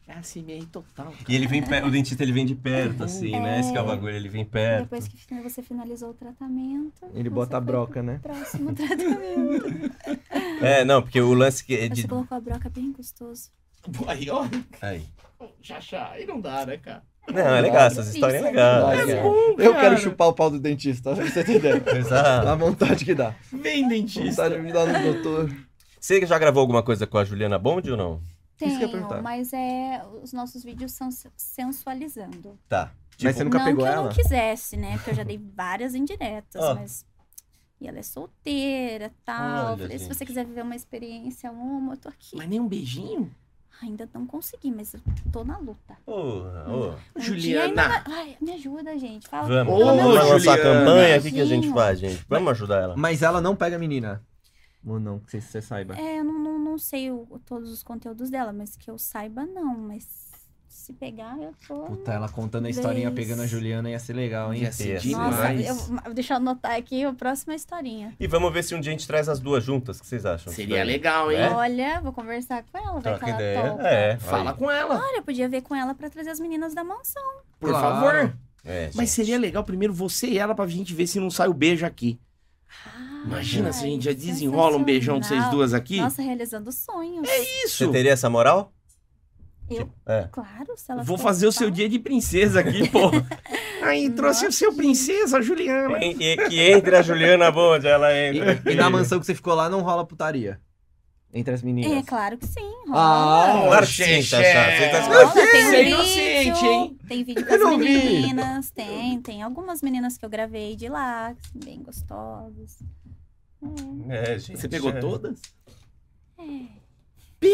S1: É assim, meio total.
S2: E ele vem perto, o dentista ele vem de perto, assim, né? Esse que é o
S4: É.
S2: bagulho, ele vem perto.
S4: Depois que fin- você finalizou o tratamento.
S3: Ele
S4: você
S3: bota a
S4: foi
S3: broca, né?
S4: pro Próximo tratamento.
S2: É, não, porque o lance que é
S4: Você
S2: de.
S4: colocou a broca bem gostoso.
S1: Aí, ó,
S2: Aí.
S1: Xaxá, aí não dá, né, cara?
S2: Não, é legal, essas histórias é legal.
S3: Vai,
S1: É
S3: cara.
S1: bom,
S3: Eu
S1: cara.
S3: quero chupar o pau do dentista, pra você entender.
S2: Exato.
S3: A vontade que dá.
S1: Vem, dentista.
S3: Vontade de me dar no doutor.
S2: Você já gravou alguma coisa com a Juliana Bond ou não?
S3: Isso que eu ia
S4: Tenho,
S3: perguntar.
S4: mas é, os nossos vídeos são se- sensualizando.
S2: Tá.
S3: Mas você nunca
S4: não
S3: pegou
S4: que eu
S3: ela?
S4: não quisesse, né? Porque eu já dei várias indiretas,
S2: Ah.
S4: mas... E ela é solteira, tal.
S2: Olha,
S4: Eu Falei, se
S2: gente.
S4: você quiser viver uma experiência, uma, eu tô aqui.
S1: Mas nem um beijinho?
S4: Ainda não consegui, mas eu tô na luta.
S2: Porra, ô.
S4: Um dia ainda
S1: Juliana.
S4: vai- Ai, me ajuda, gente. Fala.
S2: Vamos,
S1: Ô,
S2: vamos lançar a
S1: Juliana.
S2: campanha, o que, que a gente
S4: Beijinho.
S2: faz, gente? Vamos ajudar ela.
S3: Mas ela não pega a menina. Ou não, que você- você saiba.
S4: É, eu não, não, não sei o- todos os conteúdos dela, mas que eu saiba, não. Mas se pegar, eu tô.
S3: Puta, ela contando a historinha
S4: Vez.
S3: pegando a Juliana ia ser legal, hein?
S1: Ia ser
S2: Sim,
S4: Nossa,
S1: É demais.
S4: eu, eu- deixa eu anotar aqui a próxima historinha.
S2: E vamos ver se um dia a gente traz as duas juntas, o que vocês acham?
S1: Seria legal, hein?
S2: É?
S4: Olha, vou conversar com ela, vai
S2: Troca
S4: que ela
S2: ideia.
S4: topa.
S2: É,
S1: Fala
S2: aí.
S1: com ela,
S4: Olha, eu podia ver com ela pra trazer as meninas da mansão.
S1: por
S3: Claro.
S1: favor.
S2: É, gente.
S1: Mas seria legal primeiro você e ela pra gente ver se não sai o beijo aqui. Imagina se a gente já
S4: Ai,
S1: desenrola um beijão de vocês
S4: sensacional.
S1: duas aqui.
S4: Nossa, realizando sonhos.
S1: É Isso.
S2: Você teria essa moral?
S4: Eu,
S2: É.
S4: claro, se ela "Tá
S1: Vou
S4: topar.
S1: fazer o seu dia de princesa aqui, pô. Aí trouxe o seu princesa, Juliana.
S2: E, e que entre a Juliana Bond, ela entra.
S3: E, e na mansão que você ficou lá não rola putaria. Entre as meninas.
S4: É, claro que sim.
S3: Ah,
S4: rola.
S2: Claro que sim,
S1: Xexé.
S2: Xaxá, você tá se
S4: Rola, tem um
S1: Você é
S4: vídeo,
S1: inocente, hein?
S4: Tem vídeo
S3: Eu
S4: com
S3: não
S4: as
S3: vi.
S4: meninas, tem, tem algumas meninas que eu gravei de lá, que são bem gostosas.
S2: É, gente.
S1: Você pegou
S2: é.
S1: todas?
S4: É,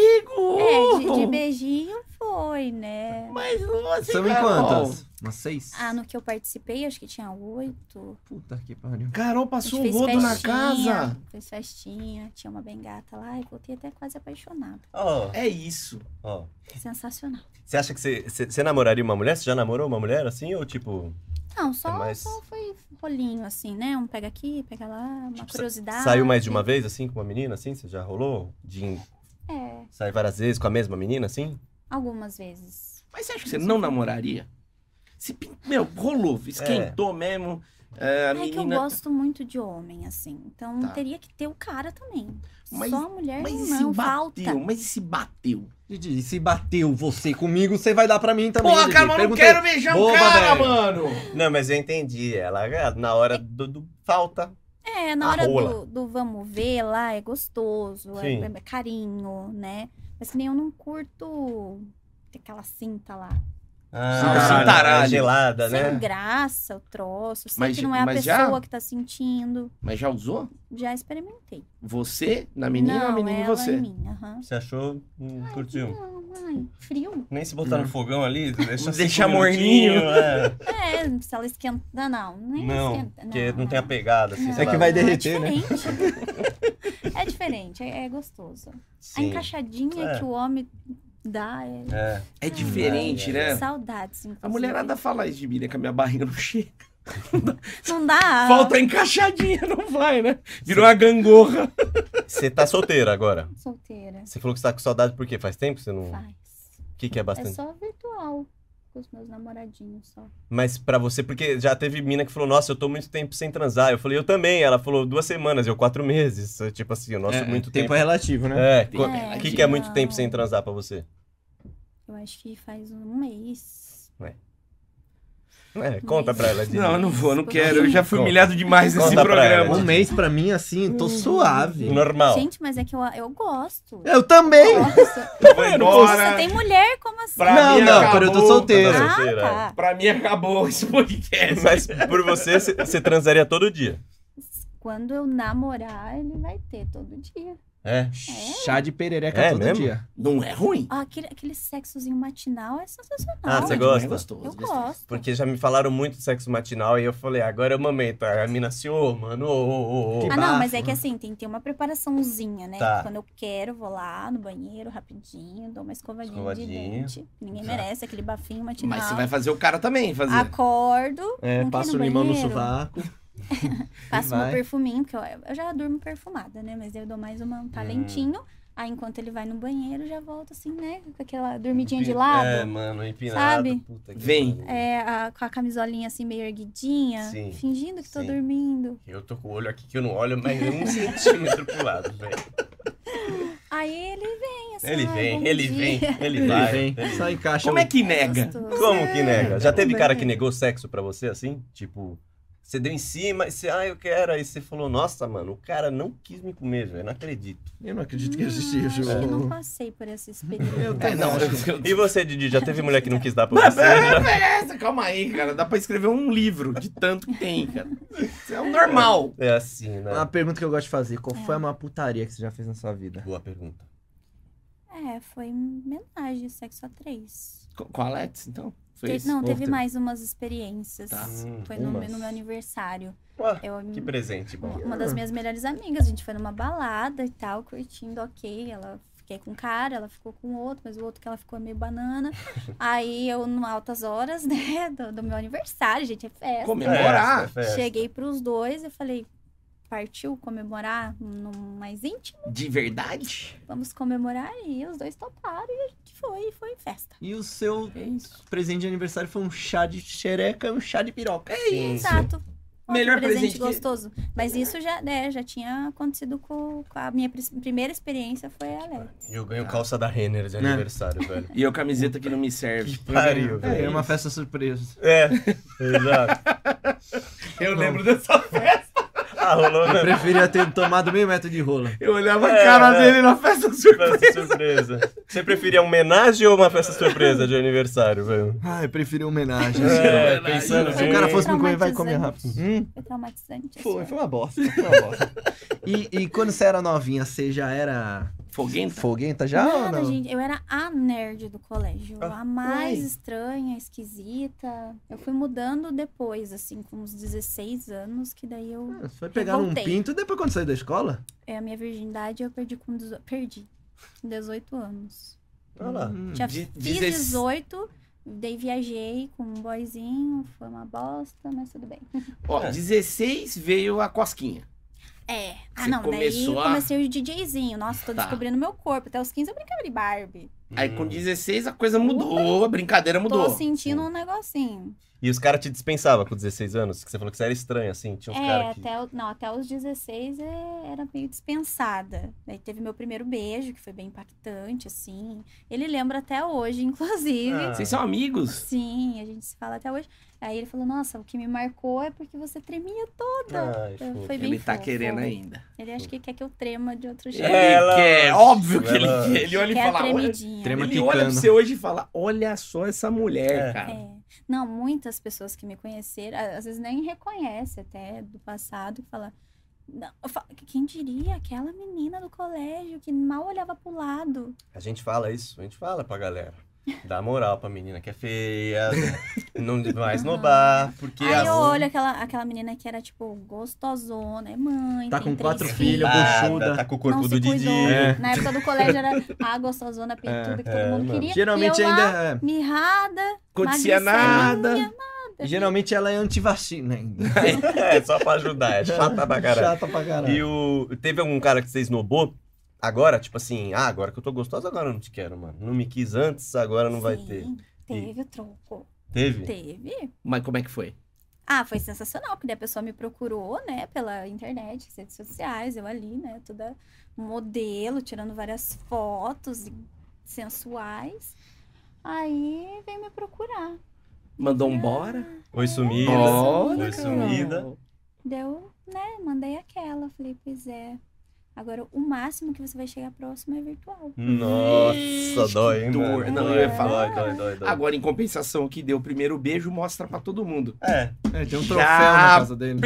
S4: é de, de
S1: Pegou!
S4: beijinho foi, né?
S1: Mas você
S3: São em
S1: Carol.
S3: quantas? Umas seis?
S4: Ah, no que eu participei, acho que tinha oito.
S3: Puta que pariu.
S1: Carol
S4: A gente
S1: passou o
S4: fez
S1: rodo na
S4: festinha,
S1: casa.
S4: Fez festinha, tinha uma bengata lá e voltei até quase apaixonada.
S2: Ó,
S1: É isso.
S2: ó.
S4: Sensacional.
S2: Você acha que você- você você namoraria uma mulher? Você já namorou uma mulher assim? Ou tipo,
S4: Não, só,
S2: É mais-
S4: só foi rolinho, assim, né? Um pega aqui, pega lá, uma
S2: Tipo, sa-
S4: curiosidade.
S2: saiu mais de uma vez assim com uma menina assim? Você já rolou? De
S4: É,
S2: sair várias vezes com a mesma menina assim?
S4: algumas vezes.
S1: Mas você acha que você não namoraria? Se, pin- meu, rolou, esquentou mesmo. é, a
S4: É que eu
S1: menina.
S4: gosto muito de homem, assim. Então
S1: Tá.
S4: teria que ter o cara também.
S1: Mas-
S4: Só a mulher
S1: Mas e se
S4: não
S1: bateu?
S4: falta.
S1: Mas e se bateu?
S3: Didi, e se bateu você comigo, você vai dar pra mim também.
S1: Porra,
S3: Didi.
S1: cara, mas eu não
S3: Perguntei.
S1: quero beijar um
S3: Boba,
S1: cara,
S3: velho.
S1: mano.
S2: Não, mas eu entendi. Ela ah, na hora do, do- falta.
S4: É, na
S2: A
S4: hora
S2: rola.
S4: do, do vamos ver lá é gostoso, é,
S2: Sim.
S4: é carinho, né? Mas que nem eu não curto ter aquela cinta lá.
S1: Sim,
S2: é
S1: taralho.
S2: gelada,
S4: Sem
S2: né?
S4: graça, o troço. Sei
S1: Mas-
S4: que não é a
S1: mas já-
S4: pessoa que tá sentindo.
S1: Mas já usou?
S4: Já experimentei.
S1: Você na
S2: é
S1: menina ou a
S4: não,
S1: menina em
S4: ela
S1: você?
S4: em mim, aham.
S2: Você achou? Hum, curtiu?
S4: Não, ai, frio?
S2: Nem se
S3: Hum.
S2: botar no fogão ali, deixa,
S1: Deixa
S2: cinco
S1: morninho.
S2: minutinhos, É.
S4: É, se ela esquenta, não. Nem
S2: Não,
S4: esquenta.
S2: porque não tem a pegada, assim,
S4: Não,
S2: sei
S3: É que
S2: lá.
S3: vai
S4: não,
S3: derreter, né?
S4: diferente. É diferente, é, é gostoso. A
S2: Sim,
S4: encaixadinha
S2: É.
S4: que o homem dá é.
S2: é.
S1: É diferente,
S2: é,
S1: né?
S4: Saudades, inclusive.
S1: A mulherada fala isso de mim, né? Que a minha barriga não chega.
S4: Não dá.
S1: Falta encaixadinha, não vai, né? Virou uma gangorra.
S2: Você tá solteira agora.
S4: Solteira.
S2: Você falou que você tá com saudade por quê? Faz tempo que você não. O
S4: Faz.
S2: que, que é
S4: É
S2: Hum. bastante?
S4: só virtual. Com os meus namoradinhos só.
S2: Mas pra você, porque já teve mina que falou, nossa, eu tô muito tempo sem transar. Eu falei, eu também. Ela falou, duas semanas, eu quatro meses. Tipo assim, o nosso
S3: É,
S2: muito
S3: tempo
S2: tempo.
S3: é relativo, né?
S2: É,
S1: Tem
S2: co-
S1: É,
S2: o que, que é muito
S4: não.
S2: tempo sem transar pra você?
S4: Eu acho que faz um mês.
S2: É, conta pra ela. Didi.
S1: Não, eu não vou, não quero. Eu já fui
S2: Conta.
S1: humilhado demais nesse
S2: Conta pra
S1: programa.
S2: ela,
S3: Um mês pra mim, assim,
S4: Hum.
S3: tô suave.
S2: Normal.
S4: Gente, mas é que eu, eu gosto.
S3: Eu também!
S4: Nossa,
S1: Eu vou embora.
S4: nossa, tem mulher, como assim?
S1: Pra
S3: não,
S1: mim,
S3: não,
S1: acabou.
S3: quando eu tô solteiro.
S2: Tá
S4: Ah,
S2: solteira,
S4: tá.
S1: Pra mim acabou esse podcast.
S2: Mas por você, você- você transaria todo dia.
S4: Quando eu namorar, ele vai ter todo dia.
S2: É.
S3: Chá de perereca
S2: É
S3: todo
S2: mesmo?
S3: dia.
S1: Não é ruim.
S4: Ah, aquele, aquele sexozinho matinal é sensacional.
S2: Ah, você
S1: Não,
S2: gosta?
S1: É gostoso.
S4: Eu
S1: gostoso.
S4: gosto.
S2: Porque já me falaram muito de sexo matinal e eu falei, agora é o momento. Aí A mina se, ô, mano, ô, ô, ô, ô.
S4: Ah,
S3: bafo.
S4: não, mas é que assim, tem que ter uma preparaçãozinha, né?
S2: né? Tá.
S4: Quando eu quero, vou lá no banheiro rapidinho, dou uma escovadinha,
S2: Escovadinha. Tá.
S4: de dente. Ninguém
S2: Já.
S4: merece aquele bafinho matinal.
S1: Mas você vai fazer o cara também fazer.
S4: Ah, Acordo,
S3: É,
S4: Não tem
S3: passo
S4: no
S3: limão no
S4: banheiro?
S3: sovaco.
S4: passo
S3: vai.
S4: meu perfuminho, porque eu, eu já durmo perfumada, né? Mas eu dou mais uma, um
S2: Hum.
S4: talentinho. Aí enquanto ele vai no banheiro, já volto assim, né? Com aquela dormidinha de
S2: É,
S4: lado.
S2: mano, empinado.
S4: Sabe?
S2: Puta que
S1: Vem.
S2: pariu.
S4: É, a- com a camisolinha assim meio erguidinha,
S2: Sim,
S4: fingindo que tô
S2: sim.
S4: dormindo.
S2: Eu tô com o olho aqui que eu não olho mais um centímetro pro lado, velho.
S4: Aí ele vem, assim.
S2: Ele
S4: "Ai,
S2: vem,
S4: bom
S2: ele
S4: dia."
S2: vem, ele
S3: Ele
S2: vai.
S3: vem,
S2: ele-
S3: só encaixa.
S1: Como
S3: o-
S1: é que
S4: É
S1: nega?
S4: gostoso.
S2: Como que nega? Já teve
S4: Também.
S2: cara que negou sexo pra você assim? Tipo, você deu em cima e você, ah, eu quero. Aí você falou, nossa, mano, o cara não quis me comer, velho, não acredito.
S3: Eu não acredito que existia
S4: Acho que Hum, não
S3: João.
S4: passei por essa experiência.
S3: Eu
S1: É,
S3: também
S1: não,
S3: acho.
S1: eu- eu-
S2: E você, Didi, já teve mulher que não quis dar pra
S1: Mas
S2: você?
S1: é, beleza, calma aí, cara. Dá pra escrever um livro de tanto que tem, cara. Isso é o normal.
S2: É assim, né?
S3: Uma pergunta que eu gosto de fazer: qual
S4: É.
S3: foi uma putaria que você já fez na sua vida?
S2: Boa pergunta.
S4: É, foi homenagem, sexo a três.
S1: Co- Com a Alex, então? Foi
S4: Te-
S1: isso?
S4: não,
S3: Ou
S4: teve
S3: teve-
S4: mais umas experiências.
S1: Tá.
S2: Hum,
S4: Foi no,
S3: umas.
S4: no meu aniversário.
S2: Ué,
S4: Eu,
S2: que presente, bom.
S4: uma das minhas melhores amigas, a gente foi numa balada e tal, curtindo, ok. Ela fiquei com um cara, ela ficou com outro, mas o outro que ela ficou é meio banana. Aí eu, em altas horas, né, do, do meu aniversário, gente, é festa.
S1: Comemorar.
S2: é Festa, festa.
S4: Cheguei pros dois e falei, partiu comemorar no mais íntimo?
S1: De verdade?
S4: Vamos comemorar. E os dois toparam e a gente foi, e foi festa.
S3: E o seu
S1: É isso.
S3: presente de aniversário foi um chá de xereca e um chá de piroca.
S1: É isso.
S4: Exato. Olha
S1: Melhor
S4: que presente,
S1: presente que-
S4: gostoso. Mas isso já, né, já tinha acontecido com, com a minha pris- primeira experiência foi a Alex.
S2: E eu ganho calça da Renner de
S3: Né?
S2: aniversário, velho.
S1: E eu camiseta que não me serve.
S2: Pariu,
S3: Eu ganhei
S2: velho.
S3: É, uma festa surpresa.
S2: É, exato.
S1: Eu lembro dessa festa.
S2: Ah, rolou
S3: Eu
S2: na
S3: preferia ter tomado meio metro de rola.
S1: Eu olhava a
S2: É,
S1: cara
S2: né?
S1: dele na festa surpresa.
S2: festa surpresa. Você preferia uma homenagem ou uma festa surpresa de aniversário, velho?
S3: Ah, eu preferi homenagem. assim, né?
S2: É,
S1: homenagem.
S2: pensando
S3: Se
S2: bem.
S3: o cara fosse me comer, vai
S4: Traumatizante.
S3: comer rápido.
S4: Foi traumatizante. assim.
S3: Foi,
S4: isso.
S3: foi uma bosta. Foi uma bosta. e, e quando você era novinha, você já era
S1: Foguenta?
S3: foguenta já
S4: Nada,
S3: ou não?
S4: gente. Eu era a nerd do colégio.
S2: Ah,
S4: a mais
S1: uai.
S4: estranha, esquisita. Eu fui mudando depois, assim, com uns 16 anos, que daí eu
S3: Ah, Você foi pegar um
S4: Voltei.
S3: pinto depois quando saiu da escola?
S4: É, a minha virgindade eu perdi com 18, perdi com 18 anos.
S2: Olha lá.
S3: Hum.
S4: Já
S1: de-
S4: fiz
S1: dezesseis.
S4: 18, daí viajei com um boyzinho, foi uma bosta, mas tudo bem.
S1: Ó,
S2: É.
S1: 16 veio a cosquinha.
S4: É. Ah,
S1: Você
S4: não,
S1: começou
S4: daí
S1: a-
S4: comecei o DJzinho. Nossa, tô
S1: Tá.
S4: descobrindo meu corpo. Até os 15 eu brincava de Barbie.
S1: Aí
S2: Hum.
S1: com 16 a coisa mudou, a brincadeira mudou.
S4: Tô sentindo um negocinho.
S2: E os caras te dispensavam com 16 anos? Que você falou que você era estranho, assim. Tinha uns
S1: um
S4: É,
S2: caras que.
S4: até, o- não, até os 16 é- era meio dispensada. Daí teve meu primeiro beijo, que foi bem impactante, assim. Ele lembra até hoje, inclusive.
S2: Ah.
S1: Vocês são amigos?
S4: Sim, a gente se fala até hoje. Aí ele falou, nossa, o que me marcou é porque você tremia toda.
S2: Ai,
S4: Eu-
S2: fofo.
S4: foi bem
S1: Ele tá
S4: fofo.
S1: querendo ainda.
S4: Ele acha que quer que eu trema de outro jeito.
S1: Ele
S2: É, Ela-
S1: quer, óbvio que ele
S2: ela-
S1: quer. Ele olha e
S4: quer a
S1: fala, olha,
S4: tremidinha.
S3: trema
S1: ele
S3: picando.
S1: olha pra você hoje e fala, olha só essa mulher,
S2: É.
S1: cara.
S4: É. Não, muitas pessoas que me conheceram, a- às vezes nem reconhece até do passado, fala. "Não", eu falo, Quem diria? Aquela menina do colégio que mal olhava pro lado.
S2: A gente fala isso, a gente fala pra galera. Dá moral pra menina que é feia, não vai esnobar, porque.
S4: Aí eu
S2: a-
S4: olho aquela, aquela menina que era, tipo, gostosona, é mãe.
S3: Tá
S4: tem
S3: com
S4: três
S3: quatro
S2: filha
S3: filhos, buchuda.
S2: Tá com o
S4: não
S2: corpo
S4: se
S2: do Didi.
S4: cuidou.
S3: É.
S4: Na época do colégio era a gostosona pintuda que todo
S2: É,
S4: mundo
S2: mano.
S4: queria.
S3: Geralmente
S4: e eu lá,
S3: ainda. é,
S4: Mirrada,
S1: Acontecia nada.
S4: magricelinha, nada.
S3: Geralmente ela é antivacina ainda.
S2: É, só pra ajudar, é chata pra caralho.
S3: Chata né? pra caralho.
S2: E o. Teve algum cara que você esnobou? Agora, tipo assim, ah, agora que eu tô gostosa, agora eu não te quero, mano. Não me quis antes, agora não vai
S4: Sim,
S2: ter.
S4: Teve o troco.
S2: Teve?
S4: Teve.
S1: Mas como é que foi?
S4: Ah, foi sensacional, porque daí a pessoa me procurou, né, pela internet, redes sociais, eu ali, né, toda modelo, tirando várias fotos e sensuais. Aí veio me procurar. Ah,
S1: Mandou um bora.
S2: Oi, sumida.
S1: Bora,
S2: Foi
S1: Carol.
S2: sumida.
S4: Deu, né? Mandei aquela. Falei, pois é. Agora, o máximo que você vai chegar próximo é virtual.
S2: Nossa,
S1: Ixi,
S2: dói,
S1: que
S2: hein,
S1: dor.
S2: mano?
S1: Não,
S2: dói,
S1: eu ia falar.
S2: Dói, dói, dói, dói.
S1: Agora, em compensação, que deu o primeiro beijo, mostra pra todo mundo.
S2: É.
S3: É, tem um
S1: Já
S3: troféu na casa dele.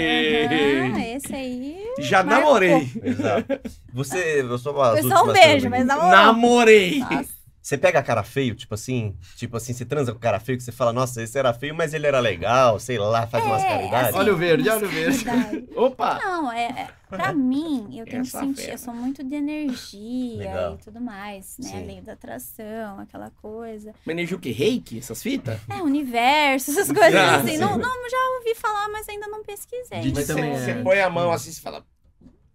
S1: Peguei!
S4: Aham, esse aí.
S1: Já
S4: Marcou.
S1: namorei.
S2: Exato. Você, eu sou uma-
S4: Foi
S2: as
S4: só um
S2: últimas
S4: beijo,
S2: perguntas.
S4: mas não.
S1: Namorei!
S4: Nossa,
S2: Você pega cara feio, tipo assim, tipo assim, você transa com cara feio que você fala, nossa, esse era feio, mas ele era legal, sei lá, faz umas
S4: É,
S2: caridades.
S4: assim,
S3: Olha o verde,
S4: mas
S3: olha o verde.
S4: verdade.
S1: Opa!
S4: Não, é, é- pra mim, eu tenho
S1: Essa
S4: que sentir,
S1: fera.
S4: eu sou muito de energia
S2: Legal.
S4: e tudo mais, né?
S2: Sim.
S4: Além da atração, aquela coisa.
S1: Manejo o que? Reiki? Essas fitas?
S4: É, universo, essas coisas
S1: Ah,
S4: assim.
S1: sim.
S4: Não, não, já ouvi falar, mas ainda não pesquisei.
S3: Mas
S1: Você,
S3: também
S1: você
S3: é.
S1: põe a mão assim e fala.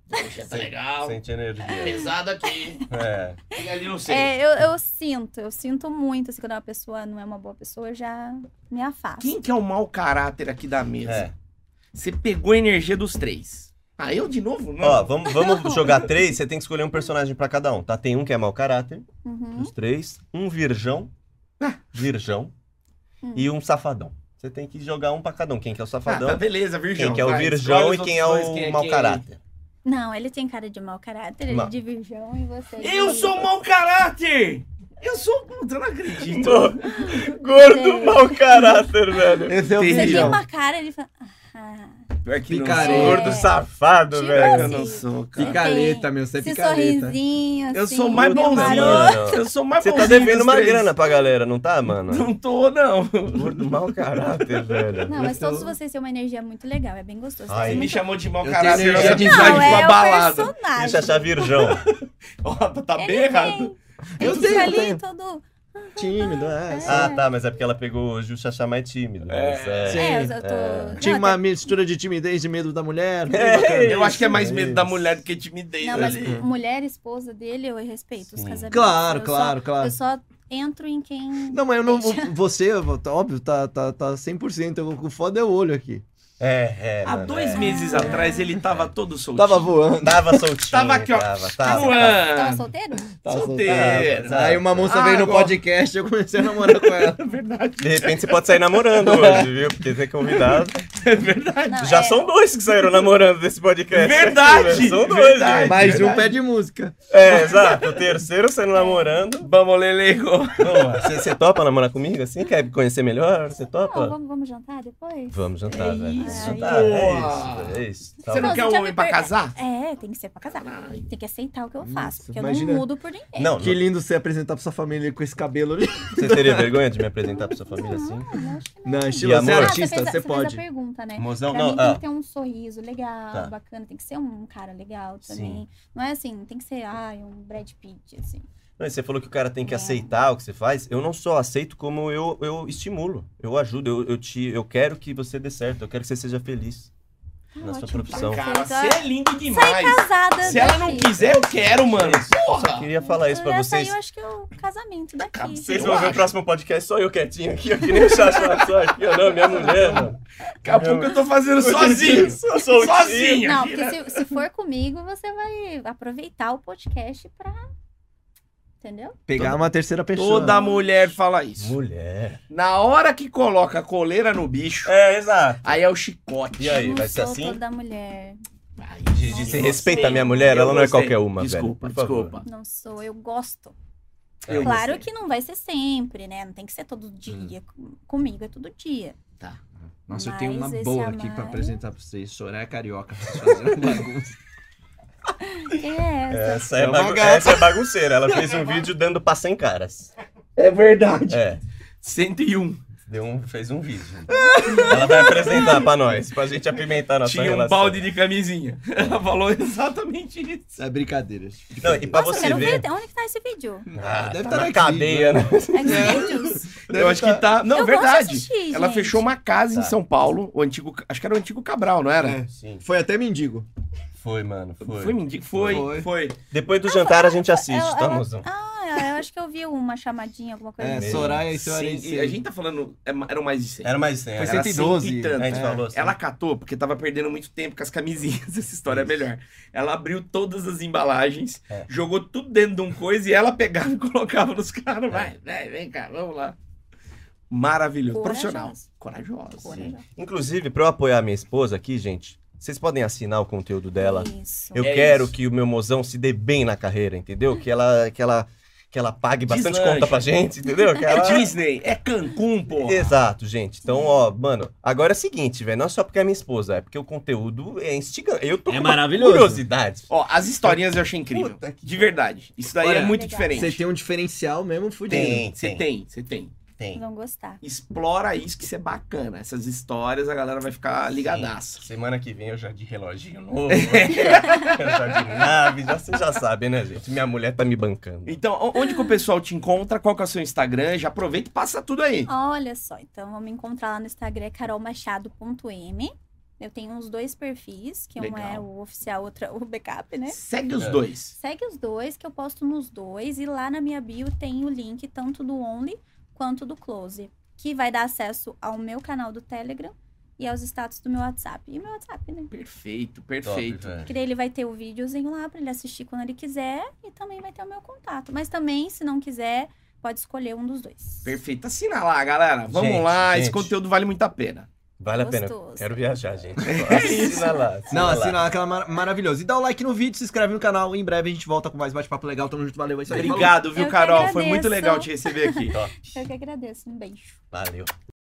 S1: Poxa, tá legal.
S2: Sente energia.
S1: Pesado aqui.
S2: É.
S1: E ali não sei.
S4: É, eu, eu sinto, eu sinto muito, assim, quando uma pessoa não é uma boa pessoa, eu já me afasto.
S1: Quem que é o mau caráter aqui da mesa?
S2: é.
S1: Você pegou a energia dos três. Ah, eu de novo? Não.
S2: Ó, vamos, vamos jogar três, você tem que escolher um personagem pra cada um, tá? Tem um que é mau caráter,
S4: Uhum.
S1: Hum.
S2: dos três, um virgão,
S1: Ah.
S2: virgão,
S4: Hum.
S2: e um safadão. Você tem que jogar um pra cada um, quem que é o
S1: Ah,
S2: safadão,
S1: tá, beleza, Virgão.
S2: quem que é o
S1: vai,
S2: virgão
S1: escolhe
S2: e
S1: os
S2: quem é
S1: outros
S2: o
S1: dois, quem
S2: mau
S1: quem-
S2: caráter.
S4: Não, ele tem cara de mau caráter, ele
S2: Ma-
S4: é de virgão e você. é de
S1: Eu sou um mau caráter! Eu sou. Puta, Eu não acredito.
S2: Gordo mau caráter, velho.
S3: Esse é o
S1: Você
S4: Você tem
S3: virgão.
S4: uma cara, ele fala. Ah,
S1: Pior que não
S3: Picareta.
S1: sou.
S2: Gordo
S4: É.
S2: safado,
S4: Tipo
S2: velho.
S1: Eu não sou, cara.
S3: Picareta, meu, você é
S4: esse
S3: picareta.
S4: sorrisinho, assim.
S1: Eu sou mais
S4: meio
S1: bonzinho.
S4: maroto.
S2: Mano.
S1: Eu sou mais
S2: Você tá
S1: bonzinho
S2: devendo
S1: dos
S2: uma
S1: três.
S2: grana pra galera, não tá, mano?
S1: Não tô, não.
S2: Gordo mau caráter, velho.
S4: Não, mas
S3: Eu tô-
S4: todos vocês têm uma energia muito legal, é bem gostoso.
S2: Ai,
S1: Você
S4: Vocês
S1: me
S4: são muito-
S1: chamou de mau
S3: Eu
S1: caráter,
S3: tenho
S1: eu já
S3: energia
S1: de
S3: de
S4: Não,
S1: uma
S4: é o
S1: balada.
S4: personagem.
S2: Deixa achar virgão.
S1: Ó, tá bem
S4: Ele
S1: errado.
S4: Tem,
S3: Eu
S4: ele
S3: tenho,
S4: fica
S3: eu
S4: ali
S3: tenho.
S4: todo.
S3: Tímido, é.
S2: Ah, tá, mas é porque ela pegou hoje o Xaxá mais tímido. mas
S1: É.
S2: É.
S4: É, eu, eu tô. Não,
S3: Tinha
S4: até-
S3: uma mistura de timidez e medo da mulher. né? bem
S2: É.
S3: bacana.
S1: Eu acho que é mais
S2: Isso,
S1: medo da
S2: isso.
S1: mulher do que timidez
S4: Não, mas
S1: ali.
S4: mulher, esposa dele, eu respeito os
S2: Sim.
S4: casamentos.
S3: Claro,
S4: Eu
S3: claro,
S4: só-
S3: claro.
S4: Eu só entro em quem.
S3: Não, mas eu não.
S4: Deixa.
S3: Você, óbvio, tá, tá, tá 100%. eu- O foda é o olho aqui.
S2: É, é.
S1: Há
S2: mano,
S1: dois
S2: é.
S1: meses atrás ele tava todo soltinho.
S3: Tava voando.
S2: Tava soltinho.
S1: Tava aqui, ó.
S2: Tava,
S1: Tá
S2: tava, tava.
S4: Tava
S1: Voando.
S4: tá solteiro?
S1: Tá
S3: Tava
S1: Solteira.
S3: soltado. Aí uma moça
S1: Ah,
S3: veio no
S1: agora-
S3: podcast e eu comecei a namorar com ela.
S1: É verdade,
S2: De repente você pode sair namorando hoje, viu? Porque você é convidado.
S1: é verdade.
S4: Não,
S2: Já
S4: é-
S2: são dois que saíram namorando desse podcast.
S1: Verdade,
S2: São dois,
S1: verdade.
S2: gente.
S3: Mais
S1: verdade.
S3: um pé de música.
S2: É, exato. O terceiro saindo namorando.
S1: Vamos, Lelego.
S2: Boa. Você você topa namorar comigo assim? Quer conhecer melhor? Você
S4: Não,
S2: topa?
S4: vamos, vamos jantar depois?
S2: Vamos jantar,
S1: É
S2: velho.
S1: isso,
S2: jantar,
S1: boa.
S2: é isso. É isso. Tá
S1: Você
S2: bom.
S1: não
S4: Não,
S1: quer
S4: você
S1: um
S4: já
S1: homem
S4: me
S1: pra
S4: per-
S1: casar?
S4: É, tem que ser pra casar.
S1: Caralho.
S4: Tem que aceitar o que eu
S3: Nossa,
S4: faço, porque
S3: imagina.
S4: eu não mudo por ninguém.
S2: Não,
S3: Que lindo você apresentar pra sua família com esse cabelo ali.
S2: você teria vergonha de me apresentar pra sua família assim?
S4: Não, eu acho que não.
S3: Não,
S2: E
S3: estilo, você é
S2: amor?
S3: artista,
S4: Ah, fez a-
S3: você
S4: Fez
S3: pode.
S4: a pergunta, né?
S2: Mozão,
S4: pra
S2: não.
S4: mim tem
S2: Ah,
S4: que ter um sorriso legal,
S2: Tá.
S4: bacana, tem que ser um cara legal
S2: Sim.
S4: também. Não é assim, tem que ser, ai, um Brad Pitt, assim.
S2: não, e você falou que o cara tem que
S4: É.
S2: aceitar o que você faz. Eu não só aceito, como eu, eu estimulo. Eu ajudo. Eu, eu, te, eu quero que você dê certo. Eu quero que você seja feliz na sua
S4: Ah, ótimo.
S2: profissão.
S1: Cara, você
S4: Então,
S1: é lindo demais.
S4: Casada,
S1: Se ela
S4: né,
S1: não
S4: filho?
S1: quiser, eu quero, mano.
S2: Eu
S1: Porra!
S2: queria falar isso pra
S4: Já
S2: vocês.
S4: saiu, acho que é o casamento daqui.
S1: Vocês
S2: Vocês
S1: Eu
S2: vão ver o
S1: acho.
S2: próximo podcast só eu quietinho aqui, ó, que nem o Xaxá, só aqui, ó, não, minha mulher, mano.
S1: Daqui a pouco eu tô fazendo sozinho.
S2: Só soltinho.
S1: Sozinho.
S4: Não, porque se, se for comigo, você vai aproveitar o podcast pra. Entendeu?
S3: Pegar uma terceira pessoa.
S1: Toda mulher fala isso.
S2: Mulher.
S1: Na hora que coloca a coleira no bicho,
S2: É, exato.
S1: aí é o chicote.
S2: E aí,
S4: não
S2: vai ser
S4: sou
S2: assim?
S4: toda mulher.
S1: Ai,
S2: De, de,
S1: gente,
S2: você
S1: eu
S2: respeita
S1: gostei.
S2: a minha mulher,
S1: Eu
S2: ela não é
S1: gostei.
S2: qualquer uma,
S1: Desculpa,
S2: velho. Por favor.
S1: desculpa.
S4: Não sou, eu gosto.
S2: Eu
S4: claro
S1: gostei.
S4: que é. não vai ser sempre, né? Não tem que ser todo
S2: Hum.
S4: dia. Com- Comigo é todo dia.
S3: Nossa, eu tenho uma
S4: Mas esse
S3: boa
S4: amar-
S3: aqui pra apresentar pra vocês. Soraya é Carioca. um fazendo bagunça.
S4: É, essa.
S2: Essa é,
S3: É uma
S2: bagu-
S3: gata.
S2: essa é bagunceira. Ela fez um vídeo dando pra 100 caras.
S1: É verdade.
S2: É.
S1: 101.
S2: Deu um, fez um vídeo. Ela vai apresentar pra nós, pra gente apimentar nossa
S1: Tinha um
S2: relação.
S1: balde de camisinha. Ela falou exatamente isso.
S3: É brincadeira.
S2: Não, e pra
S4: Nossa, eu
S2: você
S4: quero
S1: um
S2: ver.
S4: ver. até onde que tá esse vídeo?
S2: Ah,
S3: Deve
S2: tá
S3: tá
S2: na
S3: aqui,
S2: cadeia, né?
S4: X-Videos?
S1: eu acho que tá. Não,
S4: Eu
S1: verdade.
S4: gosto de assistir,
S1: Ela
S4: gente.
S1: fechou uma casa em
S2: Tá.
S1: São Paulo, o antigo. Acho que era o antigo Cabral, não era?
S3: É.
S2: Sim.
S3: Foi até mendigo.
S2: Foi, mano.
S1: Foi,
S2: Foi.
S1: foi mendigo. Foi, foi.
S3: Foi.
S2: Depois do jantar a gente assiste,
S4: ela-
S2: tá,
S4: ela-
S2: mozão?
S4: Ah, eu acho que eu vi uma chamadinha, alguma coisa
S3: É,
S4: assim.
S2: mesmo.
S3: Soraya e seu
S1: Sim, e a gente tá falando. é, ma- Eram mais de 100.
S2: Era mais 100.
S3: Foi
S2: era
S3: 112.
S1: cento e
S2: A
S1: tanto.
S2: gente
S3: É.
S2: falou assim.
S1: Ela catou, porque tava perdendo muito tempo com as camisinhas. Essa história é melhor. Ela abriu todas as embalagens,
S2: É.
S1: jogou tudo dentro de um coisa e ela pegava e colocava nos caras. Vai, vai, vem cá, vamos lá. maravilhoso. Profissional.
S4: Corajosa.
S1: Corajosa.
S4: Corajosa.
S2: Inclusive, pra eu apoiar minha esposa aqui, gente, vocês podem assinar o conteúdo dela.
S4: Isso.
S2: Eu
S1: É
S2: quero
S1: isso.
S2: que o meu mozão se dê bem na carreira, entendeu? Que ela, que ela, que ela pague bastante
S1: Deslancha.
S2: conta pra gente, entendeu? Que
S1: É
S2: ela...
S1: Disney, é Cancún, pô.
S2: Exato, gente. Então, ó, mano, agora é o seguinte, velho. Não é só porque é minha esposa, é porque o conteúdo é instigante. Eu tô
S3: É
S2: com uma
S3: maravilhoso.
S2: curiosidade.
S1: Ó, as historinhas eu achei incrível.
S2: Puta que-
S1: De verdade. Isso daí
S2: Olha,
S1: é muito
S4: Legal.
S1: diferente.
S3: Você tem um diferencial mesmo fudido.
S1: Você tem, você tem.
S2: tem.
S4: Vão gostar.
S1: Explora isso que isso é bacana. Essas histórias a galera vai ficar ligadaça.
S2: Semana que vem eu já de reloginho novo, eu já de nave, já, você já sabe, né, gente? Minha mulher tá me bancando.
S1: Então, o- onde que o pessoal te encontra? Qual que é o seu Instagram? Já aproveita e passa tudo aí.
S4: Olha só, então vão me encontrar lá no Instagram, é carolmachado.m. Eu tenho uns dois perfis, que um é
S1: Legal.
S4: o oficial, outro é o backup, né?
S1: Segue os
S2: É.
S1: dois.
S4: Segue os dois, que eu posto nos dois. E lá na minha bio tem o link tanto do Only quanto do Close, que vai dar acesso ao meu canal do Telegram e aos status do meu WhatsApp. E meu WhatsApp, né?
S1: Perfeito, perfeito.
S2: Top, velho.
S4: Que daí ele vai ter o videozinho lá pra ele assistir quando ele quiser. E também vai ter o meu contato. Mas também, se não quiser, pode escolher um dos dois.
S1: perfeito. Assina lá, galera. Vamos
S2: Gente,
S1: lá, esse
S2: gente.
S1: conteúdo vale muito a pena.
S2: Vale a pena.
S4: Gostoso.
S2: Quero viajar, gente. Assina lá. Assina
S3: Não,
S2: lá.
S3: assina lá, aquela mar maravilhosa. E dá o like no vídeo, se inscreve no canal. Em breve a gente volta com mais bate-papo legal. Tamo junto, valeu. É isso aí. falou.
S1: Obrigado, viu,
S4: Eu que
S1: Carol? Foi muito
S4: agradeço.
S1: legal te receber aqui.
S2: Top.
S4: Eu que agradeço. Um beijo.
S2: Valeu.